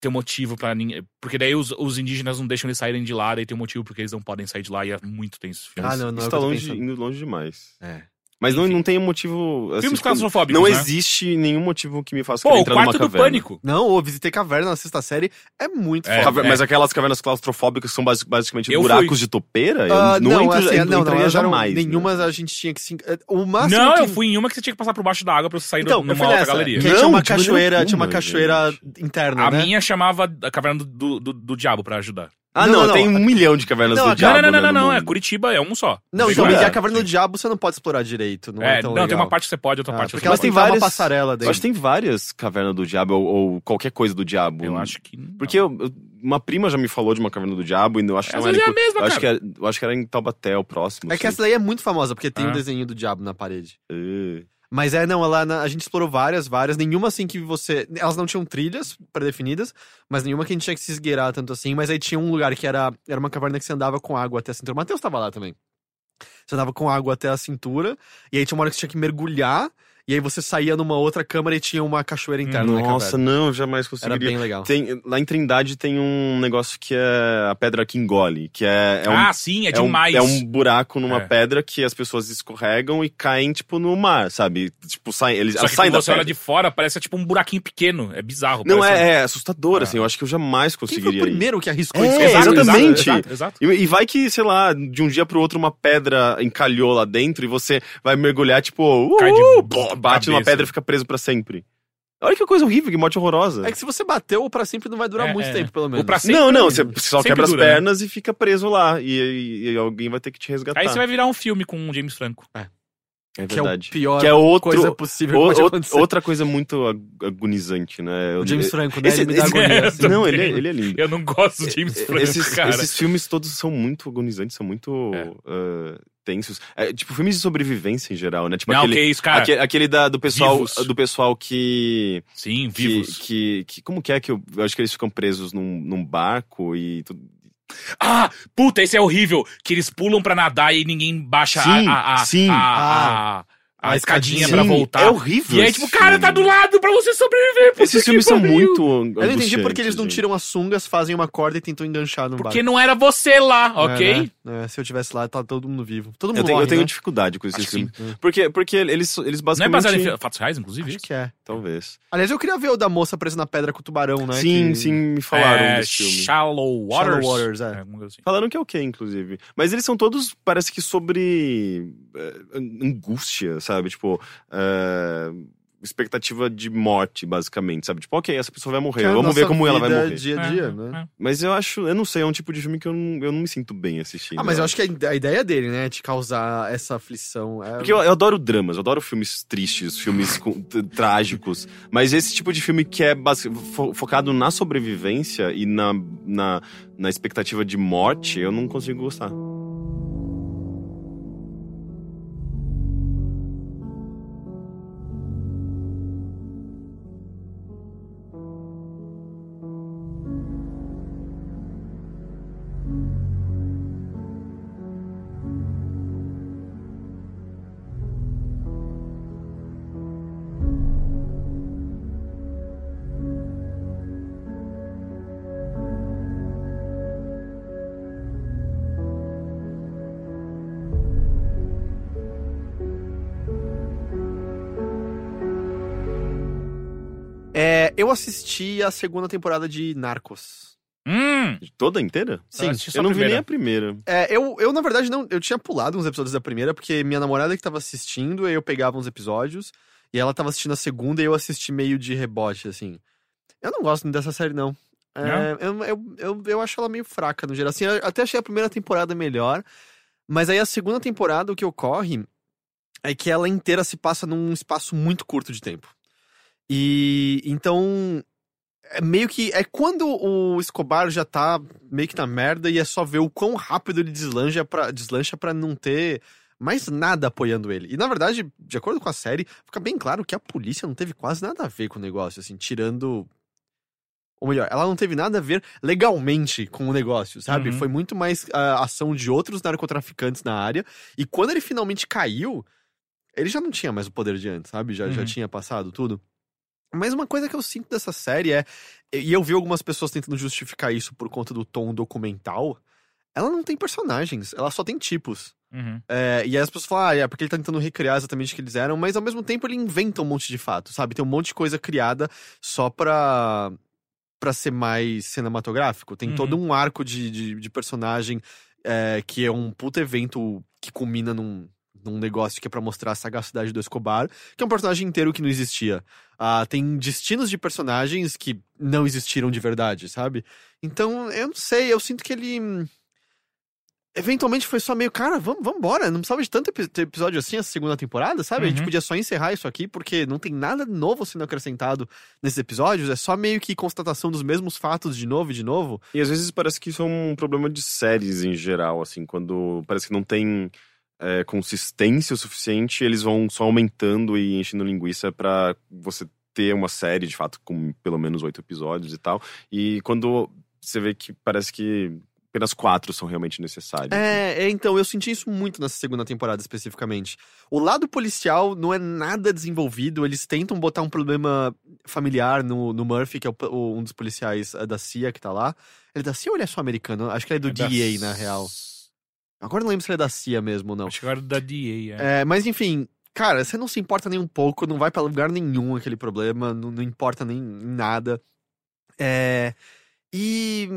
[SPEAKER 1] tem um motivo pra ninguém. Porque daí os, os indígenas não deixam eles saírem de lá, daí tem um motivo porque eles não podem sair de lá e é muito tenso esse filme.
[SPEAKER 2] Ah, não, não é
[SPEAKER 3] Isso
[SPEAKER 2] o
[SPEAKER 3] tá
[SPEAKER 2] que eu tô
[SPEAKER 3] longe,
[SPEAKER 2] pensando.
[SPEAKER 3] indo longe demais.
[SPEAKER 2] É.
[SPEAKER 3] Mas não,
[SPEAKER 1] Enfim.
[SPEAKER 3] não tem motivo. Assim,
[SPEAKER 1] Filmes
[SPEAKER 3] tipo,
[SPEAKER 1] claustrofóbicos.
[SPEAKER 3] Não
[SPEAKER 1] né?
[SPEAKER 3] existe nenhum motivo que me faça
[SPEAKER 1] Pô,
[SPEAKER 3] querer
[SPEAKER 1] o
[SPEAKER 3] entrar numa
[SPEAKER 1] quarto do
[SPEAKER 3] caverna.
[SPEAKER 1] pânico.
[SPEAKER 2] Não, ou visitei caverna na sexta série é muito
[SPEAKER 1] É,
[SPEAKER 2] foda.
[SPEAKER 3] Caver- Mas aquelas cavernas claustrofóbicas que são basi- basicamente
[SPEAKER 1] Eu
[SPEAKER 3] buracos
[SPEAKER 1] fui.
[SPEAKER 3] de topeira? Eu
[SPEAKER 2] Ah,
[SPEAKER 3] não, entro,
[SPEAKER 2] assim,
[SPEAKER 3] eu não entraria
[SPEAKER 2] elas eram-
[SPEAKER 3] jamais. né?
[SPEAKER 2] Nenhuma a gente tinha que se. é, O máximo
[SPEAKER 1] Não,
[SPEAKER 2] que...
[SPEAKER 1] eu fui em uma que você tinha que passar por baixo da água pra você sair
[SPEAKER 2] Então,
[SPEAKER 1] do,
[SPEAKER 2] eu
[SPEAKER 1] numa
[SPEAKER 2] fui
[SPEAKER 1] outra
[SPEAKER 2] nessa.
[SPEAKER 1] galeria.
[SPEAKER 2] Que aí tinha
[SPEAKER 3] Não,
[SPEAKER 2] uma
[SPEAKER 3] de maneira
[SPEAKER 2] cachoeira, tinha uma
[SPEAKER 3] alguma,
[SPEAKER 2] cachoeira interna,
[SPEAKER 1] A
[SPEAKER 2] né?
[SPEAKER 1] minha chamava a caverna do, do, do diabo pra ajudar.
[SPEAKER 3] Ah,
[SPEAKER 2] Não,
[SPEAKER 3] não,
[SPEAKER 2] não,
[SPEAKER 3] tem
[SPEAKER 2] não.
[SPEAKER 3] um milhão de cavernas
[SPEAKER 2] Não,
[SPEAKER 3] do
[SPEAKER 2] a-
[SPEAKER 1] Não,
[SPEAKER 3] diabo.
[SPEAKER 1] não, não,
[SPEAKER 3] né,
[SPEAKER 1] não, não,
[SPEAKER 3] no
[SPEAKER 1] não, é
[SPEAKER 3] mundo.
[SPEAKER 1] Curitiba, é um só.
[SPEAKER 2] Não,
[SPEAKER 3] Sim,
[SPEAKER 2] então,
[SPEAKER 3] é.
[SPEAKER 2] mas a caverna do diabo você não pode explorar direito, não é,
[SPEAKER 1] É,
[SPEAKER 2] tão
[SPEAKER 1] não,
[SPEAKER 2] legal.
[SPEAKER 1] tem uma parte que você pode, outra
[SPEAKER 2] Ah,
[SPEAKER 1] parte
[SPEAKER 2] porque
[SPEAKER 1] você não
[SPEAKER 2] elas
[SPEAKER 3] Mas
[SPEAKER 2] têm
[SPEAKER 1] pode.
[SPEAKER 3] tem
[SPEAKER 2] várias...
[SPEAKER 3] várias-
[SPEAKER 2] uma passarela
[SPEAKER 3] Eu
[SPEAKER 2] dentro.
[SPEAKER 3] acho que tem várias cavernas do diabo ou, ou qualquer coisa do diabo.
[SPEAKER 1] Eu acho que. não.
[SPEAKER 3] Porque eu- eu- uma prima já me falou de uma caverna do diabo e eu acho que
[SPEAKER 1] Às
[SPEAKER 3] não era.
[SPEAKER 1] vezes é a
[SPEAKER 3] em Cu-
[SPEAKER 1] mesma,
[SPEAKER 3] eu
[SPEAKER 1] cara.
[SPEAKER 3] acho, que era, eu acho que era em Taubaté, o próximo.
[SPEAKER 2] É que
[SPEAKER 3] assim.
[SPEAKER 2] essa daí é muito famosa, porque tem o
[SPEAKER 1] Ah.
[SPEAKER 2] desenho do diabo na parede.
[SPEAKER 3] Eh,
[SPEAKER 2] Mas é, não, ela, na- a gente explorou várias, várias. Nenhuma assim que você. Elas não tinham trilhas pré-definidas, mas nenhuma que a gente tinha que se esgueirar tanto assim. Mas aí tinha um lugar que era, era uma caverna que você andava com água até a cintura. O Matheus tava lá também. Você andava com água até a cintura, e aí tinha uma hora que você tinha que mergulhar, e aí você saía numa outra câmara e tinha uma cachoeira interna
[SPEAKER 1] é
[SPEAKER 2] na
[SPEAKER 3] Nossa,
[SPEAKER 2] caverna.
[SPEAKER 3] não, eu jamais
[SPEAKER 2] Era
[SPEAKER 3] conseguiria.
[SPEAKER 2] bem legal.
[SPEAKER 3] Tem- lá em Trindade tem um negócio que é a pedra que engole, que é, é um
[SPEAKER 1] ah, sim, é,
[SPEAKER 3] um-
[SPEAKER 1] demais.
[SPEAKER 3] É um, buraco numa
[SPEAKER 1] É.
[SPEAKER 3] pedra que as pessoas escorregam e caem, tipo, no mar, sabe? Tipo, saem, eles,
[SPEAKER 1] Só
[SPEAKER 3] elas
[SPEAKER 1] que quando
[SPEAKER 3] saem da
[SPEAKER 1] você olha
[SPEAKER 3] pedra.
[SPEAKER 1] de fora, parece tipo um buraquinho pequeno. É bizarro.
[SPEAKER 3] Não,
[SPEAKER 1] parece-
[SPEAKER 3] é, é assustador,
[SPEAKER 1] É.
[SPEAKER 3] assim. Eu acho que eu jamais
[SPEAKER 2] Quem foi o
[SPEAKER 3] conseguiria ir.
[SPEAKER 2] primeiro que arriscou
[SPEAKER 3] É,
[SPEAKER 2] isso?
[SPEAKER 1] Exato, exato,
[SPEAKER 3] exatamente.
[SPEAKER 1] Exato, exato.
[SPEAKER 3] E, e vai que, sei lá, de um dia pro outro uma pedra encalhou lá dentro e você vai mergulhar, tipo, uh,
[SPEAKER 1] Cai de
[SPEAKER 3] pô, bate
[SPEAKER 1] cabeça.
[SPEAKER 3] numa pedra e fica preso pra sempre. Olha que coisa horrível, que morte horrorosa.
[SPEAKER 2] É que se você bateu, o pra sempre não vai durar
[SPEAKER 1] É,
[SPEAKER 2] muito
[SPEAKER 1] é.
[SPEAKER 2] tempo, pelo
[SPEAKER 1] O
[SPEAKER 2] menos.
[SPEAKER 1] pra sempre-
[SPEAKER 3] não, não, você só
[SPEAKER 1] sempre
[SPEAKER 3] quebra as
[SPEAKER 1] dura, né?
[SPEAKER 3] pernas tá. e fica preso lá. E, e- e alguém vai ter que te resgatar.
[SPEAKER 1] Aí você vai virar um filme com o James Franco.
[SPEAKER 3] É
[SPEAKER 2] Que é o
[SPEAKER 3] verdade.
[SPEAKER 2] pior
[SPEAKER 3] Que é outro-
[SPEAKER 2] coisa possível
[SPEAKER 3] O-
[SPEAKER 2] que pode
[SPEAKER 3] o-
[SPEAKER 2] acontecer.
[SPEAKER 3] outra coisa muito ag- agonizante, né? Eu-
[SPEAKER 2] O James
[SPEAKER 3] eu-
[SPEAKER 2] Franco, né?
[SPEAKER 3] esse-
[SPEAKER 2] Ele me dá
[SPEAKER 3] esse-
[SPEAKER 2] agonia. assim.
[SPEAKER 3] Não, ele é, ele é lindo.
[SPEAKER 1] Eu não gosto do James Franco,
[SPEAKER 3] Esses,
[SPEAKER 1] cara.
[SPEAKER 3] esses filmes todos são muito agonizantes, são muito
[SPEAKER 1] É.
[SPEAKER 3] eh, tensos. É, tipo, filmes de sobrevivência em geral, né? Tipo,
[SPEAKER 1] não,
[SPEAKER 3] aquele,
[SPEAKER 1] que isso, cara.
[SPEAKER 3] aquele, aquele da- do, pessoal,
[SPEAKER 1] Vivos.
[SPEAKER 3] do pessoal que,
[SPEAKER 1] Sim,
[SPEAKER 3] que,
[SPEAKER 1] vivos.
[SPEAKER 3] que, que- Como que é que eu, eu acho que eles ficam presos num, num barco e tudo.
[SPEAKER 1] Ah, puta, esse é horrível. Que eles pulam pra nadar e ninguém baixa a-
[SPEAKER 3] Sim,
[SPEAKER 1] a, a,
[SPEAKER 3] sim. Ah,
[SPEAKER 1] a, a, a- a
[SPEAKER 2] A
[SPEAKER 1] escadinha
[SPEAKER 2] escadinha.
[SPEAKER 1] pra
[SPEAKER 3] Sim,
[SPEAKER 1] voltar.
[SPEAKER 3] É horrível.
[SPEAKER 1] e aí,
[SPEAKER 3] esse
[SPEAKER 1] tipo, cara,
[SPEAKER 3] filme.
[SPEAKER 1] tá do lado pra você sobreviver. puta
[SPEAKER 3] Esses
[SPEAKER 1] que
[SPEAKER 3] filmes são
[SPEAKER 1] pariu.
[SPEAKER 3] muito.
[SPEAKER 2] Eu não entendi porque
[SPEAKER 3] angustiantes,
[SPEAKER 2] eles não
[SPEAKER 3] gente.
[SPEAKER 2] tiram as sungas, fazem uma corda e tentam enganchar no
[SPEAKER 1] Porque
[SPEAKER 2] barco.
[SPEAKER 1] não era você lá, ok?
[SPEAKER 2] É, né? É, se eu tivesse lá, tá todo mundo vivo. Todo mundo
[SPEAKER 3] Eu tenho,
[SPEAKER 2] morre,
[SPEAKER 3] eu tenho um
[SPEAKER 2] né?
[SPEAKER 3] dificuldade com esses
[SPEAKER 1] Acho que sim.
[SPEAKER 3] filmes. Porque, porque eles, eles
[SPEAKER 1] Não é
[SPEAKER 3] basicamente.
[SPEAKER 1] baseado em fatos reais, inclusive?
[SPEAKER 2] Acho que é.
[SPEAKER 3] Talvez.
[SPEAKER 2] Aliás, eu queria ver o da moça presa na pedra com o tubarão, né?
[SPEAKER 3] sim,
[SPEAKER 2] que-
[SPEAKER 3] sim, me falaram
[SPEAKER 1] é,
[SPEAKER 3] desse filme.
[SPEAKER 1] Shallow Waters.
[SPEAKER 2] Shallow Waters, é.
[SPEAKER 1] alguma coisa assim.
[SPEAKER 3] Falaram que é ok, inclusive. Mas eles são todos, parece que sobre eh, an- angústia, sabe? Tipo, eh, expectativa de morte, basicamente, sabe? Tipo, ok, essa pessoa vai
[SPEAKER 2] que
[SPEAKER 3] morrer,
[SPEAKER 2] é a
[SPEAKER 3] vamos ver
[SPEAKER 2] nossa
[SPEAKER 3] como ela vai
[SPEAKER 2] vida
[SPEAKER 3] morrer.
[SPEAKER 2] dia a
[SPEAKER 1] É,
[SPEAKER 2] dia, né?
[SPEAKER 1] é.
[SPEAKER 3] Mas eu acho, eu não sei, é um tipo de filme que eu não, eu não me sinto bem assistindo.
[SPEAKER 2] Ah, mas eu acho que a ide- a ideia dele, né? De causar essa aflição. É...
[SPEAKER 3] Porque eu, eu adoro dramas, eu adoro filmes tristes, filmes com- t- trágicos. Mas esse tipo de filme que é basi- fo- focado na sobrevivência e na, na, na expectativa de morte, eu não consigo gostar.
[SPEAKER 2] É, eu assisti a segunda temporada de Narcos.
[SPEAKER 1] Hum,
[SPEAKER 3] Toda inteira?
[SPEAKER 1] Sim, assisti só
[SPEAKER 3] eu não
[SPEAKER 1] a
[SPEAKER 3] vi nem
[SPEAKER 1] primeira.
[SPEAKER 3] a primeira.
[SPEAKER 2] É, eu, eu, na verdade, não. Eu tinha pulado uns episódios da primeira, porque minha namorada que tava assistindo, aí eu pegava uns episódios, e ela tava assistindo a segunda e eu assisti meio de rebote, assim. Eu não gosto muito dessa série, não. É, eu, eu, eu, eu acho ela meio fraca, no geral. Assim, eu até achei a primeira temporada melhor. Mas aí a segunda temporada, o que ocorre é que ela inteira se passa num espaço muito curto de tempo. E então. É meio que. É quando o Escobar já tá meio que na merda e é só ver o quão rápido ele deslancha pra, deslancha pra não ter mais nada apoiando ele. E na verdade, de acordo com a série, fica bem claro que a polícia não teve quase nada a ver com o negócio, assim, tirando Ou melhor, ela não teve nada a ver legalmente com o negócio, sabe?
[SPEAKER 1] Uhum.
[SPEAKER 2] Foi muito mais a ação de outros narcotraficantes na área. E quando ele finalmente caiu, ele já não tinha mais o poder de antes, sabe? Já, já
[SPEAKER 1] Uhum.
[SPEAKER 2] tinha passado tudo. Mas uma coisa que eu sinto dessa série é. E eu vi algumas pessoas tentando justificar isso por conta do tom documental. Ela não tem personagens, ela só tem tipos.
[SPEAKER 1] Uhum.
[SPEAKER 2] É, e aí as pessoas falam, ah, é porque ele tá tentando recriar exatamente o que eles eram, mas ao mesmo tempo ele inventa um monte de fato, sabe? Tem um monte de coisa criada só pra, pra ser mais cinematográfico. Tem
[SPEAKER 1] Uhum.
[SPEAKER 2] todo um arco de, de, de personagem é, que é um puta evento que culmina num, num negócio que é pra mostrar a sagacidade do Escobar, que é um personagem inteiro que não existia. Ah, tem destinos de personagens que não existiram de verdade, sabe? Então, eu não sei, eu sinto que ele. hum, Eventualmente foi só meio, cara, vamos embora. Não precisava de tanto epi- ter episódio assim essa segunda temporada, sabe? A gente
[SPEAKER 1] Uhum.
[SPEAKER 2] podia só encerrar isso aqui, porque não tem nada novo sendo acrescentado nesses episódios. É só meio que constatação dos mesmos fatos de novo e de novo.
[SPEAKER 3] E às vezes parece que isso é um problema de séries em geral, assim, quando parece que não tem é, consistência o suficiente, eles vão só aumentando e enchendo linguiça pra você ter uma série, de fato, com pelo menos oito episódios e tal. E quando você vê que parece que apenas quatro são realmente necessários.
[SPEAKER 2] É, é, então, eu senti isso muito nessa segunda temporada especificamente. O lado policial não é nada desenvolvido, eles tentam botar um problema familiar no, no Murphy, que é o p- o- um dos policiais eh, da CIA que tá lá. Ele é da CIA ou ele é só americano? Acho que ele é do
[SPEAKER 1] da-
[SPEAKER 2] DEA, na real. Agora eu não lembro se ele é da CIA mesmo ou não.
[SPEAKER 1] Acho que era da DA, é.
[SPEAKER 2] É, mas enfim, cara, você não se importa nem um pouco, não vai pra lugar nenhum aquele problema, não, não importa nem nada. É, e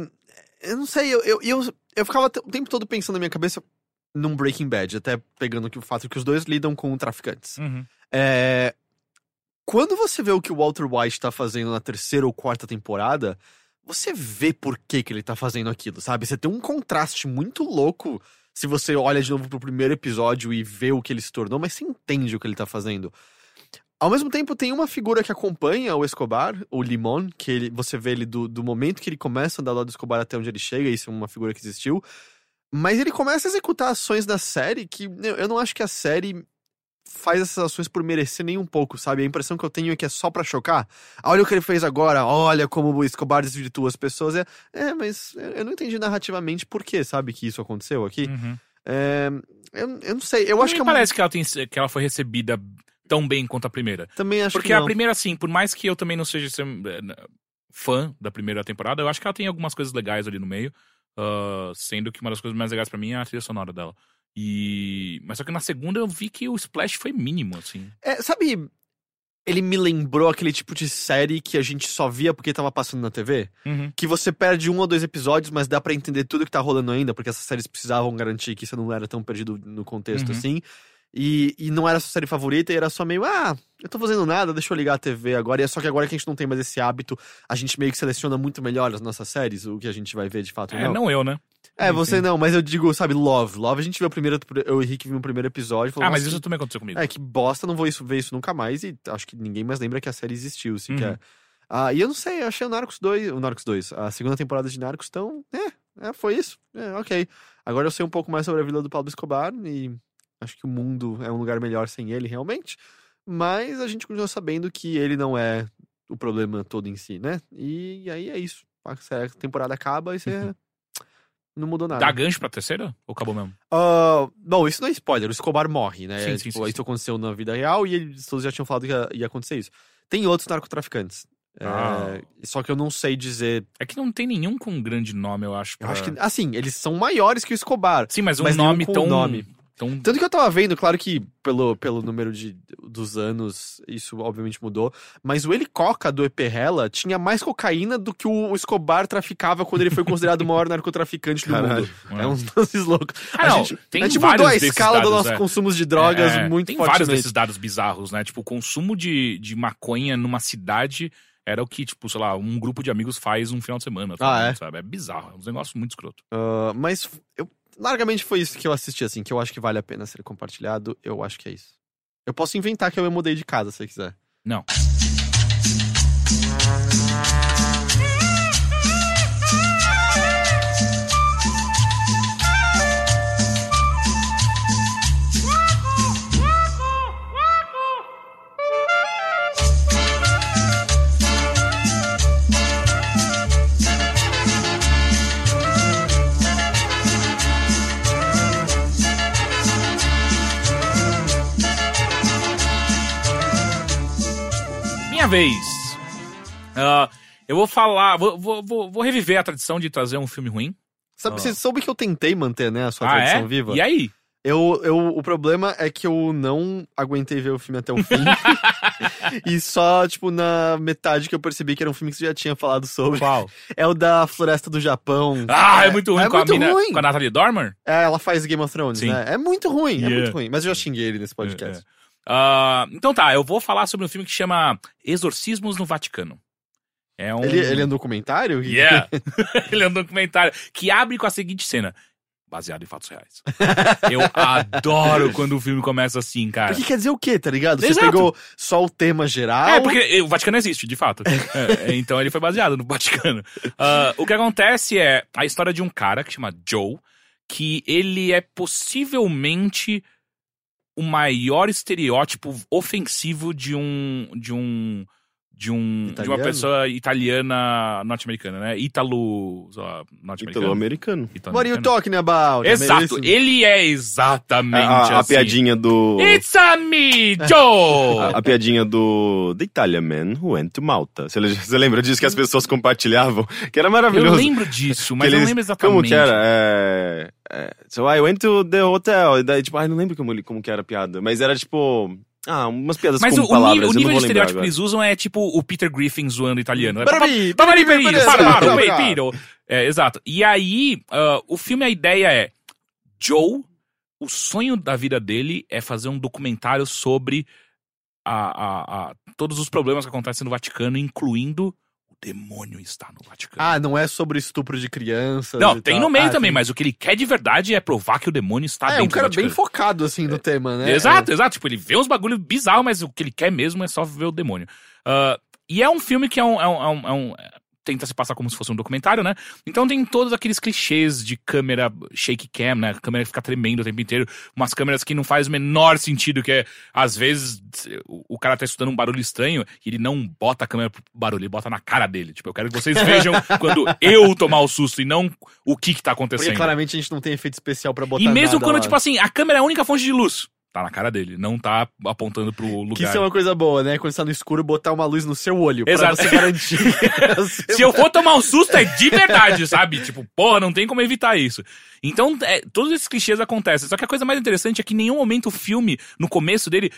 [SPEAKER 2] eu não sei, eu, eu, eu, eu ficava t- o tempo todo pensando na minha cabeça num Breaking Bad, até pegando que o fato que os dois lidam com traficantes.
[SPEAKER 1] Uhum.
[SPEAKER 2] É, quando você vê o que o Walter White tá fazendo na terceira ou quarta temporada, você vê por que, que ele tá fazendo aquilo, sabe? Você tem um contraste muito louco se você olha de novo pro primeiro episódio e vê o que ele se tornou, mas você entende o que ele tá fazendo. Ao mesmo tempo, tem uma figura que acompanha o Escobar, o Limon, que ele, você vê ele do, do momento que ele começa a andar lá do Escobar até onde ele chega, isso é uma figura que existiu. Mas ele começa a executar ações da série que eu eu não acho que a série faz essas ações por merecer nem um pouco, sabe? A impressão que eu tenho é que é só pra chocar. Ah, Olha o que ele fez agora, olha como o Escobar desvirtua as pessoas. É, é, mas eu não entendi narrativamente por que, sabe, que isso aconteceu aqui.
[SPEAKER 1] Uhum.
[SPEAKER 2] É, eu, eu não sei, eu acho que é uma-
[SPEAKER 1] parece que ela, tem, que ela foi recebida tão bem quanto a primeira.
[SPEAKER 2] também acho
[SPEAKER 1] Porque
[SPEAKER 2] que
[SPEAKER 1] a
[SPEAKER 2] não.
[SPEAKER 1] primeira, assim, por mais que eu também não seja esse, eh, n- fã da primeira temporada, eu acho que ela tem algumas coisas legais ali no meio. ah, sendo que uma das coisas mais legais pra mim é a trilha sonora dela. E... Mas só que na segunda eu vi que o splash foi mínimo, assim.
[SPEAKER 2] É, sabe, ele me lembrou aquele tipo de série que a gente só via porque tava passando na TV?
[SPEAKER 1] Uhum.
[SPEAKER 2] Que você perde um ou dois episódios, mas dá pra entender tudo que tá rolando ainda, porque essas séries precisavam garantir que você não era tão perdido no contexto
[SPEAKER 1] Uhum.
[SPEAKER 2] assim. E, e não era sua série favorita, e era só meio, ah, eu tô fazendo nada, deixa eu ligar a TV agora. E é só que agora que a gente não tem mais esse hábito, a gente meio que seleciona muito melhor as nossas séries, o que a gente vai ver de fato. ou
[SPEAKER 1] É, não. eu, né?
[SPEAKER 2] É, você
[SPEAKER 1] Enfim.
[SPEAKER 2] não, mas eu digo, sabe, Love. Love a gente viu o primeiro, eu e o Henrique viu o primeiro episódio. e falou,
[SPEAKER 1] ah, mas
[SPEAKER 2] "Nossa,
[SPEAKER 1] isso também aconteceu comigo.
[SPEAKER 2] é, que bosta, não vou isso- ver isso nunca mais. E acho que ninguém mais lembra que a série existiu, se
[SPEAKER 1] Uhum.
[SPEAKER 2] quer. Ah, e eu não sei, eu achei o Narcos 2, o Narcos 2, a segunda temporada de Narcos, então, é, é, foi isso. É, ok. Agora eu sei um pouco mais sobre a vida do Pablo Escobar e acho que o mundo é um lugar melhor sem ele, realmente. Mas a gente continua sabendo que ele não é o problema todo em si, né? E, aí é isso. A série- a temporada acaba e você. Não mudou nada.
[SPEAKER 1] Uhum. Dá gancho pra terceira? Ou acabou mesmo?
[SPEAKER 2] Ah, bom, isso não é spoiler, o Escobar morre, né?
[SPEAKER 1] Sim, sim,
[SPEAKER 2] Tipo,
[SPEAKER 1] sim, sim.
[SPEAKER 2] Isso aconteceu na vida real e eles todos já tinham falado que ia, ia acontecer isso. Tem outros narcotraficantes. É,
[SPEAKER 1] Ah.
[SPEAKER 2] só que eu não sei dizer.
[SPEAKER 1] É que não tem nenhum com grande nome, eu acho.
[SPEAKER 2] Eu
[SPEAKER 1] pra-
[SPEAKER 2] acho que. Assim, eles são maiores que o Escobar.
[SPEAKER 1] Sim, mas um
[SPEAKER 2] mas nenhum
[SPEAKER 1] nome
[SPEAKER 2] com
[SPEAKER 1] tão.
[SPEAKER 2] nome.
[SPEAKER 1] Tão...
[SPEAKER 2] Tanto que eu tava vendo, claro que pelo, pelo número de, dos anos, isso obviamente mudou. Mas o Helicoca do Eperrela tinha mais cocaína do que o Escobar traficava quando ele foi considerado o maior narcotraficante do mundo.
[SPEAKER 3] Caralho.
[SPEAKER 2] É uns lances loucos.
[SPEAKER 1] Ah,
[SPEAKER 2] a
[SPEAKER 1] não,
[SPEAKER 2] gente,
[SPEAKER 1] tem
[SPEAKER 2] a gente
[SPEAKER 1] vários
[SPEAKER 2] mudou a
[SPEAKER 1] desses
[SPEAKER 2] escala
[SPEAKER 1] dados,
[SPEAKER 2] do nosso
[SPEAKER 1] é.
[SPEAKER 2] consumo de drogas
[SPEAKER 1] É,
[SPEAKER 2] muito
[SPEAKER 1] Tem vários
[SPEAKER 2] fortemente.
[SPEAKER 1] desses dados bizarros, né? Tipo, o consumo de, de maconha numa cidade era o que, tipo, sei lá, um grupo de amigos faz um final de semana.
[SPEAKER 2] Ah, é?
[SPEAKER 1] Sabe? É bizarro, é um negócio muito escroto.
[SPEAKER 2] Ah, mas eu, largamente foi isso que eu assisti, assim, que eu acho que vale a pena ser compartilhado. Eu acho que é isso. Eu posso inventar que eu me mudei de casa, se você quiser.
[SPEAKER 1] Não. vez. Ah, eu vou falar, vou, vou- vou- vou reviver a tradição de trazer um filme ruim.
[SPEAKER 2] Sabe,
[SPEAKER 1] Ah.
[SPEAKER 2] Você soube que eu tentei manter, né, a sua
[SPEAKER 1] ah,
[SPEAKER 2] tradição
[SPEAKER 1] é?
[SPEAKER 2] viva?
[SPEAKER 1] E aí?
[SPEAKER 2] Eu, eu, o problema é que eu não aguentei ver o filme até o fim. e só, tipo, na metade que eu percebi que era um filme que você já tinha falado sobre.
[SPEAKER 1] Qual?
[SPEAKER 2] É o da Floresta do Japão.
[SPEAKER 1] Ah, é, muito ruim
[SPEAKER 2] é
[SPEAKER 1] com
[SPEAKER 2] muito
[SPEAKER 1] a mina,
[SPEAKER 2] ruim.
[SPEAKER 1] com a Natalie Dormer?
[SPEAKER 2] É, ela faz Game of Thrones,
[SPEAKER 1] Sim. É,
[SPEAKER 2] né? É muito ruim, é
[SPEAKER 1] Yeah.
[SPEAKER 2] muito ruim. Mas eu já xinguei ele nesse podcast.
[SPEAKER 1] Ah, então tá, eu vou falar sobre um filme que chama Exorcismos no Vaticano. É um.
[SPEAKER 2] Ele, ele é um documentário?
[SPEAKER 1] Yeah! ele é um documentário que abre com a seguinte cena. Baseado em fatos reais. Eu adoro quando o filme começa assim, cara.
[SPEAKER 2] Porque quer dizer o quê, tá ligado? Você
[SPEAKER 1] Exato.
[SPEAKER 2] pegou só o tema geral.
[SPEAKER 1] É, porque eh, o Vaticano existe, de fato. É, é, então ele foi baseado no Vaticano. Ah, o que acontece é a história de um cara que chama Joe, que ele é possivelmente o maior estereótipo ofensivo de um. de um. de um. de uma
[SPEAKER 2] Italiano?
[SPEAKER 1] pessoa italiana norte-americana, né? Ítalo. sei lá, norte-americano.
[SPEAKER 3] Italo-americano.
[SPEAKER 2] What are you
[SPEAKER 1] Italo-americano.
[SPEAKER 2] talking about? É
[SPEAKER 1] Exato,
[SPEAKER 2] meio isso?
[SPEAKER 1] ele é exatamente
[SPEAKER 3] A, a
[SPEAKER 1] assim.
[SPEAKER 3] piadinha do.
[SPEAKER 1] It's a me, Joe!
[SPEAKER 3] A, a piadinha do The Italian Man Who Went to Malta. Você, le- você lembra disso que as pessoas compartilhavam? Que era
[SPEAKER 1] Uhum. Eu
[SPEAKER 3] maravilhoso.
[SPEAKER 1] lembro disso, mas
[SPEAKER 3] Que
[SPEAKER 1] eu não
[SPEAKER 3] eles-
[SPEAKER 1] lembro exatamente.
[SPEAKER 3] Como que era? É, é, so I went to the hotel. E daí, tipo, ai, não lembro como, ele- como que era a piada. Mas era tipo. Ah, umas piadas
[SPEAKER 1] Mas
[SPEAKER 3] com
[SPEAKER 1] o, o
[SPEAKER 3] palavras.
[SPEAKER 1] nível, o
[SPEAKER 3] eu
[SPEAKER 1] nível
[SPEAKER 3] não
[SPEAKER 1] de
[SPEAKER 3] vou lembrar
[SPEAKER 1] estereótipo que
[SPEAKER 3] agora.
[SPEAKER 1] eles usam é tipo o Peter Griffin zoando italiano. né?
[SPEAKER 2] Barabari,
[SPEAKER 1] Papá-
[SPEAKER 2] barabari,
[SPEAKER 1] papari,
[SPEAKER 3] é
[SPEAKER 2] barabari,
[SPEAKER 3] assim,
[SPEAKER 1] papari,
[SPEAKER 2] barabari,
[SPEAKER 1] papari,
[SPEAKER 2] barabari.
[SPEAKER 1] papari. É, exato. E aí, ah, o filme, a ideia é: Joe, o sonho da vida dele é fazer um documentário sobre a, a- a- todos os problemas que acontecem no Vaticano, incluindo o demônio está no Vaticano.
[SPEAKER 2] Ah, não é sobre estupro de crianças.
[SPEAKER 1] Não,
[SPEAKER 2] e
[SPEAKER 1] tem
[SPEAKER 2] tal.
[SPEAKER 1] no meio
[SPEAKER 2] Ah,
[SPEAKER 1] também,
[SPEAKER 2] tem-
[SPEAKER 1] mas o que ele quer de verdade é provar que o demônio está
[SPEAKER 2] é,
[SPEAKER 1] dentro
[SPEAKER 2] um cara
[SPEAKER 1] do
[SPEAKER 2] bem
[SPEAKER 1] Vaticano.
[SPEAKER 2] focado, assim, no tema, né?
[SPEAKER 1] é, Exato, exato. Tipo, ele vê uns bagulho bizarro, mas o que ele quer mesmo é só ver o demônio. Ah, e é um filme que é um. é um- é um- é um- é- tenta se passar como se fosse um documentário, né? Então tem todos aqueles clichês de câmera shake cam, né? Câmera que fica tremendo o tempo inteiro. Umas câmeras que não faz o menor sentido, que é, às vezes, o o cara tá estudando um barulho estranho e ele não bota a câmera pro barulho, ele bota na cara dele. Tipo, eu quero que vocês vejam quando eu tomar o susto e não o que que tá
[SPEAKER 2] É, Porque
[SPEAKER 1] acontecendo.
[SPEAKER 2] claramente a gente não tem efeito especial pra botar
[SPEAKER 1] E mesmo
[SPEAKER 2] nada
[SPEAKER 1] quando,
[SPEAKER 2] lá.
[SPEAKER 1] tipo assim, a câmera é a única fonte de luz. Tá na cara dele, não tá apontando pro lugar.
[SPEAKER 2] Que isso é uma coisa boa, né? Quando você tá no escuro, botar uma luz no seu olho.
[SPEAKER 1] Exato.
[SPEAKER 2] Pra você garantir.
[SPEAKER 1] Se eu for tomar um susto, é de verdade, sabe? Tipo, porra, não tem como evitar isso. Então, é, todos esses clichês acontecem. Só que a coisa mais interessante é que em nenhum momento o filme, no começo dele,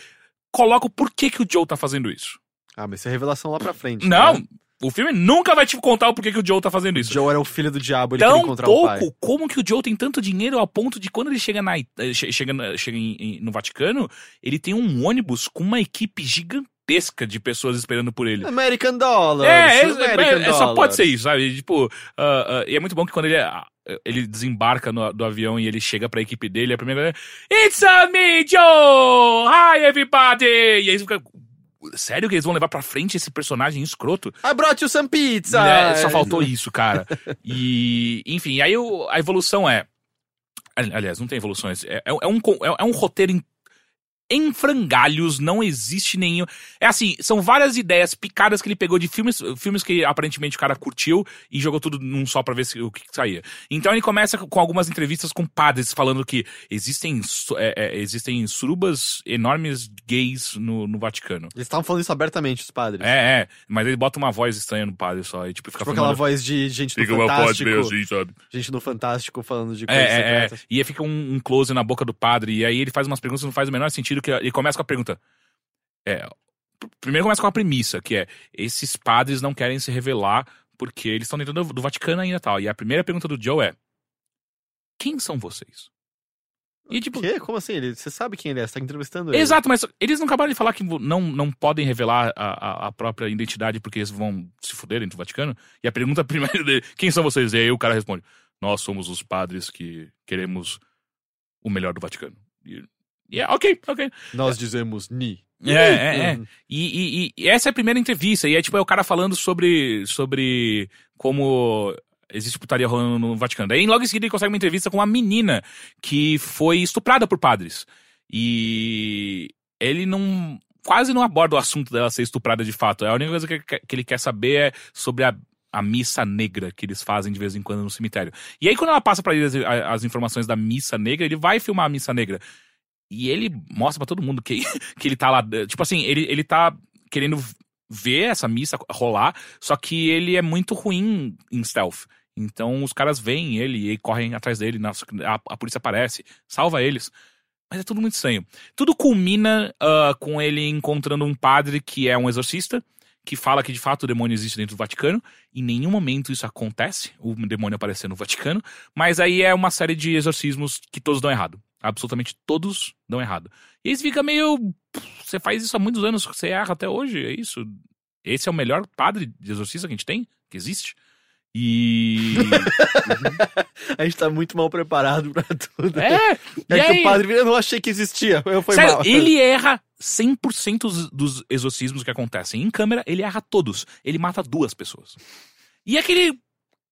[SPEAKER 1] coloca o porquê que o Joe tá fazendo isso.
[SPEAKER 2] Ah, mas isso é revelação lá pra frente.
[SPEAKER 1] Não!
[SPEAKER 2] Né?
[SPEAKER 1] O filme nunca vai te contar o porquê que o Joe tá fazendo isso.
[SPEAKER 2] Joe era o filho do diabo, ele queria
[SPEAKER 1] tão
[SPEAKER 2] encontrar o pai.
[SPEAKER 1] pouco como que o Joe tem tanto dinheiro ao ponto de quando ele chega, na, It- eh, che- chega, na- chega em- em- no Vaticano, ele tem um ônibus com uma equipe gigantesca de pessoas esperando por ele.
[SPEAKER 2] American Dollar.
[SPEAKER 1] É, é,
[SPEAKER 2] American
[SPEAKER 1] é, é, só
[SPEAKER 2] dollars.
[SPEAKER 1] pode ser isso, sabe? Tipo, ah, ah, e é muito bom que quando ele, ah, ele desembarca no- do avião e ele chega pra equipe dele, a primeira. é, It's a me, Joe! Hi, everybody! E aí você fica. Sério que eles vão levar pra frente esse personagem escroto?
[SPEAKER 2] I brought you some pizza. É.
[SPEAKER 1] Né? Só faltou isso, cara. E, enfim, aí o- a evolução é. ali- Aliás, não tem evoluções. É, é- é um, co- é- é um roteiro em, em frangalhos, não existe nenhum. É assim, são várias ideias picadas que ele pegou de filmes, filmes que aparentemente o cara curtiu e jogou tudo num só pra ver se, o que, que saía. Então ele começa com algumas entrevistas com padres falando que existem, su- é, é, existem surubas enormes gays no- no Vaticano.
[SPEAKER 2] Eles estavam falando isso abertamente, os padres.
[SPEAKER 1] É, é. Mas ele bota uma voz estranha no padre só. E, tipo, fica
[SPEAKER 2] Tipo aquela
[SPEAKER 1] filmando-
[SPEAKER 2] voz de gente do
[SPEAKER 1] Fica uma voz
[SPEAKER 2] Fantástico.
[SPEAKER 1] meio assim, sabe?
[SPEAKER 2] Gente do Fantástico falando de coisas
[SPEAKER 1] É, é, é.
[SPEAKER 2] secretas.
[SPEAKER 1] E aí fica um, um close na boca do padre. E aí ele faz umas perguntas que não faz o menor sentido. que Ele começa com a pergunta. É. pr- Primeiro começa com a premissa, que é: esses padres não querem se revelar porque eles estão dentro do, do Vaticano ainda e tal. E a primeira pergunta do Joe é: Quem são vocês? E tipo,
[SPEAKER 2] Quê? Como assim? Ele, você sabe quem ele é? Você tá entrevistando ele.
[SPEAKER 1] Exato, mas eles não acabaram de falar que vo- não, não podem revelar a, a- a própria identidade porque eles vão se fuder dentro do Vaticano? E a pergunta primeiro dele, quem são vocês? E aí o cara responde, nós somos os padres que queremos o melhor do Vaticano. E, e é, ok, ok.
[SPEAKER 2] Nós dizemos ni.
[SPEAKER 1] É, é, é.
[SPEAKER 2] Hum.
[SPEAKER 1] E, e- e essa é a primeira entrevista, e é tipo, é o cara falando sobre, sobre como existe putaria rolando no Vaticano. Daí logo em seguida ele consegue uma entrevista com uma menina que foi estuprada por padres. E ele não. quase não aborda o assunto dela ser estuprada de fato. A única coisa que, que ele quer saber é sobre a. a missa negra que eles fazem de vez em quando no cemitério. E aí, quando ela passa pra ele as, a- as informações da missa negra, ele vai filmar a missa negra. eh, E ele mostra pra todo mundo que, que ele tá lá. Tipo assim, ele, ele tá querendo ver essa missa rolar, só que ele é muito ruim em stealth. Então os caras veem ele e correm atrás dele, na- a, a polícia aparece, salva eles. Mas é tudo muito estranho. Tudo culmina ah, com ele encontrando um padre que é um exorcista, que fala que de fato o demônio existe dentro do Vaticano. Em nenhum momento isso acontece, o demônio aparecer no Vaticano. Mas aí é uma série de exorcismos que todos dão errado. Absolutamente todos dão errado. E aí você fica meio. "Pff, Você faz isso há muitos anos, você erra até hoje, é isso. Esse é o melhor padre de exorcista que a gente tem, que existe. E.
[SPEAKER 2] A gente tá muito mal preparado pra tudo.
[SPEAKER 1] é!
[SPEAKER 2] É
[SPEAKER 1] e
[SPEAKER 2] que
[SPEAKER 1] aí-
[SPEAKER 2] o padre vira, eu não achei que existia. Eu fui
[SPEAKER 1] Sério,
[SPEAKER 2] mal.
[SPEAKER 1] ele erra 100% dos- dos exorcismos que acontecem em câmera, ele erra todos. Ele mata duas pessoas. E aquele.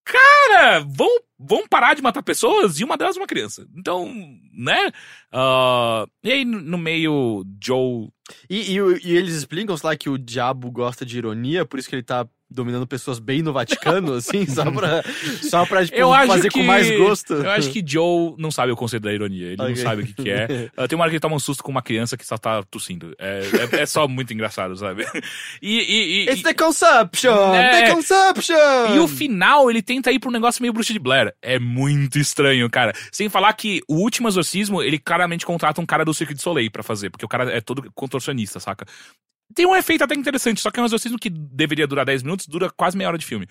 [SPEAKER 1] Cara, vão, vão parar de matar pessoas e uma delas é uma criança. Então, né? Ah, e aí, no no meio, Joe.
[SPEAKER 2] E, e o- e eles explicam, sei lá, que o diabo gosta de ironia, por isso que ele tá dominando pessoas bem no Vaticano, assim, só pra, só pra tipo,
[SPEAKER 1] Eu acho
[SPEAKER 2] fazer com
[SPEAKER 1] que-
[SPEAKER 2] mais gosto.
[SPEAKER 1] Eu acho que Joe não sabe o conceito da ironia. Ele
[SPEAKER 2] Ok.
[SPEAKER 1] não sabe o que, que é. Ah, tem uma hora que ele toma um susto com uma criança que só tá tossindo. É, é- é só muito engraçado, sabe? E- e- e-
[SPEAKER 2] It's the consumption!
[SPEAKER 1] É.
[SPEAKER 2] The consumption!
[SPEAKER 1] E o final, ele tenta ir pra um negócio meio bruxa de Blair. É muito estranho, cara. Sem falar que o último exorcismo, ele claramente contrata um cara do Cirque de Soleil pra fazer, porque o cara é todo contorcionista, saca? Tem um efeito até interessante, só que é um exorcismo que deveria durar 10 minutos, dura quase meia hora de filme.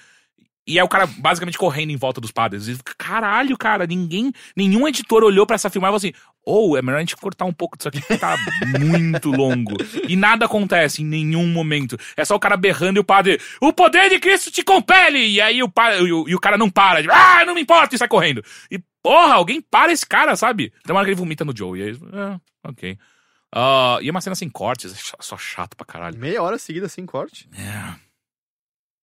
[SPEAKER 1] E é o cara basicamente correndo em volta dos padres. E, fica, Caralho, cara, ninguém. Nenhum editor olhou pra essa filmagem e falou assim: ou é melhor a gente cortar um pouco disso aqui que tá muito longo. E nada acontece em nenhum momento. É só o cara berrando e o padre. O poder de Cristo te compele! E aí o, pa- e o, e o cara não para. Tipo, ah, não me importa! E sai correndo. E porra, alguém para esse cara, sabe? Tem uma hora que ele vomita no Joe. E aí. Ah, ok. Ah, e é uma cena sem cortes, é ch- só chato pra caralho.
[SPEAKER 2] Meia hora seguida sem corte.
[SPEAKER 1] É.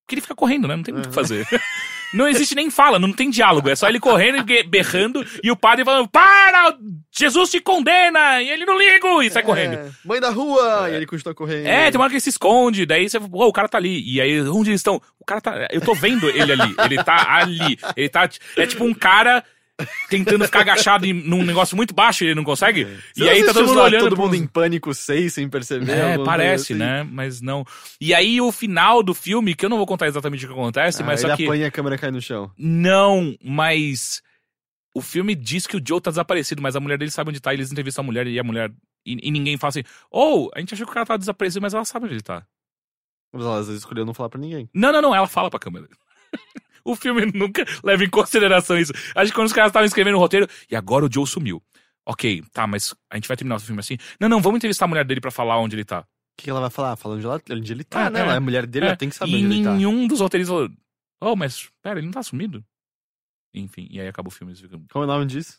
[SPEAKER 1] Porque ele fica correndo, né? Não tem muito o que fazer. Não existe nem fala, não tem diálogo. É só ele correndo, e be- berrando, e o padre falando: Para! Jesus te condena! E ele não liga! E sai correndo.
[SPEAKER 2] É, Mãe da rua! E ele continua correndo.
[SPEAKER 1] É, tem uma hora que ele se esconde, daí você, pô, o cara tá ali. E aí, onde eles estão? O cara tá. Eu tô vendo ele ali. Ele tá ali. Ele tá. É tipo um cara tentando ficar agachado em- num negócio muito baixo e ele não consegue.
[SPEAKER 2] Você
[SPEAKER 1] e aí
[SPEAKER 2] não
[SPEAKER 1] tá todo
[SPEAKER 2] assistiu
[SPEAKER 1] mundo
[SPEAKER 2] lá
[SPEAKER 1] olhando.
[SPEAKER 2] Todo
[SPEAKER 1] pros-
[SPEAKER 2] mundo em pânico 6 sem perceber.
[SPEAKER 1] É,
[SPEAKER 2] alguma coisa
[SPEAKER 1] parece,
[SPEAKER 2] assim?
[SPEAKER 1] né? Mas não. E aí o final do filme, que eu não vou contar exatamente o que acontece,
[SPEAKER 2] Ah,
[SPEAKER 1] mas
[SPEAKER 2] ele
[SPEAKER 1] só que.
[SPEAKER 2] apanha e a câmera cai no chão.
[SPEAKER 1] Não, mas. O filme diz que o Joe tá desaparecido, mas a mulher dele sabe onde tá. Eles entrevistam a mulher e a mulher. E, e ninguém fala assim. Ou, a gente achou que o cara tava desaparecido, mas ela sabe onde ele tá.
[SPEAKER 2] Mas ela às vezes escolheu não falar pra ninguém.
[SPEAKER 1] Não, não, não, ela fala pra câmera. o filme nunca leva em consideração isso. Acho que quando os caras estavam escrevendo o roteiro, e agora o Joe sumiu. Ok, tá, mas a gente vai terminar o filme assim? Não, não, vamos entrevistar a mulher dele pra falar onde ele tá.
[SPEAKER 2] O que que ela vai falar? Falando de lá, onde ele tá,
[SPEAKER 1] É,
[SPEAKER 2] né?
[SPEAKER 1] é.
[SPEAKER 2] Ela é a mulher dele,
[SPEAKER 1] É,
[SPEAKER 2] ela tem que saber
[SPEAKER 1] e
[SPEAKER 2] onde ele tá.
[SPEAKER 1] nenhum dos roteiristas falou, oh, mas pera, ele não tá sumido? Enfim, e aí acaba o filme. eles ficam,
[SPEAKER 2] Qual é o nome disso?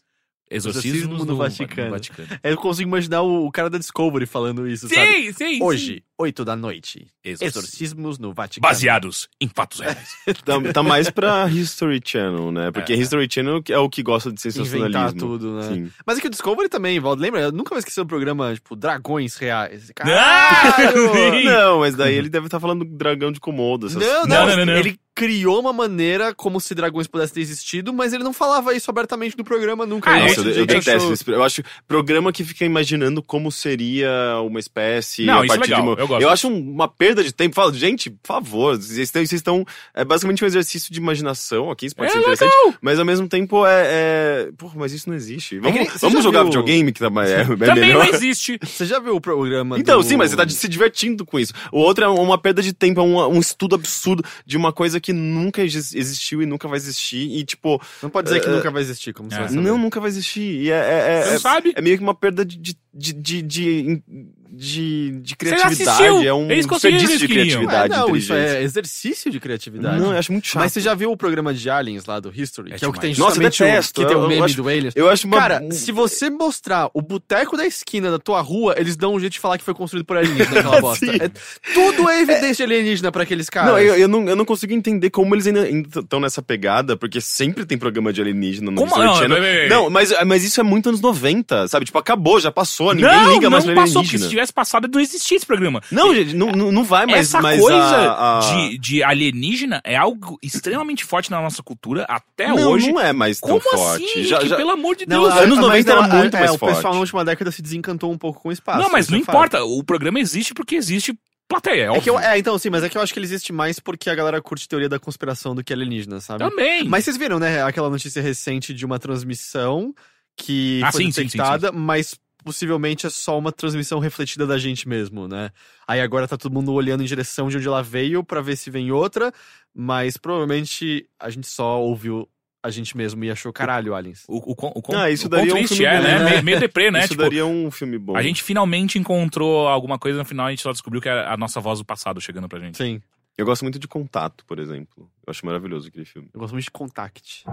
[SPEAKER 1] Exorcismos
[SPEAKER 2] no
[SPEAKER 1] no
[SPEAKER 2] Vaticano."
[SPEAKER 1] Vaticano.
[SPEAKER 2] Eu consigo imaginar o, o cara da Discovery falando isso,
[SPEAKER 1] Sim,
[SPEAKER 2] sabe?
[SPEAKER 1] sim,
[SPEAKER 2] Hoje, 8 da noite.
[SPEAKER 1] Exorcismos.
[SPEAKER 2] Exorcismos no Vaticano.
[SPEAKER 1] Baseados em fatos reais.
[SPEAKER 3] Tá, tá mais pra History Channel, né? Porque
[SPEAKER 1] É.
[SPEAKER 3] History Channel é o que gosta de
[SPEAKER 2] Inventar
[SPEAKER 3] sensacionalismo.
[SPEAKER 2] tudo, né?
[SPEAKER 3] Sim.
[SPEAKER 2] Mas é que o Discovery também, Valdo, lembra? Eu nunca vou esquecer o programa, tipo, Dragões Reais.
[SPEAKER 1] Ah, sim.
[SPEAKER 3] Não, mas daí ele deve estar falando do dragão de Komodo. Essas...
[SPEAKER 2] Não, não,
[SPEAKER 1] Não, não, não, não.
[SPEAKER 2] Ele criou uma maneira como se dragões pudessem ter existido, mas ele não falava isso abertamente no programa nunca.
[SPEAKER 1] Ah,
[SPEAKER 2] Um
[SPEAKER 1] é?
[SPEAKER 2] monte
[SPEAKER 3] Nossa,
[SPEAKER 2] de
[SPEAKER 3] eu, eu
[SPEAKER 2] gente
[SPEAKER 3] detesto
[SPEAKER 2] achou-
[SPEAKER 3] esse. Eu acho programa que fica imaginando como seria uma espécie
[SPEAKER 1] Não,
[SPEAKER 3] a
[SPEAKER 1] isso é
[SPEAKER 3] partir
[SPEAKER 1] legal,
[SPEAKER 3] de uma.
[SPEAKER 1] eu gosto.
[SPEAKER 3] acho um- uma perda de tempo. Falo, gente, por favor, vocês estão. vocês estão- é basicamente um exercício de imaginação aqui, isso pode
[SPEAKER 1] É
[SPEAKER 3] ser interessante. Mas ao mesmo tempo é. é... Porra, mas isso não
[SPEAKER 1] É
[SPEAKER 3] existe. Vamos,
[SPEAKER 2] que nem- você já
[SPEAKER 3] vamos jogar
[SPEAKER 2] viu-
[SPEAKER 3] videogame, que tá- é, é
[SPEAKER 1] Também
[SPEAKER 3] melhor.
[SPEAKER 1] não existe.
[SPEAKER 2] Você já viu o programa
[SPEAKER 3] Então,
[SPEAKER 2] do-
[SPEAKER 3] sim, mas você tá se divertindo com isso. O outro é uma perda de tempo, é um, um estudo absurdo de uma coisa que nunca exi- existiu e nunca vai existir. E, tipo,
[SPEAKER 2] Não pode dizer que
[SPEAKER 3] É,
[SPEAKER 2] nunca vai existir, como você
[SPEAKER 1] é.
[SPEAKER 2] vai saber.
[SPEAKER 3] não, nunca vai existir. E é, é- é-
[SPEAKER 1] Você não
[SPEAKER 3] é-
[SPEAKER 1] sabe.
[SPEAKER 3] é meio que uma perda de, de, de, de, de- de
[SPEAKER 1] assistiu.
[SPEAKER 3] criatividade. É um
[SPEAKER 1] Eles conseguiram,
[SPEAKER 3] desperdício
[SPEAKER 1] eles
[SPEAKER 3] de
[SPEAKER 1] queriam.
[SPEAKER 3] criatividade.
[SPEAKER 2] Ah, não, isso
[SPEAKER 3] inteligente.
[SPEAKER 2] é exercício de criatividade.
[SPEAKER 3] Não, eu acho muito chato.
[SPEAKER 2] Mas você já viu o programa de aliens lá do History?
[SPEAKER 1] É
[SPEAKER 2] que é o que tem
[SPEAKER 1] demais.
[SPEAKER 3] Nossa, eu
[SPEAKER 2] justamente o,
[SPEAKER 3] detesto,
[SPEAKER 2] que tem
[SPEAKER 3] eu-
[SPEAKER 2] o
[SPEAKER 3] eu
[SPEAKER 2] meme
[SPEAKER 3] acho-
[SPEAKER 2] do aliens.
[SPEAKER 3] Eu acho uma.
[SPEAKER 2] Cara, se você mostrar o boteco da esquina da tua rua, eles dão um jeito de falar que foi construído por alienígena aquela bosta.
[SPEAKER 3] Sim.
[SPEAKER 2] É- tudo é evidência alienígena pra aqueles caras.
[SPEAKER 3] Não, eu, eu não, eu não consigo entender como eles ainda estão nessa pegada, porque sempre tem programa de alienígena é no
[SPEAKER 1] Como
[SPEAKER 3] History
[SPEAKER 1] não? é
[SPEAKER 3] Channel.
[SPEAKER 1] Peraí, peraí.
[SPEAKER 3] Não, mas, mas isso é muito anos 90, sabe? Tipo, acabou, já passou, ninguém
[SPEAKER 1] não,
[SPEAKER 3] liga mais
[SPEAKER 1] não
[SPEAKER 3] pra
[SPEAKER 1] passou, porque se
[SPEAKER 3] alienígena.
[SPEAKER 1] tivesse passado, não existia esse programa.
[SPEAKER 3] Não, gente, não, não não vai mais.
[SPEAKER 1] Essa
[SPEAKER 3] mas
[SPEAKER 1] coisa
[SPEAKER 3] a- a-
[SPEAKER 1] De, de alienígena é algo extremamente forte na nossa cultura até
[SPEAKER 3] não,
[SPEAKER 1] hoje.
[SPEAKER 3] não é mais tão
[SPEAKER 1] Como
[SPEAKER 3] forte.
[SPEAKER 1] assim?
[SPEAKER 3] Já-
[SPEAKER 1] gente?
[SPEAKER 3] já-
[SPEAKER 1] Pelo amor de
[SPEAKER 2] Não,
[SPEAKER 1] Deus.
[SPEAKER 2] a-
[SPEAKER 3] anos
[SPEAKER 2] mas
[SPEAKER 3] 90 era
[SPEAKER 2] não, a-
[SPEAKER 3] muito
[SPEAKER 2] é,
[SPEAKER 3] mais
[SPEAKER 2] O pessoal
[SPEAKER 3] forte. ah,
[SPEAKER 2] na última década se desencantou um pouco com o espaço.
[SPEAKER 1] não, mas
[SPEAKER 2] isso
[SPEAKER 1] não
[SPEAKER 2] é fato.
[SPEAKER 1] importa. O programa existe porque existe plateia, é
[SPEAKER 2] É,
[SPEAKER 1] óbvio.
[SPEAKER 2] que eu- é, então, sim, mas é que eu acho que ele existe mais porque a galera curte teoria da conspiração do que alienígena, sabe?
[SPEAKER 1] Também.
[SPEAKER 2] Mas vocês viram, né, aquela notícia recente de uma transmissão que
[SPEAKER 1] Ah,
[SPEAKER 2] foi
[SPEAKER 1] sim, sim, sim,
[SPEAKER 2] detectada, mas possivelmente é só uma transmissão refletida da gente mesmo, né? Aí agora tá todo mundo olhando em direção de onde ela veio pra ver se vem outra, mas provavelmente a gente só ouviu a gente mesmo e achou caralho, aliens.
[SPEAKER 1] O, o, quão- o, quão-
[SPEAKER 3] Ah, isso
[SPEAKER 1] o quão
[SPEAKER 3] daria um
[SPEAKER 1] triste
[SPEAKER 3] filme
[SPEAKER 1] é,
[SPEAKER 3] bom,
[SPEAKER 1] né?
[SPEAKER 3] né?
[SPEAKER 1] Meio, meio deprê, né?
[SPEAKER 3] Isso
[SPEAKER 1] tipo,
[SPEAKER 3] daria um filme bom.
[SPEAKER 1] a gente finalmente encontrou alguma coisa no final a gente só descobriu que era a nossa voz do passado chegando pra gente.
[SPEAKER 2] Sim,
[SPEAKER 3] Eu gosto muito de Contato, por exemplo. Eu acho maravilhoso aquele filme.
[SPEAKER 2] eu gosto muito de Contact.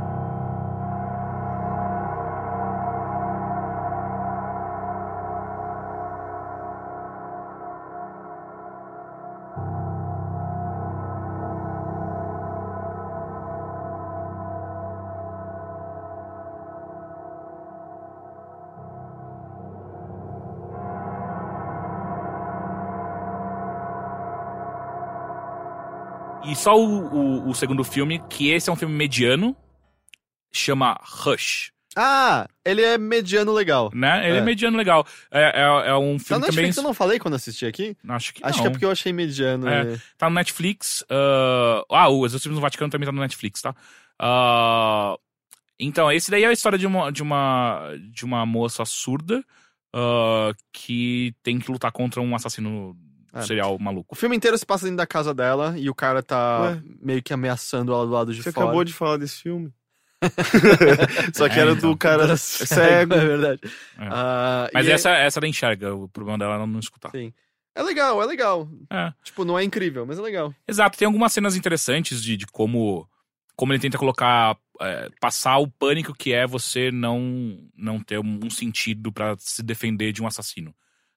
[SPEAKER 1] E só o, o, o segundo filme, que esse é um filme mediano, chama Rush.
[SPEAKER 2] Ah, ele é mediano legal.
[SPEAKER 1] né? Ele é,
[SPEAKER 2] É.
[SPEAKER 1] mediano legal. É, é, é um
[SPEAKER 2] Tá
[SPEAKER 1] filme
[SPEAKER 2] na
[SPEAKER 1] também.
[SPEAKER 2] Netflix, eu não falei quando assisti aqui?
[SPEAKER 1] Acho que
[SPEAKER 2] Acho
[SPEAKER 1] não.
[SPEAKER 2] que é porque eu achei mediano.
[SPEAKER 1] É.
[SPEAKER 2] ele.
[SPEAKER 1] Tá no Netflix. ah, Ah, o Exorcismo no Vaticano também tá no Netflix, tá? Ah, Então, esse daí é a história de uma, de uma, de uma moça surda ah, que tem que lutar contra um assassino
[SPEAKER 2] É.
[SPEAKER 1] serial maluco.
[SPEAKER 2] O filme inteiro se passa dentro da casa dela e o cara tá
[SPEAKER 3] Ué.
[SPEAKER 2] meio que ameaçando ela do lado de
[SPEAKER 3] Você
[SPEAKER 2] fora.
[SPEAKER 3] acabou de falar desse filme. Só que era
[SPEAKER 1] então.
[SPEAKER 3] do cara
[SPEAKER 2] É
[SPEAKER 3] cego.
[SPEAKER 2] verdade.
[SPEAKER 1] É.
[SPEAKER 2] Ah,
[SPEAKER 1] Mas
[SPEAKER 2] e é-
[SPEAKER 1] essa, essa ela enxerga, o problema dela é ela não escutar.
[SPEAKER 2] Sim. É legal, é legal.
[SPEAKER 1] É.
[SPEAKER 2] Tipo, não é incrível, mas é legal.
[SPEAKER 1] Exato, tem algumas cenas interessantes de, de como como ele tenta colocar é, passar o pânico que é você não não ter um, um sentido pra se defender de um assassino.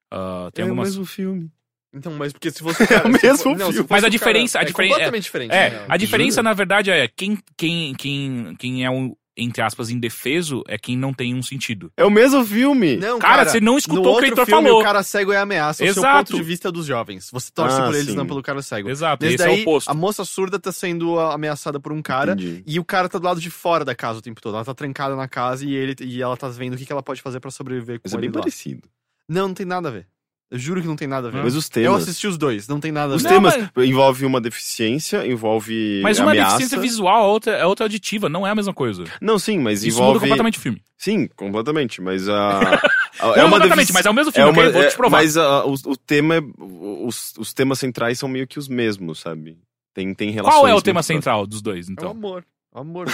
[SPEAKER 1] Ah, tem
[SPEAKER 3] é o
[SPEAKER 1] algumas
[SPEAKER 3] mesmo filme.
[SPEAKER 2] Então, mas porque se fosse o cara... se
[SPEAKER 3] É mesmo
[SPEAKER 2] fo- não, se fosse
[SPEAKER 3] filme.
[SPEAKER 1] Mas a
[SPEAKER 2] o cara-
[SPEAKER 1] diferença- a
[SPEAKER 2] é
[SPEAKER 1] diferen-
[SPEAKER 2] completamente diferente. na
[SPEAKER 1] É,
[SPEAKER 2] real.
[SPEAKER 1] a diferença
[SPEAKER 3] Jura?
[SPEAKER 1] na verdade é quem quem quem quem é um entre aspas indefeso é quem não tem um sentido.
[SPEAKER 3] É o mesmo filme!
[SPEAKER 2] Não,
[SPEAKER 1] Cara,
[SPEAKER 2] cara,
[SPEAKER 1] você não escutou o
[SPEAKER 2] no
[SPEAKER 1] que o
[SPEAKER 2] outro
[SPEAKER 1] Heitor
[SPEAKER 2] filme,
[SPEAKER 1] falou.
[SPEAKER 2] O cara cego é a ameaça. O seu
[SPEAKER 1] Exato.
[SPEAKER 2] ponto de vista é dos jovens. Você torce
[SPEAKER 3] Ah,
[SPEAKER 2] por eles,
[SPEAKER 3] sim.
[SPEAKER 2] não pelo cara cego.
[SPEAKER 1] Exato,
[SPEAKER 2] Desde
[SPEAKER 1] esse é o
[SPEAKER 2] daí,
[SPEAKER 1] oposto.
[SPEAKER 2] a moça surda tá sendo ah, ameaçada por um cara.
[SPEAKER 3] Entendi.
[SPEAKER 2] E o cara tá do lado de fora da casa o tempo todo. Ela tá trancada na casa e, ele, e ela tá vendo o que, que ela pode fazer pra sobreviver com
[SPEAKER 3] Mas é
[SPEAKER 2] ele
[SPEAKER 3] bem
[SPEAKER 2] lá.
[SPEAKER 3] parecido.
[SPEAKER 2] Não, não tem nada a ver. Eu juro que não tem
[SPEAKER 1] Hum.
[SPEAKER 2] nada a ver.
[SPEAKER 3] Mas os
[SPEAKER 2] eu
[SPEAKER 3] temas.
[SPEAKER 2] assisti os dois, não tem nada a
[SPEAKER 3] Os
[SPEAKER 2] ver.
[SPEAKER 1] Não,
[SPEAKER 3] temas envolve uma deficiência, envolve.
[SPEAKER 1] Mas uma
[SPEAKER 3] ameaça.
[SPEAKER 1] é deficiência visual, a outra é outra é auditiva, não é a mesma coisa.
[SPEAKER 3] Não, sim, mas
[SPEAKER 1] Isso muda
[SPEAKER 3] envolve.
[SPEAKER 1] completamente o filme.
[SPEAKER 3] Sim, completamente. Mas a. a-
[SPEAKER 1] Não completamente,
[SPEAKER 3] defici-
[SPEAKER 1] mas é o mesmo filme, ok? vou te provar.
[SPEAKER 3] Mas a- o, o tema é. Os, os temas centrais são meio que os mesmos, sabe? Tem, tem relações.
[SPEAKER 1] Qual é o
[SPEAKER 3] muito
[SPEAKER 1] tema
[SPEAKER 3] próximas.
[SPEAKER 1] central dos dois,
[SPEAKER 2] É o
[SPEAKER 1] então?
[SPEAKER 2] amor. O amor.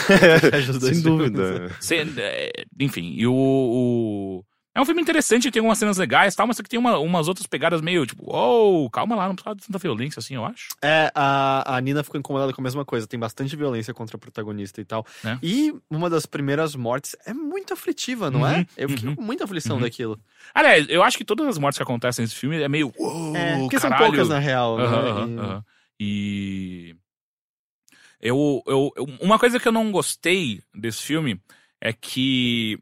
[SPEAKER 3] Sem dúvida.
[SPEAKER 1] Cê- é, enfim, e o, o- É um filme interessante, tem umas cenas legais e tal, mas só que tem uma- umas outras pegadas meio tipo, oh, calma lá, não precisa de tanta violência assim, eu acho.
[SPEAKER 2] É, a, a Nina ficou incomodada com a mesma coisa. Tem bastante violência contra a protagonista e tal.
[SPEAKER 1] É.
[SPEAKER 2] E uma das primeiras mortes é muito aflitiva, não
[SPEAKER 1] Uhum,
[SPEAKER 2] é? Eu fiquei
[SPEAKER 1] uhum.
[SPEAKER 2] com muita aflição
[SPEAKER 1] Uhum.
[SPEAKER 2] daquilo.
[SPEAKER 1] Aliás, eu acho que todas as mortes que acontecem nesse filme é meio, uou,
[SPEAKER 2] é, porque são
[SPEAKER 1] caralho."
[SPEAKER 2] poucas, na real. né?
[SPEAKER 1] Aham, aham,
[SPEAKER 2] E-
[SPEAKER 1] aham. E. Eu, eu, eu- uma coisa que eu não gostei desse filme é que.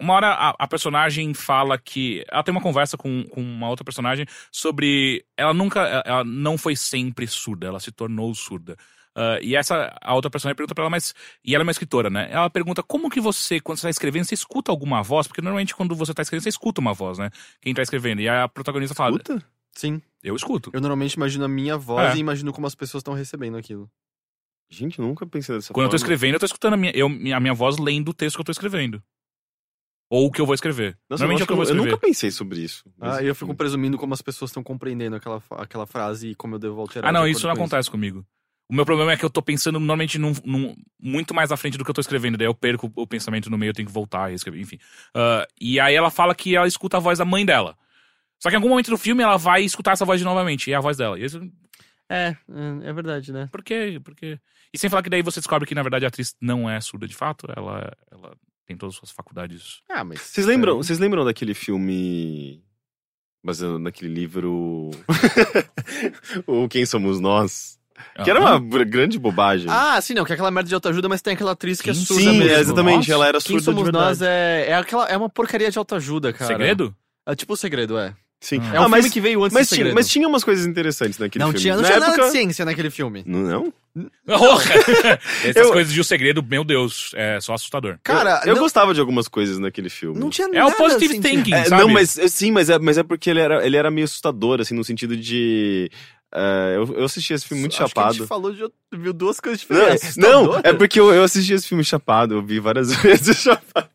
[SPEAKER 1] Uma hora a, a personagem fala que. Ela tem uma conversa com, com uma outra personagem sobre. Ela nunca. ela- Ela não foi sempre surda, ela se tornou surda. Ah, e essa. A outra personagem pergunta pra ela, mas. E ela é uma escritora, né? Ela pergunta como que você, quando você tá escrevendo, você escuta alguma voz? Porque normalmente quando você tá escrevendo, você escuta uma voz, né? Quem tá escrevendo. E a protagonista fala,
[SPEAKER 3] Puta?
[SPEAKER 2] Sim,
[SPEAKER 1] eu escuto.
[SPEAKER 2] eu normalmente imagino a minha voz
[SPEAKER 1] É.
[SPEAKER 2] e imagino como as pessoas estão recebendo aquilo.
[SPEAKER 3] Gente, eu nunca pensei dessa
[SPEAKER 1] Quando eu tô
[SPEAKER 3] forma.
[SPEAKER 1] escrevendo, eu tô escutando a minha, eu- a minha voz lendo o texto que eu tô escrevendo. Ou o que eu vou escrever.
[SPEAKER 3] Nossa,
[SPEAKER 1] Normalmente é o que eu vou
[SPEAKER 3] acho que eu,
[SPEAKER 1] escrever.
[SPEAKER 3] nunca pensei sobre isso.
[SPEAKER 2] Ah, eu fico presumindo como as pessoas estão compreendendo aquela, fa- aquela frase e como eu devo alterar.
[SPEAKER 1] Ah, não,
[SPEAKER 2] de
[SPEAKER 1] isso não
[SPEAKER 2] acordo com
[SPEAKER 1] acontece comigo. O meu problema é que eu tô pensando normalmente num- num- muito mais à frente do que eu tô escrevendo. Daí eu perco o pensamento no meio, eu tenho que voltar e escrever, enfim. Ah, e aí ela fala que ela escuta a voz da mãe dela. Só que em algum momento do filme ela vai escutar essa voz de novamente. E é a voz dela. E isso,
[SPEAKER 2] É, é é verdade, né?
[SPEAKER 1] por quê? Por quê? E sem falar que daí você descobre que, na verdade, a atriz não é surda de fato. Ela, ela tem todas as suas faculdades.
[SPEAKER 2] Ah, mas.
[SPEAKER 3] Vocês lembram, vocês lembram daquele filme baseado naquele livro O Quem Somos Nós? Que era uma br- grande bobagem.
[SPEAKER 2] Ah, sim, não, que é aquela merda de autoajuda, mas tem aquela atriz que é
[SPEAKER 1] Sim,
[SPEAKER 2] surda
[SPEAKER 3] Sim,
[SPEAKER 2] mesmo.
[SPEAKER 3] exatamente,
[SPEAKER 1] Nossa,
[SPEAKER 3] ela era
[SPEAKER 2] Quem
[SPEAKER 3] surda de
[SPEAKER 2] somos
[SPEAKER 3] verdade.
[SPEAKER 2] é nós é, é aquela é uma porcaria de autoajuda, cara.
[SPEAKER 1] Segredo?
[SPEAKER 2] É tipo o segredo, é.
[SPEAKER 3] Sim.
[SPEAKER 1] Ah.
[SPEAKER 2] É um
[SPEAKER 3] mas,
[SPEAKER 2] filme que veio antes
[SPEAKER 3] mas,
[SPEAKER 2] do
[SPEAKER 3] tinha,
[SPEAKER 2] Segredo.
[SPEAKER 3] mas tinha umas coisas interessantes naquele
[SPEAKER 2] não
[SPEAKER 3] filme.
[SPEAKER 2] tinha, não
[SPEAKER 3] Na
[SPEAKER 2] tinha
[SPEAKER 3] época...
[SPEAKER 2] nada de ciência naquele filme.
[SPEAKER 3] Não, não?
[SPEAKER 1] Porra! Essas
[SPEAKER 3] Eu-
[SPEAKER 1] coisas de O Segredo, meu Deus, é só assustador.
[SPEAKER 2] Cara,
[SPEAKER 3] eu, eu
[SPEAKER 2] não,
[SPEAKER 3] gostava de algumas coisas naquele filme.
[SPEAKER 2] não tinha
[SPEAKER 1] É
[SPEAKER 2] nada
[SPEAKER 1] o positive
[SPEAKER 2] assim,
[SPEAKER 1] thinking,
[SPEAKER 3] É,
[SPEAKER 1] sabe?
[SPEAKER 3] não, mas é, sim, mas é, mas é porque ele era, ele era meio assustador, assim, no sentido de. é, eu, eu assisti esse filme muito
[SPEAKER 2] Acho que a gente
[SPEAKER 3] chapado.
[SPEAKER 2] falou de outro- viu duas coisas
[SPEAKER 3] Não,
[SPEAKER 2] diferentes.
[SPEAKER 3] Não,
[SPEAKER 2] Assustador. né?
[SPEAKER 3] é porque eu, eu assisti esse filme chapado, eu vi várias vezes chapado.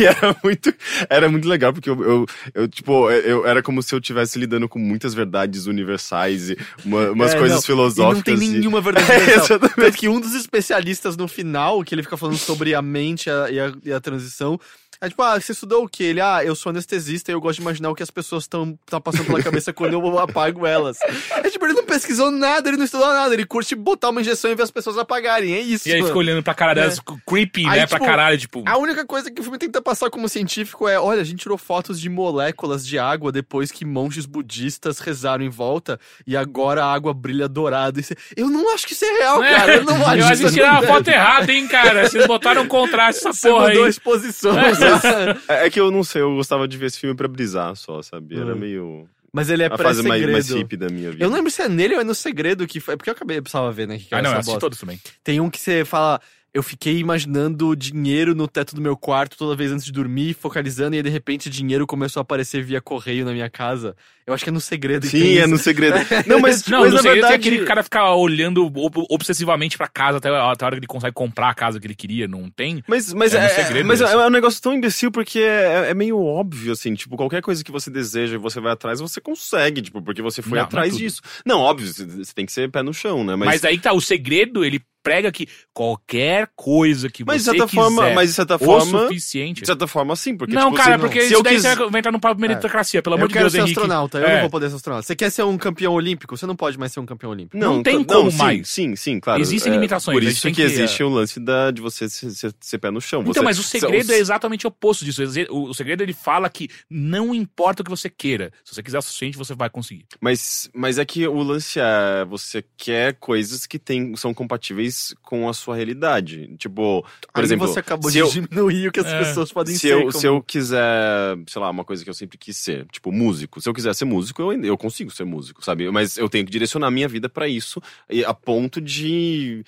[SPEAKER 3] E era muito, era muito legal, porque eu, eu, eu, tipo, eu, era como se eu estivesse lidando com muitas verdades universais e uma- umas
[SPEAKER 2] É,
[SPEAKER 3] coisas
[SPEAKER 2] não.
[SPEAKER 3] filosóficas.
[SPEAKER 2] E não tem
[SPEAKER 3] e-
[SPEAKER 2] nenhuma verdade
[SPEAKER 3] É,
[SPEAKER 2] universal.
[SPEAKER 3] exatamente.
[SPEAKER 2] Tanto que um dos especialistas no final, que ele fica falando sobre a mente e a, e a- e a transição, é tipo, ah, você estudou o quê? Ele, ah, eu sou anestesista e eu gosto de imaginar o que as pessoas estão tá passando pela cabeça quando eu apago elas. É tipo, ele não pesquisou nada, ele não estudou nada, ele curte botar uma injeção e ver as pessoas apagarem, é isso.
[SPEAKER 1] E aí
[SPEAKER 2] mano.
[SPEAKER 1] fica olhando pra cara
[SPEAKER 3] É.
[SPEAKER 1] delas, creepy,
[SPEAKER 2] Aí,
[SPEAKER 1] né?
[SPEAKER 2] tipo,
[SPEAKER 1] pra caralho, tipo.
[SPEAKER 2] A única coisa que o filme tenta passar como científico é: olha, a gente tirou fotos de moléculas de água depois que monges budistas rezaram em volta e agora a água brilha dourada. Isso- Eu não acho que isso é real,
[SPEAKER 1] né?
[SPEAKER 2] cara. Eu não é acho
[SPEAKER 1] Eu
[SPEAKER 2] que
[SPEAKER 1] acho que
[SPEAKER 2] isso
[SPEAKER 1] tiraram a
[SPEAKER 2] acontece.
[SPEAKER 1] foto errada, hein, cara? Vocês botaram um contraste essa
[SPEAKER 2] Você
[SPEAKER 1] porra aí.
[SPEAKER 2] mudou a exposição. sabe?
[SPEAKER 3] É, é que eu não sei, eu gostava de ver esse filme pra brisar só, sabe? Era
[SPEAKER 2] Hum.
[SPEAKER 3] meio.
[SPEAKER 2] Mas ele é
[SPEAKER 3] a fase mais, mais
[SPEAKER 2] pré-segredo.
[SPEAKER 3] hippie da minha vida.
[SPEAKER 2] Eu não lembro se é nele ou é no segredo que foi. É porque eu acabei, eu precisava ver, né? Que que
[SPEAKER 1] Ah,
[SPEAKER 2] era
[SPEAKER 1] não, eu
[SPEAKER 2] essa
[SPEAKER 1] assisti
[SPEAKER 2] bosta.
[SPEAKER 1] todos também.
[SPEAKER 2] Tem um que você fala. Eu fiquei imaginando dinheiro no teto do meu quarto toda vez antes de dormir, focalizando, e aí, de repente dinheiro começou a aparecer via correio na minha casa. Eu acho que é no segredo. que tem
[SPEAKER 3] Sim, é
[SPEAKER 2] isso.
[SPEAKER 3] no segredo. Não, mas,
[SPEAKER 1] Não,
[SPEAKER 3] mas
[SPEAKER 1] no
[SPEAKER 3] na
[SPEAKER 1] segredo
[SPEAKER 3] é verdade.
[SPEAKER 1] tem aquele cara ficar olhando ob- obsessivamente pra casa até a até a hora que ele consegue comprar a casa que ele queria, não tem?
[SPEAKER 3] Mas, mas,
[SPEAKER 1] É um
[SPEAKER 3] é,
[SPEAKER 1] segredo
[SPEAKER 3] mas é-
[SPEAKER 1] isso.
[SPEAKER 3] é um negócio tão imbecil porque é, é meio óbvio, assim, tipo, qualquer coisa que você deseja e você vai atrás, você consegue, tipo, porque você foi
[SPEAKER 1] Não, não é
[SPEAKER 3] atrás
[SPEAKER 1] tudo.
[SPEAKER 3] disso. Não, óbvio, você- você tem que ser pé no chão, né?
[SPEAKER 1] Mas,
[SPEAKER 3] Mas,
[SPEAKER 1] aí que tá, o segredo, ele prega que qualquer coisa que
[SPEAKER 3] mas de
[SPEAKER 1] você
[SPEAKER 3] certa
[SPEAKER 1] quiser
[SPEAKER 3] forma, mas de certa
[SPEAKER 1] o
[SPEAKER 3] forma.
[SPEAKER 1] suficiente...
[SPEAKER 3] De certa forma, sim, porque.
[SPEAKER 1] não,
[SPEAKER 3] tipo,
[SPEAKER 1] cara,
[SPEAKER 3] se-
[SPEAKER 1] porque
[SPEAKER 3] se
[SPEAKER 1] isso
[SPEAKER 3] eu
[SPEAKER 1] daí
[SPEAKER 3] quiser-
[SPEAKER 1] você vai entrar no papo meritocracia, pelo amor
[SPEAKER 2] Eu
[SPEAKER 1] de
[SPEAKER 2] quero
[SPEAKER 1] Deus,
[SPEAKER 2] ser
[SPEAKER 1] Henrique.
[SPEAKER 2] astronauta, eu
[SPEAKER 1] É.
[SPEAKER 2] não vou poder ser astronauta. Você quer ser um campeão olímpico? Você não pode mais ser um campeão olímpico.
[SPEAKER 1] não tem
[SPEAKER 3] tá-
[SPEAKER 1] como
[SPEAKER 3] sim,
[SPEAKER 1] mais.
[SPEAKER 3] Sim, sim, claro. é.
[SPEAKER 1] Existem limitações,
[SPEAKER 3] Por
[SPEAKER 1] a
[SPEAKER 3] isso
[SPEAKER 1] gente tem
[SPEAKER 3] que,
[SPEAKER 1] que,
[SPEAKER 3] existe o lance da, de você ser, ser- ser pé no chão.
[SPEAKER 1] Então,
[SPEAKER 3] você-
[SPEAKER 1] mas o segredo
[SPEAKER 3] são-
[SPEAKER 1] é exatamente o oposto disso. O o segredo, ele fala que não importa o que você queira. Se você quiser o suficiente, você vai conseguir.
[SPEAKER 3] Mas, mas é que o lance é você quer coisas que tem, são compatíveis com a sua realidade. Tipo, por
[SPEAKER 2] Aí
[SPEAKER 3] exemplo,
[SPEAKER 2] você acabou
[SPEAKER 3] se
[SPEAKER 2] de
[SPEAKER 3] eu-
[SPEAKER 2] diminuir o que as
[SPEAKER 1] É.
[SPEAKER 2] pessoas podem
[SPEAKER 3] se
[SPEAKER 2] ser.
[SPEAKER 3] eu,
[SPEAKER 2] como-
[SPEAKER 3] se eu quiser, sei lá, uma coisa que eu sempre quis ser, tipo músico. Se eu quiser ser músico, eu, ainda- eu consigo ser músico, sabe? Mas eu tenho que direcionar minha vida pra isso, e a ponto de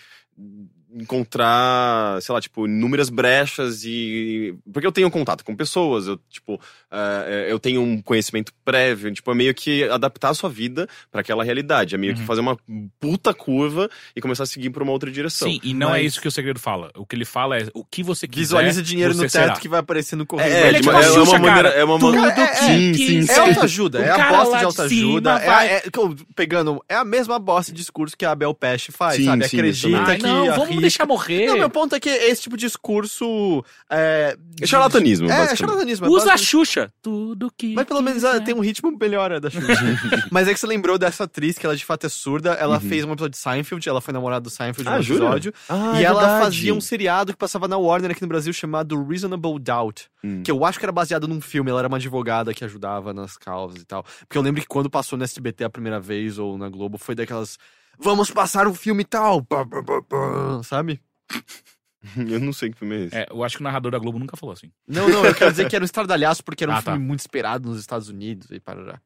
[SPEAKER 3] encontrar, sei lá, tipo, inúmeras brechas e... Porque eu tenho contato com pessoas, eu, tipo, eh, eu tenho um conhecimento prévio, tipo, é meio que adaptar a sua vida pra aquela realidade, é meio que
[SPEAKER 1] Uhum.
[SPEAKER 3] fazer uma puta curva e começar a seguir pra uma outra direção.
[SPEAKER 1] Sim, e não é
[SPEAKER 2] mas-
[SPEAKER 1] isso que o segredo fala. O que ele fala é o que você quiser.
[SPEAKER 2] Visualiza dinheiro no
[SPEAKER 1] É. você
[SPEAKER 2] teto
[SPEAKER 1] será.
[SPEAKER 2] que vai aparecer no correio.
[SPEAKER 3] É,
[SPEAKER 1] Ele é
[SPEAKER 3] de
[SPEAKER 1] tipo
[SPEAKER 3] uma-
[SPEAKER 1] a
[SPEAKER 3] é
[SPEAKER 1] Xuxa,
[SPEAKER 3] uma maneira...
[SPEAKER 1] cara.
[SPEAKER 3] É uma
[SPEAKER 1] Tudo
[SPEAKER 3] maneira...
[SPEAKER 1] que
[SPEAKER 3] sim, sim,
[SPEAKER 2] É
[SPEAKER 1] quiser.
[SPEAKER 2] autoajuda,
[SPEAKER 1] O
[SPEAKER 2] é a
[SPEAKER 1] cara lá
[SPEAKER 2] bosta de
[SPEAKER 1] de
[SPEAKER 2] autoajuda.
[SPEAKER 1] cima
[SPEAKER 2] é-
[SPEAKER 1] vai-
[SPEAKER 2] é- que eu- pegando, é a mesma bosta de discurso que a Abel Pest faz,
[SPEAKER 3] Sim,
[SPEAKER 2] sabe?
[SPEAKER 3] sim,
[SPEAKER 2] Acredita
[SPEAKER 3] isso
[SPEAKER 1] Ai,
[SPEAKER 2] que.
[SPEAKER 1] Ah, não, vamos
[SPEAKER 2] arrisca.
[SPEAKER 1] deixar morrer.
[SPEAKER 2] Não, meu ponto é que esse tipo de discurso. É,
[SPEAKER 3] É charlatanismo,
[SPEAKER 2] é, é
[SPEAKER 3] basicamente.
[SPEAKER 2] charlatanismo. é
[SPEAKER 1] Usa né? a
[SPEAKER 2] basicamente-
[SPEAKER 1] Xuxa. Tudo que.
[SPEAKER 2] Mas pelo menos ela tem um ritmo melhor a da Xuxa. Mas é que você lembrou dessa atriz que ela de fato é surda. Ela fez um episódio de Seinfeld, ela foi namorada do Seinfeld no
[SPEAKER 3] Uhum. Ah, jura?
[SPEAKER 2] episódio.
[SPEAKER 3] Ah,
[SPEAKER 2] e
[SPEAKER 3] é
[SPEAKER 2] ela
[SPEAKER 3] verdade.
[SPEAKER 2] fazia um seriado que passava na Warner aqui no Brasil chamado Reasonable Doubt.
[SPEAKER 3] Hum.
[SPEAKER 2] Que eu acho que era baseado num filme. Ela era uma advogada que ajudava nas causas e tal. Porque eu lembro que quando passou no SBT a primeira vez ou na Globo, foi daquelas. Vamos passar um filme tal. pá, pá, pá, pá", Sabe?
[SPEAKER 3] Eu não sei que filme é esse.
[SPEAKER 1] É, eu acho que o narrador da Globo nunca falou assim.
[SPEAKER 2] Não, não, eu quero dizer que era um estardalhaço porque era um
[SPEAKER 1] Ah, tá.
[SPEAKER 2] filme muito esperado nos Estados Unidos e parará.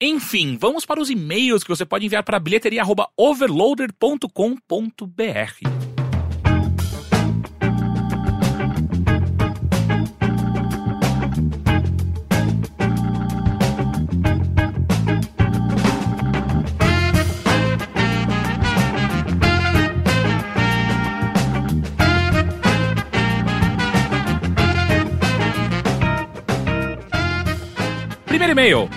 [SPEAKER 1] Enfim, vamos para os e-mails que você pode enviar para bilheteria.overloader.com.br. Primeiro e-mail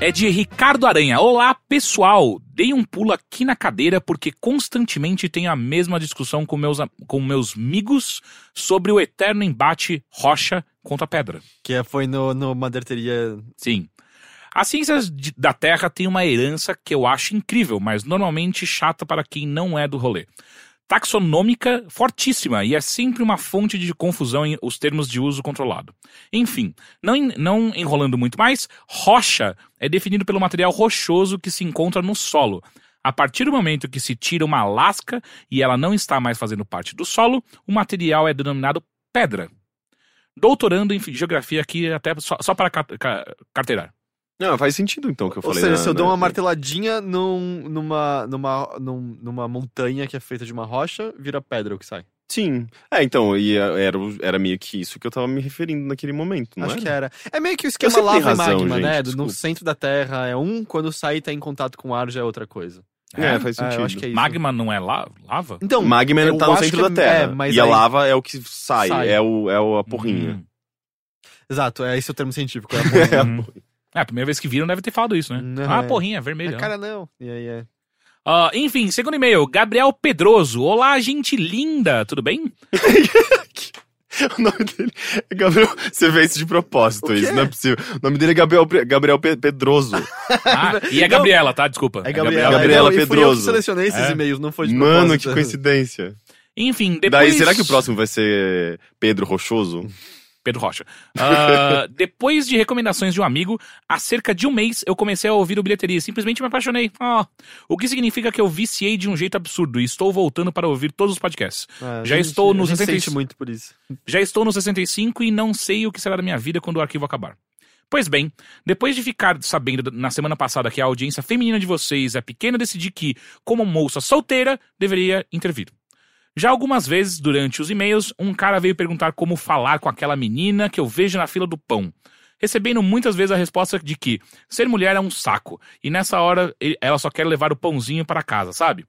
[SPEAKER 1] é de Ricardo Aranha. Olá, pessoal! Dei um pulo aqui na cadeira porque constantemente tenho a mesma discussão com meus, a- com meus amigos sobre o eterno embate rocha contra pedra.
[SPEAKER 2] Que foi no, no Maderteria
[SPEAKER 1] Sim. As ciências de- da Terra têm uma herança que eu acho incrível, mas normalmente chata para quem não é do rolê. Taxonômica fortíssima e é sempre uma fonte de confusão em os termos de uso controlado. Enfim, não, en- não enrolando muito mais, rocha é definido pelo material rochoso que se encontra no solo. A partir do momento que se tira uma lasca e ela não está mais fazendo parte do solo, o material é denominado pedra doutorando em geografia aqui até só, só para ca- ca- carteirar.
[SPEAKER 3] Não, faz sentido então o que eu
[SPEAKER 2] Ou
[SPEAKER 3] falei.
[SPEAKER 2] seja,
[SPEAKER 3] na-
[SPEAKER 2] se eu
[SPEAKER 3] na-
[SPEAKER 2] dou uma marteladinha num- numa, numa, num- numa montanha que é feita de uma rocha, vira pedra o que sai.
[SPEAKER 3] Sim. É, então, e a- era, o- era meio que isso que eu tava me referindo naquele momento, não
[SPEAKER 2] Acho
[SPEAKER 3] era?
[SPEAKER 2] que era. É meio que o esquema
[SPEAKER 3] sempre tenho
[SPEAKER 2] lava e
[SPEAKER 3] razão,
[SPEAKER 2] magma,
[SPEAKER 3] gente,
[SPEAKER 2] né? Do-
[SPEAKER 3] desculpa.
[SPEAKER 2] No centro da Terra é um, quando sai e tá em contato com o ar já é outra coisa.
[SPEAKER 3] É, faz
[SPEAKER 2] Ah,
[SPEAKER 3] sentido.
[SPEAKER 2] eu acho que é isso.
[SPEAKER 1] Magma não é la- lava?
[SPEAKER 2] Então,
[SPEAKER 3] Magma
[SPEAKER 2] eu
[SPEAKER 3] tá no
[SPEAKER 2] acho
[SPEAKER 3] centro
[SPEAKER 2] que
[SPEAKER 3] da
[SPEAKER 2] é-
[SPEAKER 3] Terra.
[SPEAKER 2] é, mas
[SPEAKER 3] e a
[SPEAKER 2] aí-
[SPEAKER 3] lava é o que sai,
[SPEAKER 2] Sai.
[SPEAKER 3] É, o, é o- a porrinha.
[SPEAKER 1] Hum.
[SPEAKER 2] exato, é esse o termo científico. É a
[SPEAKER 3] É
[SPEAKER 2] porra.
[SPEAKER 3] a
[SPEAKER 1] Hum. É, a primeira vez que viram deve ter falado isso, né?
[SPEAKER 2] Não,
[SPEAKER 1] ah,
[SPEAKER 2] é.
[SPEAKER 1] porrinha, vermelha.
[SPEAKER 2] É, cara, não. E aí é.
[SPEAKER 1] Ah, enfim, segundo e-mail, Gabriel Pedroso. Olá, gente linda, tudo bem?
[SPEAKER 3] o nome dele é Gabriel. Você fez isso de propósito,
[SPEAKER 2] O
[SPEAKER 3] isso
[SPEAKER 2] quê?
[SPEAKER 3] não é possível. O nome dele é Gabriel, Pre- Gabriel Pe- Pedroso.
[SPEAKER 1] Ah, e é Gabriela, tá? Desculpa.
[SPEAKER 2] É
[SPEAKER 1] É
[SPEAKER 2] Gabriela, Não,
[SPEAKER 3] Gabriela
[SPEAKER 2] e fui eu que
[SPEAKER 3] Pedroso.
[SPEAKER 2] selecionei esses
[SPEAKER 1] É.
[SPEAKER 2] e-mails, não foi de
[SPEAKER 3] Mano, que
[SPEAKER 2] propósito.
[SPEAKER 3] coincidência.
[SPEAKER 1] Enfim, depois...
[SPEAKER 3] Daí, será que o próximo vai ser Pedro Rochoso?
[SPEAKER 1] Pedro Rocha. Ah, depois de recomendações de um amigo, há cerca de um mês eu comecei a ouvir o bilheteria. e Simplesmente me apaixonei. Ah, o que significa que eu viciei de um jeito absurdo e estou voltando para ouvir todos os podcasts.
[SPEAKER 2] Ah,
[SPEAKER 1] Já
[SPEAKER 2] a gente-
[SPEAKER 1] estou
[SPEAKER 2] a
[SPEAKER 1] nos
[SPEAKER 2] gente
[SPEAKER 1] 65.
[SPEAKER 2] sente muito por isso.
[SPEAKER 1] Já estou no 65 e não sei o que será da minha vida quando o arquivo acabar. Pois bem, depois de ficar sabendo da- na semana passada que a audiência feminina de vocês é pequena, decidi que, como moça solteira, deveria intervir. Já algumas vezes, durante os e-mails, um cara veio perguntar como falar com aquela menina que eu vejo na fila do pão. Recebendo muitas vezes a resposta de que ser mulher é um saco e nessa hora e- ela só quer levar o pãozinho para casa, sabe?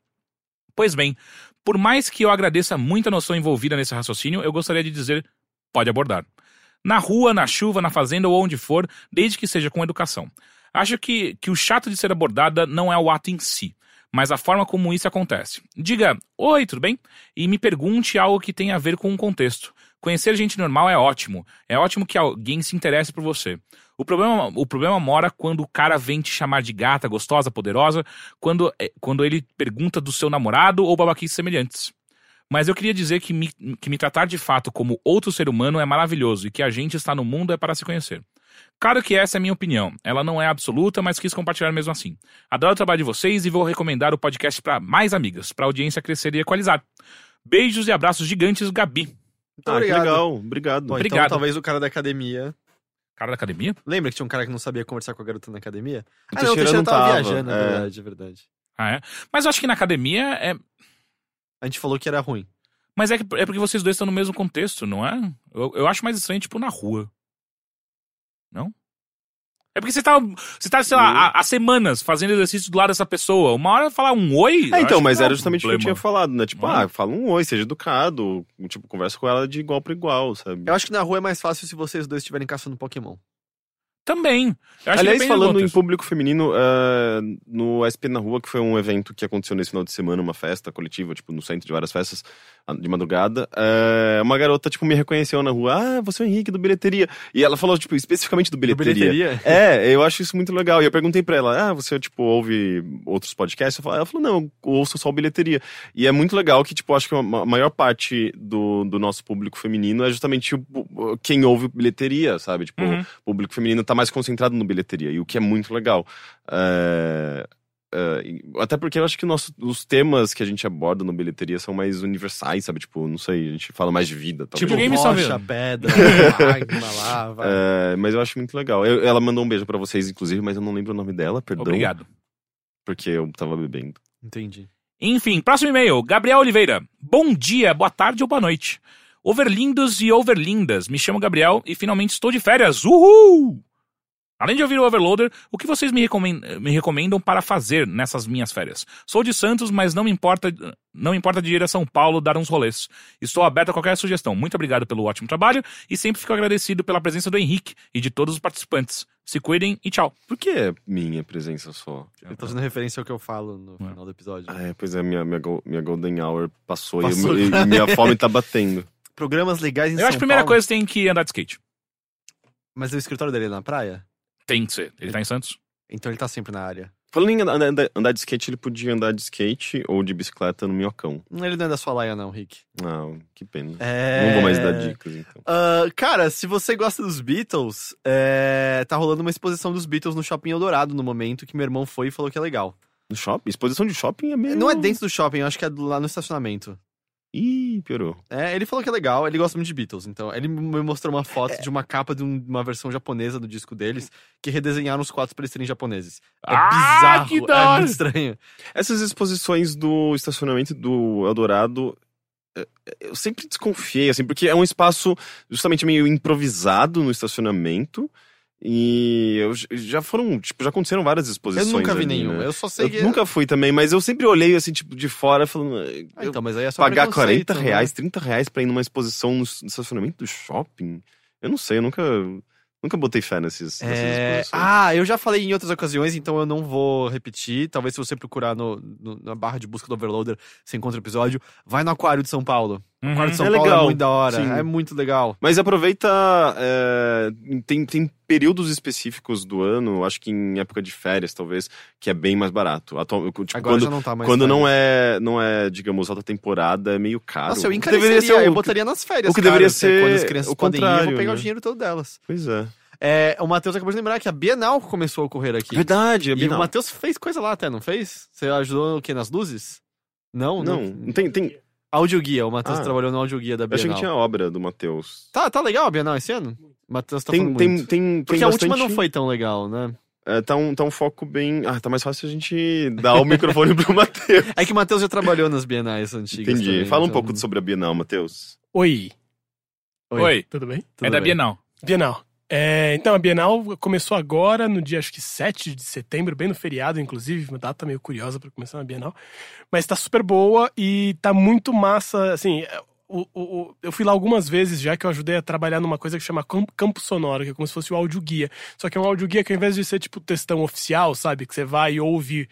[SPEAKER 1] Pois bem, por mais que eu agradeça muito a noção envolvida nesse raciocínio, eu gostaria de dizer: pode abordar. Na rua, na chuva, na fazenda ou onde for, desde que seja com educação. Acho que, que o chato de ser abordada não é o ato em si, mas a forma como isso acontece. Diga: Oi, tudo bem? E me pergunte algo que tenha a ver com o contexto. Conhecer gente normal é ótimo. É ótimo que alguém se interesse por você. O problema, o problema mora quando o cara vem te chamar de gata, gostosa, poderosa, quando, eh, quando ele pergunta do seu namorado ou babaquices semelhantes. Mas eu queria dizer que me, que me tratar de fato como outro ser humano é maravilhoso e que a gente está no mundo é para se conhecer. Claro que essa é a minha opinião. Ela não é absoluta, mas quis compartilhar mesmo assim. Adoro o trabalho de vocês e vou recomendar o podcast para mais amigas, para a audiência crescer e equalizar. Beijos e abraços gigantes, Gabi.
[SPEAKER 2] Então,
[SPEAKER 3] ah, que
[SPEAKER 2] obrigado.
[SPEAKER 3] legal. Obrigado.
[SPEAKER 2] Bom,
[SPEAKER 1] Obrigado.
[SPEAKER 2] então talvez o cara da academia.
[SPEAKER 1] Cara da academia?
[SPEAKER 2] Lembra que tinha um cara que não sabia conversar com a garota na academia?
[SPEAKER 3] O
[SPEAKER 2] ah, não, o
[SPEAKER 3] Teixeira
[SPEAKER 2] Teixeira
[SPEAKER 3] não
[SPEAKER 2] tava,
[SPEAKER 3] tava,
[SPEAKER 2] viajando, é
[SPEAKER 3] é.
[SPEAKER 2] verdade, é verdade.
[SPEAKER 1] Ah, é? Mas eu acho que na academia é.
[SPEAKER 2] A gente falou que era ruim.
[SPEAKER 1] Mas é, que, é porque vocês dois estão no mesmo contexto, não é? Eu, eu acho mais estranho, tipo, na rua. Não? É porque você tá, você tá sei
[SPEAKER 3] Hum.
[SPEAKER 1] lá, há, há semanas fazendo exercício do lado dessa pessoa. Uma hora falar um oi.
[SPEAKER 3] É,
[SPEAKER 1] eu acho
[SPEAKER 3] então,
[SPEAKER 1] que
[SPEAKER 3] mas
[SPEAKER 1] não é
[SPEAKER 3] era
[SPEAKER 1] um
[SPEAKER 3] justamente o que eu tinha
[SPEAKER 1] problema.
[SPEAKER 3] falado, né? Tipo,
[SPEAKER 1] Não é?
[SPEAKER 3] ah, fala um oi, seja educado. Tipo, conversa com ela de igual pra igual, sabe?
[SPEAKER 2] Eu acho que na rua é mais fácil se vocês dois estiverem caçando Pokémon.
[SPEAKER 1] Também. Eu acho
[SPEAKER 3] Aliás,
[SPEAKER 1] que é depende do
[SPEAKER 3] falando em
[SPEAKER 1] contexto.
[SPEAKER 3] público feminino, é, no SP na Rua, que foi um evento que aconteceu nesse final de semana, uma festa coletiva, tipo, no centro de várias festas, a- de madrugada, é, uma garota, tipo, me reconheceu na rua, ah, você é o Henrique do Bilheteria. E ela falou, tipo, especificamente do
[SPEAKER 2] No
[SPEAKER 3] Bilheteria. É, eu acho isso muito legal. E eu perguntei pra ela, ah, você, tipo, ouve outros podcasts? Eu falo- Ela falou, não, eu ouço só bilheteria. E é muito legal que, tipo, acho que a ma- maior parte do, do nosso público feminino é justamente o- o- quem ouve bilheteria, sabe? Tipo,
[SPEAKER 1] Uhum.
[SPEAKER 3] o público feminino tá mais concentrado no bilheteria, e o que é muito legal. É, é, e- até porque eu acho que o nosso- os temas que a gente aborda no bilheteria são mais universais, sabe? Tipo, não sei, a gente fala mais de vida. talvez.
[SPEAKER 2] Tipo,
[SPEAKER 1] Videogame só
[SPEAKER 2] rocha,
[SPEAKER 1] vendo.
[SPEAKER 2] pedra, magma, lava.
[SPEAKER 3] É, mas eu acho muito legal. Eu- ela mandou um beijo pra vocês, inclusive, mas eu não lembro o nome dela, perdão.
[SPEAKER 1] Obrigado.
[SPEAKER 3] Porque eu tava bebendo.
[SPEAKER 2] Entendi.
[SPEAKER 1] Enfim, próximo e-mail. Gabriel Oliveira. Bom dia, boa tarde ou boa noite. Overlindos e overlindas. Me chamo Gabriel e finalmente estou de férias. Uhul! Além de ouvir o Overloader, o que vocês me, recomen- me recomendam para fazer nessas minhas férias? Sou de Santos, mas não me importa, não me importa de ir a São Paulo dar uns rolês. Estou aberto a qualquer sugestão. Muito obrigado pelo ótimo trabalho e sempre fico agradecido pela presença do Henrique e de todos os participantes. Se cuidem e tchau.
[SPEAKER 3] Por que é minha presença só?
[SPEAKER 2] Eu tô fazendo referência ao que eu falo no
[SPEAKER 1] É.
[SPEAKER 2] final do episódio.
[SPEAKER 3] Ah, é, pois é, minha, minha, go- minha Golden Hour passou,
[SPEAKER 2] Passou.
[SPEAKER 3] E, eu- e minha fome tá batendo.
[SPEAKER 2] Programas legais em
[SPEAKER 1] Eu
[SPEAKER 2] São
[SPEAKER 1] acho que a primeira
[SPEAKER 2] Paulo.
[SPEAKER 1] coisa tem que andar de skate.
[SPEAKER 2] Mas o escritório dele é na praia?
[SPEAKER 1] Tem que ser. Ele tá em Santos?
[SPEAKER 2] Então ele tá sempre na área.
[SPEAKER 3] Falando em andar, andar- andar de skate, ele podia andar de skate ou de bicicleta no minhocão.
[SPEAKER 2] Hum, Ele não é da sua laia não, Rick.
[SPEAKER 3] Ah, que pena.
[SPEAKER 2] É...
[SPEAKER 3] Não vou mais dar dicas, então.
[SPEAKER 2] Ah, cara, se você gosta dos Beatles, é, tá rolando uma exposição dos Beatles no Shopping Eldorado no momento que meu irmão foi e falou que é legal.
[SPEAKER 3] No shopping? Exposição de shopping é mesmo.
[SPEAKER 2] Não é dentro do shopping, eu acho que é do- lá no estacionamento.
[SPEAKER 3] Ih, piorou.
[SPEAKER 2] É, ele falou que é legal, ele gosta muito de Beatles. Então, ele me mostrou uma foto
[SPEAKER 3] É.
[SPEAKER 2] de uma capa de um- uma versão japonesa do disco deles, que redesenharam os quatro pra eles serem japoneses. É
[SPEAKER 1] Ah,
[SPEAKER 2] bizarro,
[SPEAKER 1] que da
[SPEAKER 2] é
[SPEAKER 1] hora!
[SPEAKER 2] muito estranho.
[SPEAKER 3] Essas exposições do estacionamento do Eldorado, é, é, eu sempre desconfiei, assim, porque é um espaço justamente meio improvisado no estacionamento. E eu j- já foram, tipo, já aconteceram várias
[SPEAKER 2] Eu
[SPEAKER 3] exposições.
[SPEAKER 2] nunca vi
[SPEAKER 3] ali,
[SPEAKER 2] nenhum,
[SPEAKER 3] né?
[SPEAKER 2] eu só sei
[SPEAKER 3] Eu
[SPEAKER 2] que... é
[SPEAKER 3] nunca fui também, mas eu sempre olhei assim, tipo, de fora, falando. "Ah,
[SPEAKER 2] Ah,
[SPEAKER 3] eu
[SPEAKER 2] então, mas aí é só
[SPEAKER 3] pagar
[SPEAKER 2] preconceito,
[SPEAKER 3] 40
[SPEAKER 2] né?
[SPEAKER 3] reais, 30 reais pra ir numa exposição no s- no estacionamento do shopping? Eu não sei, eu nunca, nunca botei fé nesses, nessas
[SPEAKER 2] É,
[SPEAKER 3] exposições.
[SPEAKER 2] Ah, eu já falei em outras ocasiões, então eu não vou repetir. Talvez se você procurar no, no- na barra de busca do Overloader, você encontra o episódio. Vai no Aquário de São Paulo. O Aquário de São
[SPEAKER 3] É
[SPEAKER 2] Paulo é
[SPEAKER 3] legal,
[SPEAKER 2] muito da hora,
[SPEAKER 3] sim.
[SPEAKER 2] é muito legal.
[SPEAKER 3] Mas aproveita. é, tem, tem períodos específicos do ano, acho que em época de férias, talvez, que é bem mais barato. Atual- tipo,
[SPEAKER 2] Agora
[SPEAKER 3] quando
[SPEAKER 2] já não tá mais.
[SPEAKER 3] quando não,
[SPEAKER 2] velho.
[SPEAKER 3] é, não é, digamos, alta temporada, é meio caro.
[SPEAKER 2] Nossa, eu
[SPEAKER 3] O que deveria ser o-
[SPEAKER 2] eu botaria nas férias.
[SPEAKER 3] o que
[SPEAKER 2] cara,
[SPEAKER 3] deveria
[SPEAKER 2] porque Quando as
[SPEAKER 3] ser
[SPEAKER 2] crianças
[SPEAKER 3] o
[SPEAKER 2] podem ir, eu vou
[SPEAKER 3] contrário,
[SPEAKER 2] pegar o
[SPEAKER 3] né?
[SPEAKER 2] dinheiro todo delas.
[SPEAKER 3] Pois é.
[SPEAKER 2] É, o Matheus acabou de lembrar que a Bienal começou a ocorrer aqui.
[SPEAKER 3] Verdade, é
[SPEAKER 2] E o Matheus fez coisa lá até, não fez? Você ajudou o quê? Nas luzes? Não,
[SPEAKER 3] Não, não tem. tem
[SPEAKER 2] Audioguia, o Matheus
[SPEAKER 3] Ah.
[SPEAKER 2] trabalhou no audioguia da
[SPEAKER 3] eu achei
[SPEAKER 2] Bienal.
[SPEAKER 3] que tinha obra do Matheus.
[SPEAKER 2] Tá, tá legal a Bienal esse ano? Matheus tá
[SPEAKER 3] tem,
[SPEAKER 2] falando
[SPEAKER 3] tem,
[SPEAKER 2] muito.
[SPEAKER 3] tem, tem
[SPEAKER 2] Porque a última
[SPEAKER 3] bastante-
[SPEAKER 2] não foi tão legal, né?
[SPEAKER 3] É, tá, um, tá um foco bem. Ah, tá mais fácil a gente dar o microfone pro Matheus.
[SPEAKER 2] É que o Matheus já trabalhou nas bienais antigas.
[SPEAKER 3] Entendi.
[SPEAKER 2] também,
[SPEAKER 3] Fala um
[SPEAKER 2] então-
[SPEAKER 3] pouco sobre a Bienal, Matheus.
[SPEAKER 6] Oi,
[SPEAKER 1] Oi.
[SPEAKER 6] tudo bem?
[SPEAKER 2] Tudo
[SPEAKER 1] é da
[SPEAKER 2] bem.
[SPEAKER 1] Bienal.
[SPEAKER 6] Bienal. É, então, a Bienal começou agora, no dia acho que 7 de setembro, bem no feriado, inclusive, uma data meio curiosa para começar uma Bienal. Mas tá super boa e tá muito massa, assim. é, o- o- o- eu fui lá algumas vezes já que eu ajudei a trabalhar numa coisa que chama cam- campo sonoro, que é como se fosse o audioguia. Só que é um audioguia que ao invés de ser tipo textão oficial, sabe? Que você vai e ouve,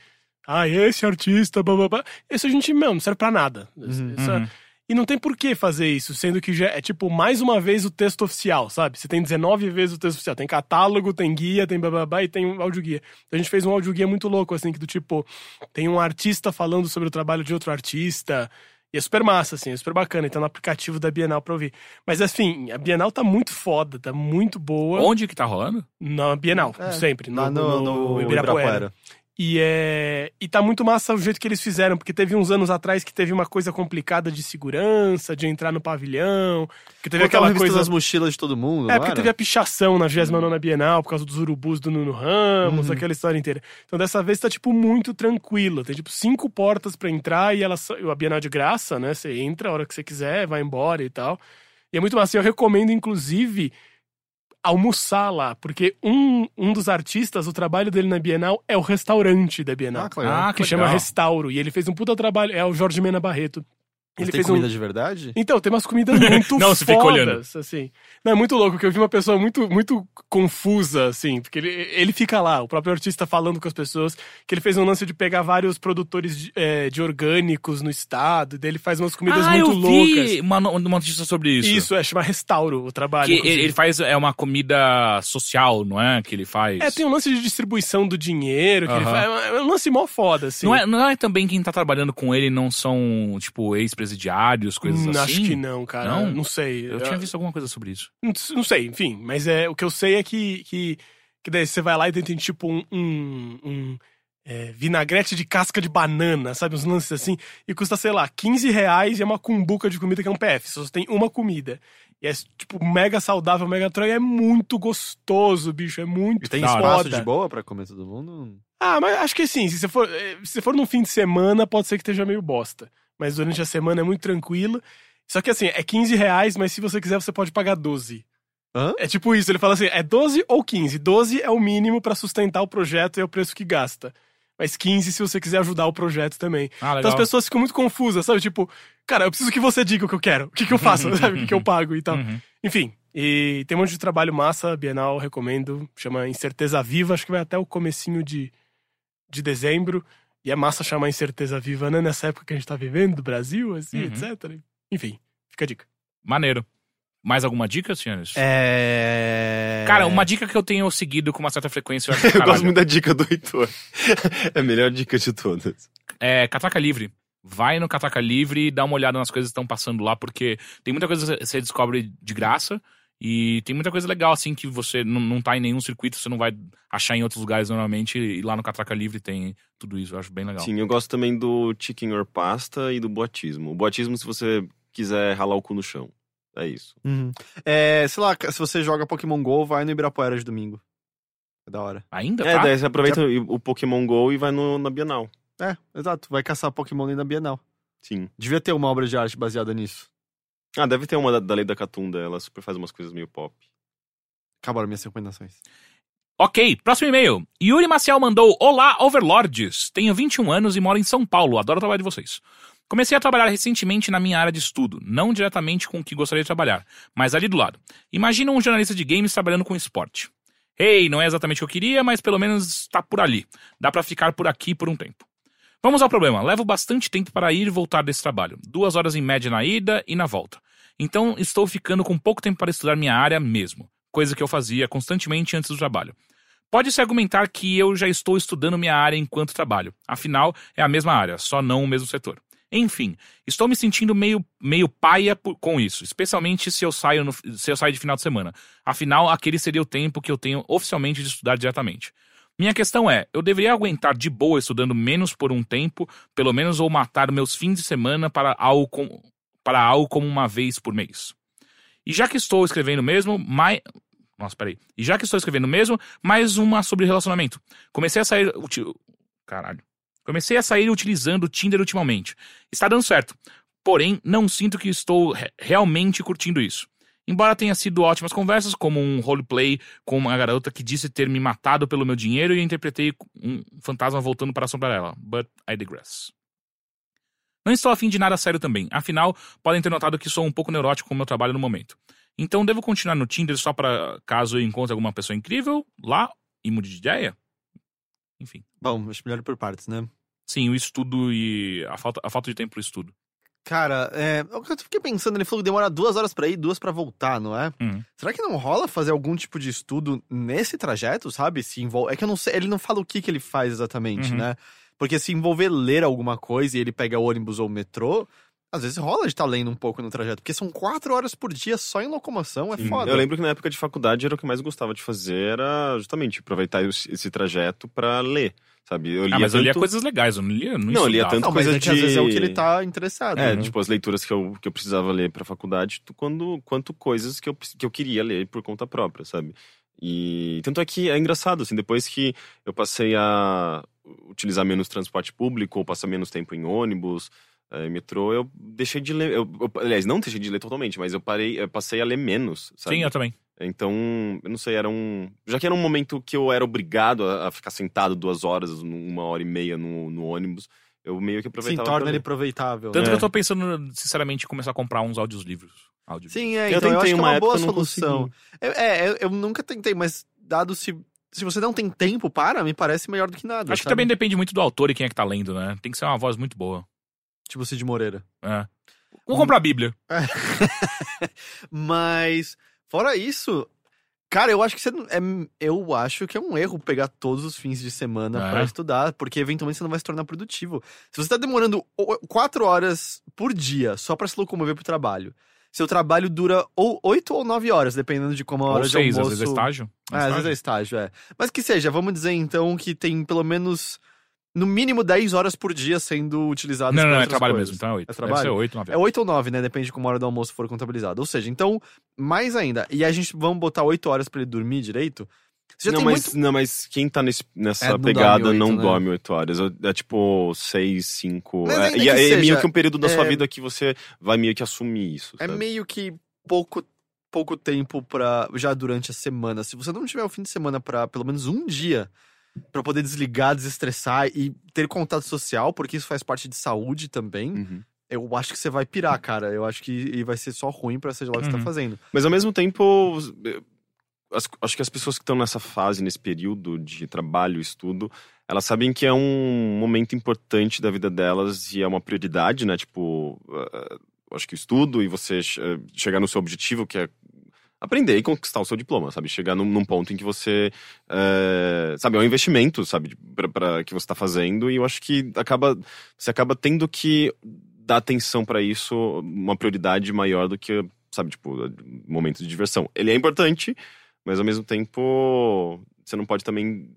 [SPEAKER 6] ah, esse artista, blá blá blá. Isso a gente, meu, não serve pra nada. Isso-
[SPEAKER 2] Uhum.
[SPEAKER 6] isso é-
[SPEAKER 1] Uhum.
[SPEAKER 6] e não tem por que fazer isso, sendo que já é tipo mais uma vez o texto oficial, sabe? Você tem 19 vezes o texto oficial. Tem catálogo, tem guia, tem bababá e tem um audioguia. Então a gente fez um audioguia muito louco, assim, que do tipo, tem um artista falando sobre o trabalho de outro artista. E é super massa, assim, é super bacana. E tá no aplicativo da Bienal pra ouvir. Mas assim, a Bienal tá muito foda, tá muito boa.
[SPEAKER 1] Onde que tá rolando?
[SPEAKER 6] Na Bienal,
[SPEAKER 2] É,
[SPEAKER 6] sempre.
[SPEAKER 2] Lá no, no Ibirapuera.
[SPEAKER 6] E, é... e tá muito massa o jeito que eles fizeram, porque teve uns anos atrás que teve uma coisa complicada de segurança, de entrar no pavilhão, que teve
[SPEAKER 2] Colocaram
[SPEAKER 6] aquela
[SPEAKER 2] revista
[SPEAKER 6] coisa...
[SPEAKER 2] nas mochilas de todo mundo, né? Ah, não
[SPEAKER 6] É, porque
[SPEAKER 2] era?
[SPEAKER 6] teve a pichação na 29ª Bienal, por causa dos urubus do Nuno
[SPEAKER 2] Uhum.
[SPEAKER 6] Ramos, aquela história inteira. Então dessa vez tá, tipo, muito tranquilo. Tem, tipo, cinco portas pra entrar e ela... só- a Bienal é de graça, né? Você entra a hora que você quiser, vai embora e tal. E é muito massa. Eu recomendo, inclusive, almoçar lá, porque um, um dos artistas, o trabalho dele na Bienal é o restaurante da Bienal.
[SPEAKER 2] Ah, claro. Ah,
[SPEAKER 6] que
[SPEAKER 1] legal.
[SPEAKER 6] chama Restauro. E ele fez um puta trabalho. É o Jorge Mena Barreto.
[SPEAKER 2] Ele
[SPEAKER 6] Ele
[SPEAKER 2] tem
[SPEAKER 6] fez
[SPEAKER 2] comida
[SPEAKER 6] um.
[SPEAKER 2] de verdade?
[SPEAKER 6] Então, tem umas comidas muito
[SPEAKER 1] Não,
[SPEAKER 6] fodas,
[SPEAKER 1] você fica olhando.
[SPEAKER 6] assim. Não, é muito louco, porque eu vi uma pessoa muito, muito confusa, assim, porque ele, ele fica lá, o próprio artista falando com as pessoas, que ele fez um lance de pegar vários produtores de, eh, de orgânicos no estado, e daí ele faz umas comidas
[SPEAKER 1] ah,
[SPEAKER 6] muito
[SPEAKER 1] eu
[SPEAKER 6] loucas.
[SPEAKER 1] vi uma, no- uma notícia sobre isso.
[SPEAKER 6] Isso, é, chama Restauro o trabalho.
[SPEAKER 1] Que ele,
[SPEAKER 6] inclusive.
[SPEAKER 1] ele faz é uma comida social, não é? Que ele faz.
[SPEAKER 6] É, tem um lance de distribuição do dinheiro que ele
[SPEAKER 1] Aham.
[SPEAKER 6] faz. É um lance mó foda, assim.
[SPEAKER 1] não, é, não é também quem tá trabalhando com ele não são, tipo, ex-presidiários, coisas
[SPEAKER 6] Hum,
[SPEAKER 1] assim?
[SPEAKER 6] Acho que não, cara. Não,
[SPEAKER 1] Não?
[SPEAKER 6] sei.
[SPEAKER 1] Eu tinha visto alguma coisa sobre isso.
[SPEAKER 6] Não, não sei, enfim. Mas é, o que eu sei é que, que, que daí você vai lá e daí tem tipo um, um- um, é, vinagrete de casca de banana, sabe? Uns lances assim. E custa, sei lá, 15 reais e é uma cumbuca de comida que é um PF. Só tem uma comida. E é, tipo, mega saudável, mega troia. É muito gostoso, bicho. É muito
[SPEAKER 2] E tem
[SPEAKER 1] Da hora.
[SPEAKER 2] espaço
[SPEAKER 6] foda.
[SPEAKER 2] de boa pra comer todo mundo?
[SPEAKER 6] Ah, mas acho que assim, se você for, eh, se você for num fim de semana, pode ser que esteja meio bosta. Mas durante a semana é muito tranquilo. Só que assim, é 15 reais, mas se você quiser, você pode pagar 12.
[SPEAKER 2] Hã?
[SPEAKER 6] É tipo isso, ele fala assim, é 12 ou 15. 12 é o mínimo pra sustentar o projeto e é o preço que gasta. Mas 15 se você quiser ajudar o projeto também.
[SPEAKER 1] Ah, legal.
[SPEAKER 6] Então as pessoas ficam muito confusas, sabe? Tipo, cara, eu preciso que você diga o que eu quero. O que, que eu faço, sabe? O que, que eu pago e tal.
[SPEAKER 1] Uhum.
[SPEAKER 6] Enfim, e tem um monte de trabalho massa, Bienal, recomendo. Chama Incerteza Viva, acho que vai até o comecinho de, de dezembro. E é massa chamar Incerteza Viva, né? Nessa época que a gente tá vivendo, do Brasil, assim,
[SPEAKER 1] Uhum.
[SPEAKER 6] etc. Enfim, fica a dica.
[SPEAKER 1] Maneiro. Mais alguma dica, senhores?
[SPEAKER 2] É...
[SPEAKER 1] Cara, uma dica que eu tenho seguido com uma certa frequência, eu acho
[SPEAKER 3] Eu
[SPEAKER 1] caralho,
[SPEAKER 3] gosto muito da dica do Heitor. é a melhor dica de todas.
[SPEAKER 1] é Cataca Livre. Vai no Cataca Livre e dá uma olhada nas coisas que estão passando lá, porque tem muita coisa que você descobre de graça E tem muita coisa legal, assim, que você não, não tá em nenhum circuito, você não vai achar em outros lugares normalmente. E lá no Catraca Livre tem tudo isso, eu acho bem legal.
[SPEAKER 3] Sim, eu gosto também do chicken or pasta e do boatismo. O boatismo, se você quiser ralar o cu no chão. É isso.
[SPEAKER 2] Uhum. É, sei lá, se você joga Pokémon GO, vai no Ibirapuera de domingo. É da hora.
[SPEAKER 1] Ainda,
[SPEAKER 3] É,
[SPEAKER 1] tá?
[SPEAKER 3] daí você aproveita o Pokémon GO e vai no, na Bienal.
[SPEAKER 2] É, exato. Vai caçar Pokémon ali na Bienal.
[SPEAKER 3] Sim.
[SPEAKER 2] Devia ter uma obra de arte baseada nisso.
[SPEAKER 3] Ah, deve ter uma da, da Lei da Catunda, ela super faz umas coisas meio pop.
[SPEAKER 2] Acabaram minhas recomendações.
[SPEAKER 1] Ok, próximo e-mail. Yuri Maciel mandou: Olá, Overlords. Tenho 21 anos e moro em São Paulo. Adoro o trabalho de vocês. Comecei a trabalhar recentemente na minha área de estudo, não diretamente com o que gostaria de trabalhar, mas ali do lado. Imagina um jornalista de games trabalhando com esporte. Ei, não é exatamente o que eu queria, mas pelo menos está por ali. Dá pra ficar por aqui por um tempo. Vamos ao problema. Levo bastante tempo para ir e voltar desse trabalho. Duas horas em média na ida e na volta. Então estou ficando com pouco tempo para estudar minha área mesmo, coisa que eu fazia constantemente antes do trabalho. Pode-se argumentar que eu já estou estudando minha área enquanto trabalho. Afinal, é a mesma área, só não o mesmo setor. Enfim, estou me sentindo meio, meio paia por- com isso, especialmente se eu, saio no- se eu saio de final de semana. Afinal, aquele seria o tempo que eu tenho oficialmente de estudar diretamente. Minha questão é, eu deveria aguentar de boa estudando menos por um tempo, pelo menos ou matar meus fins de semana para algo, com- para algo como uma vez por mês. E já que estou escrevendo mesmo, mais. Nossa, peraí. E já que estou escrevendo mesmo, mais uma sobre relacionamento. Comecei a sair. uti- Caralho. Comecei a sair utilizando o Tinder ultimamente. Está dando certo. Porém, não sinto que estou re- realmente curtindo isso. Embora tenha sido ótimas conversas, como um roleplay com uma garota que disse ter me matado pelo meu dinheiro e eu interpretei um fantasma voltando para assombrar ela. But I digress. Não estou afim de nada sério também. Afinal, podem ter notado que sou um pouco neurótico com o meu trabalho no momento. Então, devo continuar no Tinder só para caso eu encontre alguma pessoa incrível lá e mude de ideia? Enfim.
[SPEAKER 2] Bom, acho melhor ir por partes, né?
[SPEAKER 1] Sim, o estudo e a falta, a falta de tempo pro estudo.
[SPEAKER 2] Cara, é, eu fiquei pensando, ele falou que demora duas horas pra ir, duas pra voltar, não é?
[SPEAKER 1] Uhum.
[SPEAKER 2] Será que não rola fazer algum tipo de estudo nesse trajeto, sabe? Se envolve. É que eu não sei, ele não fala o que, que ele faz exatamente,
[SPEAKER 1] Uhum.
[SPEAKER 2] né? Porque se envolver ler alguma coisa e ele pega ônibus ou metrô, às vezes rola de estar lendo um pouco no trajeto, porque são quatro horas por dia só em locomoção, é foda.
[SPEAKER 3] Eu lembro que na época de faculdade era o que mais gostava de fazer, era justamente aproveitar esse esse trajeto pra ler, sabe? Eu lia
[SPEAKER 1] Ah, mas eu lia
[SPEAKER 3] tanto-
[SPEAKER 1] coisas legais, eu não lia. Não,
[SPEAKER 3] Não, eu lia
[SPEAKER 1] estudava.
[SPEAKER 3] tanto
[SPEAKER 2] Não, mas
[SPEAKER 3] coisa
[SPEAKER 2] é que às vezes é o
[SPEAKER 3] de-
[SPEAKER 2] que ele tá interessado.
[SPEAKER 3] É,
[SPEAKER 2] né?
[SPEAKER 3] tipo, as leituras que eu, que eu precisava ler pra faculdade, tu- quando, quanto coisas que eu, precis- que eu queria ler por conta própria, sabe? E tanto é que é engraçado, assim, depois que eu passei a utilizar menos transporte público, ou passar menos tempo em ônibus, eh, metrô, eu deixei de ler. Eu, eu- aliás, não deixei de ler totalmente, mas eu parei, eu passei a ler menos, sabe?
[SPEAKER 1] Sim, eu também.
[SPEAKER 3] Então, eu não sei, era um. Já que era um momento que eu era obrigado a, a ficar sentado duas horas, num- uma hora e meia no, no ônibus, eu meio que
[SPEAKER 2] Sim,
[SPEAKER 3] aproveitava. pra
[SPEAKER 2] torna
[SPEAKER 3] ler.
[SPEAKER 2] ele aproveitável.
[SPEAKER 1] Tanto
[SPEAKER 2] né?
[SPEAKER 1] que eu tô pensando, sinceramente, em começar a comprar uns áudios livros. Áudio.
[SPEAKER 2] Sim, é,
[SPEAKER 3] Eu
[SPEAKER 2] então eu, acho
[SPEAKER 3] tentei
[SPEAKER 2] que é
[SPEAKER 3] uma
[SPEAKER 2] uma boa
[SPEAKER 3] época, eu não
[SPEAKER 2] solução. É, é, eu- eu nunca tentei, mas dado se. Se você não tem tempo para, me parece melhor do que nada.
[SPEAKER 1] Acho que
[SPEAKER 2] sabe?
[SPEAKER 1] também depende muito do autor e quem é que tá lendo, né? Tem que ser uma voz muito boa.
[SPEAKER 2] Tipo Cid Moreira.
[SPEAKER 1] É. Vou comprar a Bíblia.
[SPEAKER 2] Mas, fora isso, cara, eu acho que você não- é, eu acho que é um erro pegar todos os fins de semana
[SPEAKER 1] É.
[SPEAKER 2] pra estudar, porque eventualmente você não vai se tornar produtivo. Se você tá demorando o- quatro horas por dia só pra se locomover pro trabalho, seu trabalho dura ou oito ou nove horas, dependendo de como a hora
[SPEAKER 1] Ou seis,
[SPEAKER 2] de
[SPEAKER 1] às
[SPEAKER 2] almoço.
[SPEAKER 1] vezes é estágio.
[SPEAKER 2] É, às vezes é
[SPEAKER 1] estágio.
[SPEAKER 2] estágio, é. Mas que seja, vamos dizer então que tem pelo menos no mínimo 10 horas por dia sendo utilizadas
[SPEAKER 1] Não,
[SPEAKER 2] pra
[SPEAKER 1] não, é
[SPEAKER 2] outras
[SPEAKER 1] trabalho
[SPEAKER 2] coisas.
[SPEAKER 1] mesmo, então é oito.
[SPEAKER 2] É
[SPEAKER 1] Deve ser
[SPEAKER 2] trabalho?
[SPEAKER 1] oito, nove.
[SPEAKER 2] É 8 ou 9, né? Depende de como a hora do almoço for contabilizada. Ou seja, então, mais ainda. E a gente vamos botar 8 horas pra ele dormir direito? Você já
[SPEAKER 3] não,
[SPEAKER 2] tem
[SPEAKER 3] mas,
[SPEAKER 2] muito.
[SPEAKER 3] não, mas quem tá nesse-
[SPEAKER 2] É,
[SPEAKER 3] nessa
[SPEAKER 2] não dorme
[SPEAKER 3] pegada
[SPEAKER 2] oito,
[SPEAKER 3] não
[SPEAKER 2] né?
[SPEAKER 3] dorme oito horas. Eu- É tipo seis, cinco.
[SPEAKER 2] Mas
[SPEAKER 3] é,
[SPEAKER 2] ainda
[SPEAKER 3] e
[SPEAKER 2] que
[SPEAKER 3] é,
[SPEAKER 2] seja,
[SPEAKER 3] meio que um período da sua
[SPEAKER 2] é-
[SPEAKER 3] vida que você vai meio que assumir isso.
[SPEAKER 2] É
[SPEAKER 1] tá.
[SPEAKER 3] sabe?
[SPEAKER 2] meio que pouco, pouco tempo pra. já durante a semana. Se você não tiver o fim de semana pra pelo menos um dia pra poder desligar, desestressar e ter contato social, porque isso faz parte de saúde também,
[SPEAKER 3] Uhum.
[SPEAKER 2] eu acho que você vai pirar, cara. Eu acho que e vai ser só ruim pra seja lá o que você
[SPEAKER 1] Uhum.
[SPEAKER 2] tá fazendo.
[SPEAKER 3] Mas ao mesmo tempo, eh, as- acho que as pessoas que estão nessa fase, nesse período de trabalho, estudo, elas sabem que é um momento importante da vida delas e é uma prioridade, né? Tipo, eh, acho que o estudo e você eh, chegar no seu objetivo, que é aprender e conquistar o seu diploma, sabe? Chegar num, num ponto em que você, eh, sabe, é um investimento, sabe, para que você está fazendo e eu acho que acaba você acaba tendo que dar atenção para isso, uma prioridade maior do que sabe, tipo, momentos de diversão. Ele é importante, mas ao mesmo tempo você não pode também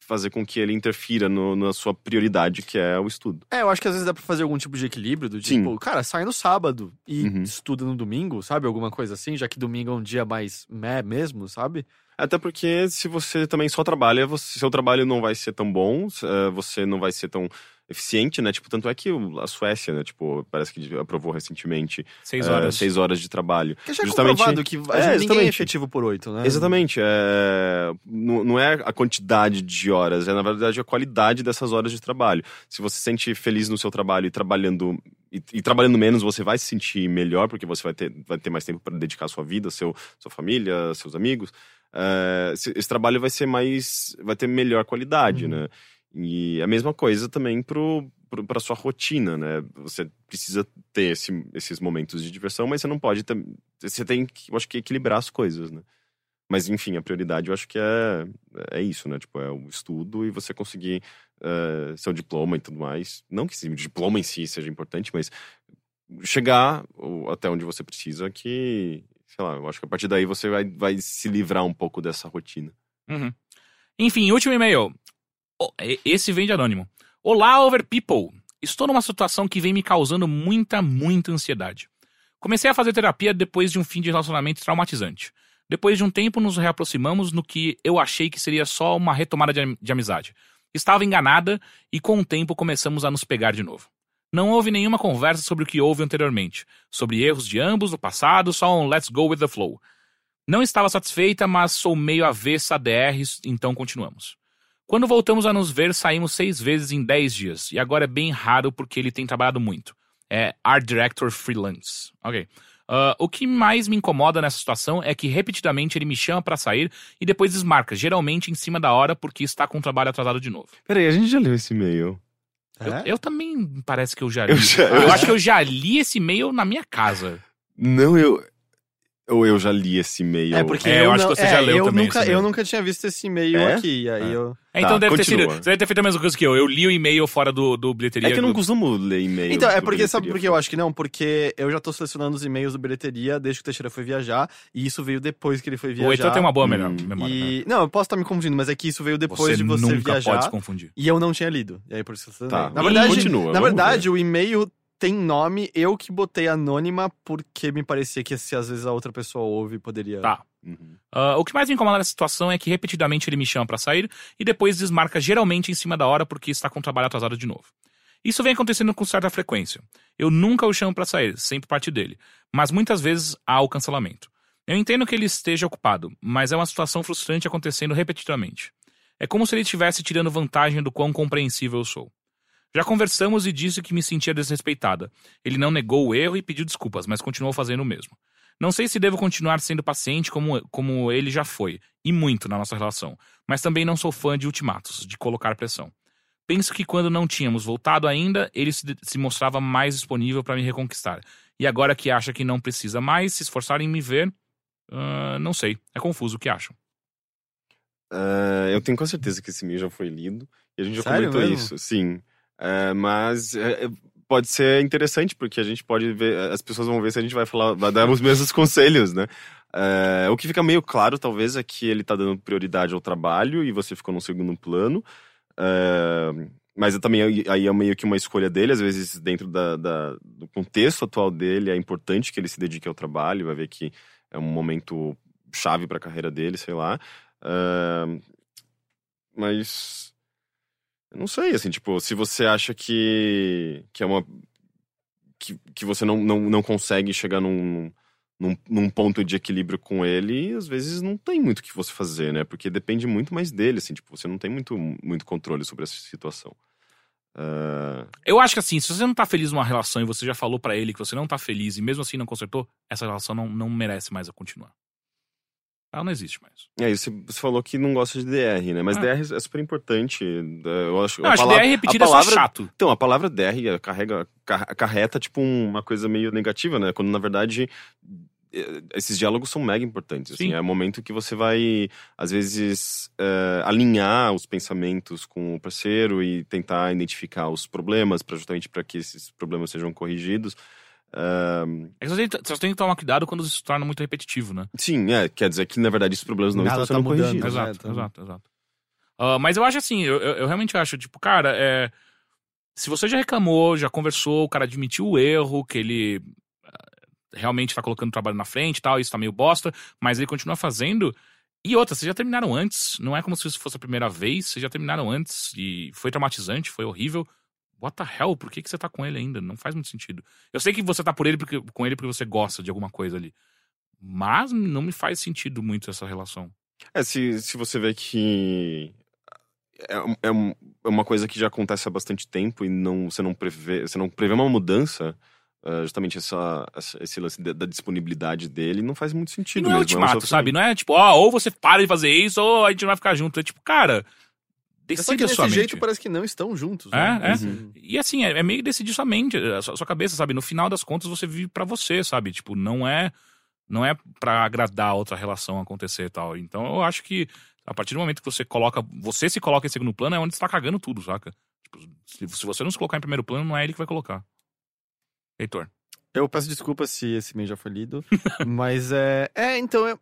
[SPEAKER 3] fazer com que ele interfira no- na sua prioridade, que é o estudo.
[SPEAKER 2] É, eu acho que às vezes dá pra fazer algum tipo de equilíbrio, do
[SPEAKER 3] Sim.
[SPEAKER 2] tipo, cara, sai no sábado e
[SPEAKER 3] Uhum.
[SPEAKER 2] estuda no domingo, sabe? Alguma coisa assim, já que domingo é um dia mais meh mesmo, sabe?
[SPEAKER 3] Até porque se você também só trabalha, você- seu trabalho não vai ser tão bom, eh, você não vai ser tão eficiente, né? Tipo, tanto é que o- a Suécia, né? Tipo, parece que aprovou recentemente
[SPEAKER 1] Seis
[SPEAKER 3] eh,
[SPEAKER 1] horas.
[SPEAKER 3] seis horas de trabalho.
[SPEAKER 2] Porque já é
[SPEAKER 3] Justamente-
[SPEAKER 2] comprovado que a
[SPEAKER 3] É,
[SPEAKER 2] gente- ninguém é
[SPEAKER 3] exatamente.
[SPEAKER 2] efetivo por oito, né?
[SPEAKER 3] Exatamente. é, não, não é a quantidade de horas, é na verdade a qualidade dessas horas de trabalho. Se você se sente feliz no seu trabalho e trabalhando e, e trabalhando menos, você vai se sentir melhor, porque você vai ter, vai ter mais tempo para dedicar à sua vida, seu, sua família, seus amigos. É, esse, esse trabalho vai ser mais. vai ter melhor qualidade, né? E a mesma coisa também pro para sua rotina, né? Você precisa ter esse- esses momentos de diversão, mas você não pode ter, você tem, que- eu acho que equilibrar as coisas, né? Mas, enfim, a prioridade eu acho que é, é isso, né? Tipo, é o estudo e você conseguir eh, seu diploma e tudo mais. Não que esse diploma em si seja importante, mas chegar o- até onde você precisa que, sei lá, eu acho que a partir daí você vai, vai se livrar um pouco dessa rotina.
[SPEAKER 1] Uhum. Enfim, último e-mail. O- e- Esse vem de anônimo. Olá, over people. Estou numa situação que vem me causando muita, muita ansiedade. Comecei a fazer terapia depois de um fim de relacionamento traumatizante. Depois de um tempo, nos reaproximamos no que eu achei que seria só uma retomada de, am- de amizade. Estava enganada e, com o tempo, começamos a nos pegar de novo. Não houve nenhuma conversa sobre o que houve anteriormente, sobre erros de ambos no passado, só um let's go with the flow. Não estava satisfeita, mas sou meio avessa a DRs, então continuamos. Quando voltamos a nos ver, saímos seis vezes em dez dias, e agora é bem raro porque ele tem trabalhado muito. É Art Director Freelance. Ok. Ah, o que mais me incomoda nessa situação é que repetidamente ele me chama pra sair e depois desmarca, geralmente em cima da hora porque está com o trabalho atrasado de novo.
[SPEAKER 3] Peraí, a gente já leu esse e-mail.
[SPEAKER 1] Eu,
[SPEAKER 2] É?
[SPEAKER 1] eu também parece que eu já li.
[SPEAKER 3] Tá. Eu já-
[SPEAKER 1] eu acho que eu já li esse e-mail na minha casa.
[SPEAKER 3] Não, eu. Ou eu já li esse e-mail.
[SPEAKER 2] É, porque
[SPEAKER 1] É, eu acho que você já leu
[SPEAKER 2] eu
[SPEAKER 1] também né?
[SPEAKER 2] Nunca,
[SPEAKER 1] esse
[SPEAKER 2] eu
[SPEAKER 1] e-mail.
[SPEAKER 2] nunca tinha visto esse e-mail
[SPEAKER 3] É?
[SPEAKER 2] aqui, e aí
[SPEAKER 3] É.
[SPEAKER 2] eu...
[SPEAKER 1] É, Então
[SPEAKER 3] Tá,
[SPEAKER 1] deve ter
[SPEAKER 3] continua.
[SPEAKER 1] sido. Você deve ter feito a mesma coisa que eu. Eu li o e-mail fora do, do bilheteria.
[SPEAKER 3] É que eu não
[SPEAKER 1] do-
[SPEAKER 3] costumo ler e-mail.
[SPEAKER 2] Então, é
[SPEAKER 3] do
[SPEAKER 2] porque, sabe por que
[SPEAKER 3] bilheteria.
[SPEAKER 2] eu acho que não? Porque eu já tô selecionando os e-mails do bilheteria desde que o Teixeira foi viajar, e isso veio depois que ele foi viajar.
[SPEAKER 1] O Heitor então tem uma boa
[SPEAKER 3] Hum,
[SPEAKER 1] memória. memória, né?
[SPEAKER 2] E... Não, eu posso estar me confundindo, mas é que isso veio depois de você
[SPEAKER 1] nunca
[SPEAKER 2] viajar.
[SPEAKER 1] pode se confundir.
[SPEAKER 2] E eu não tinha lido. E aí por isso que eu
[SPEAKER 3] Tá,
[SPEAKER 2] selecionei. Na
[SPEAKER 1] e
[SPEAKER 2] verdade,
[SPEAKER 3] continua,
[SPEAKER 2] na
[SPEAKER 3] vamos
[SPEAKER 2] verdade o e-mail tem nome, eu que botei anônima porque me parecia que se às vezes a outra pessoa ouve poderia.
[SPEAKER 1] Tá.
[SPEAKER 3] Uhum.
[SPEAKER 1] Ah, o que mais me incomoda nessa situação é que repetidamente ele me chama pra sair e depois desmarca geralmente em cima da hora porque está com o trabalho atrasado de novo. Isso vem acontecendo com certa frequência. Eu nunca o chamo pra sair, sempre parte dele, mas muitas vezes há o cancelamento. Eu entendo que ele esteja ocupado, mas é uma situação frustrante acontecendo repetidamente. É como se ele estivesse tirando vantagem do quão compreensível eu sou. Já conversamos e disse que me sentia desrespeitada. Ele não negou o erro e pediu desculpas, mas continuou fazendo o mesmo. Não sei se devo continuar sendo paciente como, como ele já foi, e muito na nossa relação, mas também não sou fã de ultimatos, de colocar pressão. Penso que quando não tínhamos voltado ainda, ele se, se mostrava mais disponível para me reconquistar. E agora que acha que não precisa mais se esforçar em me ver, ah, não sei. É confuso o que acham.
[SPEAKER 3] Ah, eu tenho com certeza que esse e-mail já foi lido. E a gente já
[SPEAKER 2] Sério
[SPEAKER 3] comentou
[SPEAKER 2] mesmo?
[SPEAKER 3] isso, sim. Ah, mas é, é, pode ser interessante, porque a gente pode ver, eh, as pessoas vão ver se a gente vai falar, vai dar os mesmos conselhos, né? Ah, o que fica meio claro, talvez, é que ele tá dando prioridade ao trabalho e você ficou no segundo plano. Ah, mas eu também aí é meio que uma escolha dele, às vezes dentro da- da- do contexto atual dele é importante que ele se dedique ao trabalho, vai ver que é um momento chave para a carreira dele, sei lá. Ah, mas eu não sei, assim, tipo, se você acha que que é uma que, que você não, não, não consegue chegar num, num, num ponto de equilíbrio com ele, às vezes não tem muito o que você fazer, né? Porque depende muito mais dele, assim, tipo, você não tem muito, muito controle sobre essa situação. Ah,
[SPEAKER 1] Eu acho que assim, se você não tá feliz numa relação e você já falou pra ele que você não tá feliz e mesmo assim não consertou, essa relação não, não merece mais a continuar. Ela não existe mais.
[SPEAKER 3] e aí, você, você falou que não gosta de DR, né? Mas
[SPEAKER 1] Ah.
[SPEAKER 3] DR é super importante. eh, Eu acho,
[SPEAKER 1] Eu
[SPEAKER 3] a
[SPEAKER 1] acho
[SPEAKER 3] palavra-
[SPEAKER 1] que DR repetida
[SPEAKER 3] a
[SPEAKER 1] é só
[SPEAKER 3] palavra
[SPEAKER 1] chato.
[SPEAKER 3] Então, a palavra DR carrega, car- acarreta, tipo, uma coisa meio negativa, né? Quando, na verdade, eh, esses diálogos são mega importantes. assim.
[SPEAKER 1] Sim.
[SPEAKER 3] É o momento que você vai, às vezes, eh, alinhar os pensamentos com o parceiro e tentar identificar os problemas, pra, justamente para que esses problemas sejam corrigidos. Ah,
[SPEAKER 1] É que só tem, só tem que tomar cuidado quando isso se torna muito repetitivo, né?
[SPEAKER 3] sim, é, quer dizer que na verdade esses problemas não
[SPEAKER 2] Nada
[SPEAKER 3] estão
[SPEAKER 2] tá
[SPEAKER 3] sendo
[SPEAKER 2] mudando.
[SPEAKER 3] corrigidos.
[SPEAKER 1] Exato,
[SPEAKER 2] tá-
[SPEAKER 1] exato, exato. Ah, mas eu acho assim, eu, eu- eu realmente acho, tipo, cara, é, se você já reclamou, já conversou, o cara admitiu o erro, que ele ah, realmente tá colocando o trabalho na frente e tal, isso tá meio bosta, mas ele continua fazendo. E outra, vocês já terminaram antes, não é como se isso fosse a primeira vez, vocês já terminaram antes e foi traumatizante, foi horrível. What the hell? Por que, que você tá com ele ainda? Não faz muito sentido. Eu sei que você tá por ele porque, com ele porque você gosta de alguma coisa ali. Mas não me faz sentido muito essa relação.
[SPEAKER 3] É, se, se você vê que é, um- é um- é uma coisa que já acontece há bastante tempo e não, você, não prevê, você não prevê uma mudança, ah, justamente essa, essa- esse lance da, da disponibilidade dele, não faz muito
[SPEAKER 1] E
[SPEAKER 3] sentido.
[SPEAKER 1] não é
[SPEAKER 3] mesmo, um
[SPEAKER 1] ultimato, sabe?
[SPEAKER 3] sofrimento.
[SPEAKER 1] Não é tipo, ó, ou você para de fazer isso, ou a gente não vai ficar junto. É tipo, cara,
[SPEAKER 2] É só
[SPEAKER 1] decide
[SPEAKER 2] que
[SPEAKER 1] a
[SPEAKER 2] desse
[SPEAKER 1] sua mente.
[SPEAKER 2] jeito parece que não estão juntos.
[SPEAKER 1] É,
[SPEAKER 2] né?
[SPEAKER 1] é.
[SPEAKER 2] Assim,
[SPEAKER 1] E assim, é, é meio decidir sua mente, a sua, sua cabeça, sabe? No final das contas, você vive pra você, sabe? Tipo, não é não é para agradar a outra relação acontecer e tal. Então eu acho que a partir do momento que você coloca, você se coloca em segundo plano, é onde você tá cagando tudo, saca? Tipo, se, se você não se colocar em primeiro plano, não é ele que vai colocar. Heitor.
[SPEAKER 2] Eu peço desculpa se esse e-mail já foi lido, mas é. É, então é.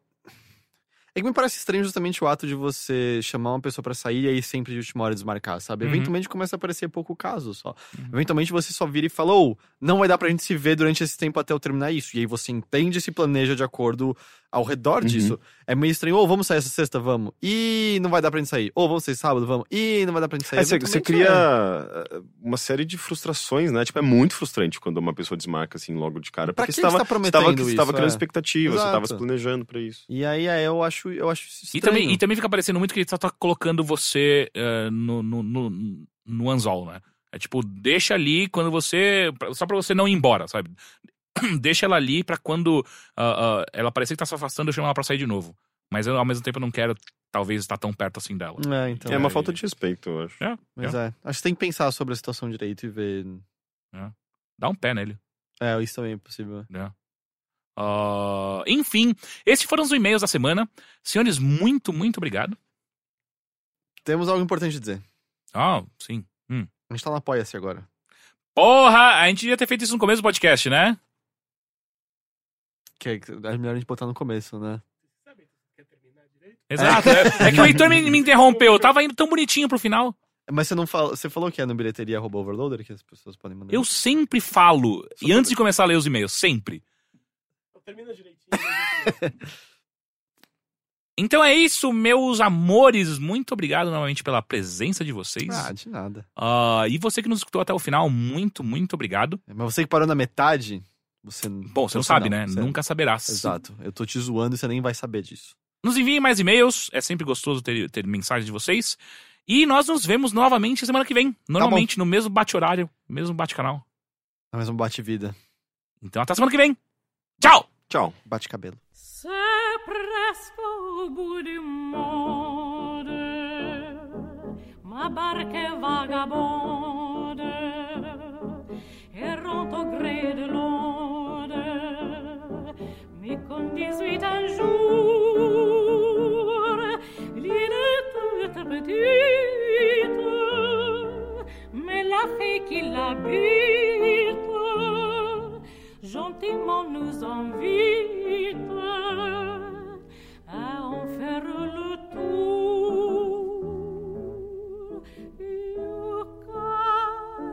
[SPEAKER 2] É que me parece estranho justamente o ato de você chamar uma pessoa pra sair e aí sempre de última hora desmarcar, sabe?
[SPEAKER 1] Uhum.
[SPEAKER 2] Eventualmente começa a aparecer pouco caso só.
[SPEAKER 1] Uhum.
[SPEAKER 2] Eventualmente você só vira e fala, ou não vai dar pra gente se ver durante esse tempo até eu terminar isso. E aí você entende e se planeja de acordo ao redor
[SPEAKER 3] Uhum.
[SPEAKER 2] disso. É meio estranho, ou vamos sair essa sexta, vamos. E não vai dar pra gente sair. Ou vamos sair sábado, vamos. E não vai dar pra gente sair.
[SPEAKER 3] É, você, você
[SPEAKER 2] Eventualmente,
[SPEAKER 3] cria
[SPEAKER 2] é.
[SPEAKER 3] ah, uma série de frustrações, né? Tipo, é muito frustrante quando uma pessoa desmarca assim logo de cara.
[SPEAKER 2] Pra
[SPEAKER 3] porque
[SPEAKER 2] que
[SPEAKER 3] você
[SPEAKER 2] você tá
[SPEAKER 3] tava, você tava,
[SPEAKER 2] prometendo
[SPEAKER 3] você tava
[SPEAKER 2] isso,
[SPEAKER 3] criando
[SPEAKER 2] é?
[SPEAKER 3] expectativa, você tava se
[SPEAKER 2] Exato.
[SPEAKER 3] planejando pra isso.
[SPEAKER 2] E aí é, eu acho, eu acho isso
[SPEAKER 1] E
[SPEAKER 2] estranho.
[SPEAKER 1] também, e também fica parecendo muito que ele só tá colocando você eh, no, no, no, no anzol, né? É tipo, deixa ali quando você. pra- Só pra você não ir embora, sabe? Deixa ela ali pra quando ah, ah, ela parecer que tá se afastando, eu chamo ela pra sair de novo. Mas eu, ao mesmo tempo, eu não quero, talvez, estar tão perto assim dela.
[SPEAKER 2] É, então.
[SPEAKER 3] é uma
[SPEAKER 1] é,
[SPEAKER 3] falta
[SPEAKER 1] e-
[SPEAKER 3] de respeito, eu acho.
[SPEAKER 1] É,
[SPEAKER 2] Mas é. Acho que tem que pensar sobre a situação direito e ver.
[SPEAKER 1] dá um pé nele.
[SPEAKER 2] É, isso também é possível.
[SPEAKER 1] Ah, enfim, esses foram os e-mails da semana. Senhores, muito, muito obrigado.
[SPEAKER 2] Temos algo importante a dizer.
[SPEAKER 1] Ah, sim. Hum.
[SPEAKER 2] A gente tá no Apoia-se agora.
[SPEAKER 1] Porra, a gente devia ter feito isso no começo do podcast, né?
[SPEAKER 2] Que é que é melhor a gente botar no começo, né?
[SPEAKER 1] Exato. É, é que o Heitor me, me interrompeu. Eu tava indo tão bonitinho pro final.
[SPEAKER 2] Mas você não fala. Você falou que é no bilheteria arroba overloader que as pessoas podem mandar.
[SPEAKER 1] Eu sempre falo, e antes de começar a ler os e-mails, sempre.
[SPEAKER 6] Termina direitinho.
[SPEAKER 1] Então é isso, meus amores. Muito obrigado novamente pela presença de vocês.
[SPEAKER 2] Ah, de nada.
[SPEAKER 1] Ah, e você que nos escutou até o final, muito, muito obrigado.
[SPEAKER 2] Mas você que parou na metade, você.
[SPEAKER 1] Bom, você não sabe, né?
[SPEAKER 2] você-
[SPEAKER 1] Nunca saberá.
[SPEAKER 2] Exato. Eu tô te zoando e você nem vai saber disso.
[SPEAKER 1] Nos enviem mais e-mails. É sempre gostoso ter, ter mensagem de vocês. E nós nos vemos novamente semana que vem. Normalmente no mesmo bate-horário, mesmo bate-canal.
[SPEAKER 2] Na mesma É um bate-vida.
[SPEAKER 1] Então até semana que vem. Tchau!
[SPEAKER 3] Tchau.
[SPEAKER 2] Bate-cabelo.
[SPEAKER 7] C'est presque au bout du monde. Ma barque est vagabonde, errant au gré de l'onde. Mais comme 18 un jour, l'île est toute petite, mais la fée qui l'habite, gentiment nous invite à en faire le tour. Yucca,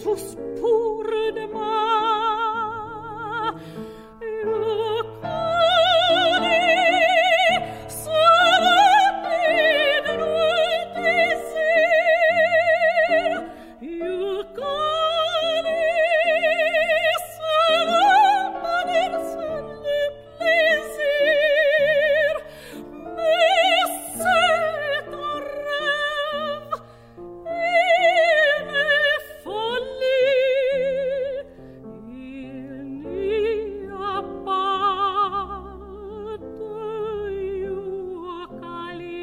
[SPEAKER 7] fausse pour demain. Le connaît, se remet de nos désirs. Il connaît, se remet de son plaisir. Mais c'est un rêve une folie. Il n'y a pas de Yucali.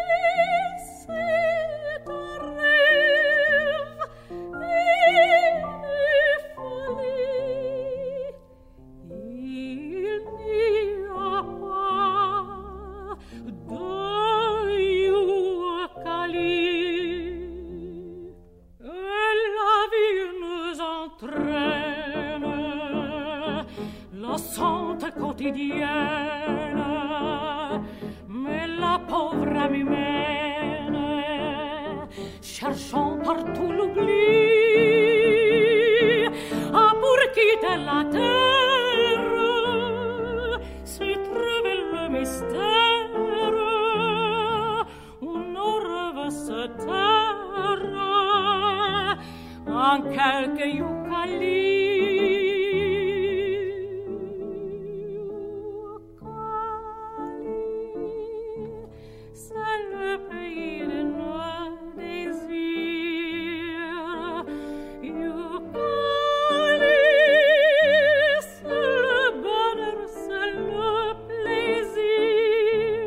[SPEAKER 7] Mais c'est un rêve une folie. Il n'y a pas de Yucali. Et la vie nous entraîne, la sente quotidienne, mais la pauvre âme humaine, cherchant partout l'oubli, a pour quitter la terre, s'y trouve le mystère, où nos rêves se terrent en quelque yucali. Yucali, c'est le pays de nos désirs. Yucali, c'est le bonheur, c'est le plaisir.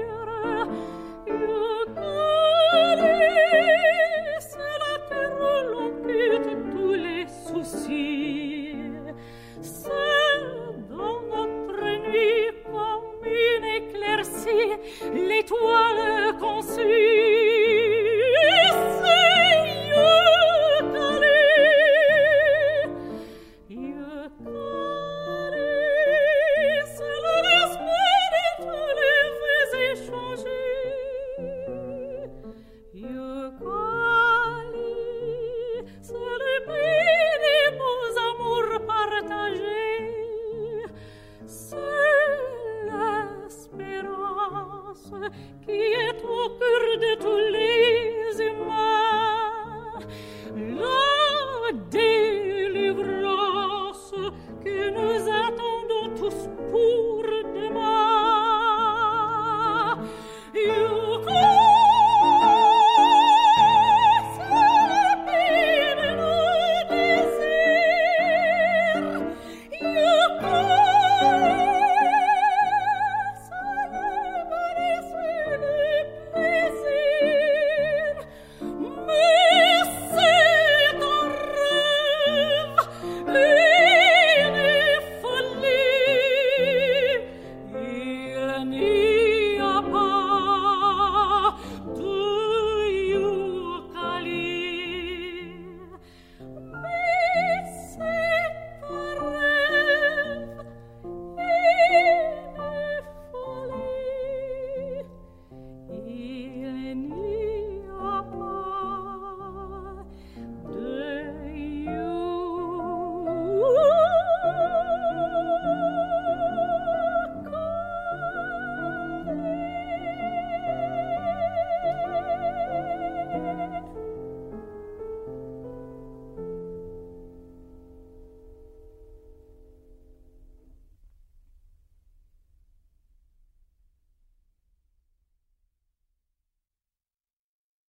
[SPEAKER 7] Yucali, c'est la terre où l'on quitte tous les soucis. C'est dans notre nuit comme une éclaircie, l'étoile qu'on suit. C'est Yucali. Yucali, c'est le respect de tous les vœux échangés. Yucali, c'est le pays des beaux amours partagés. C'est l'espérance qui est au cœur de tous les humains. La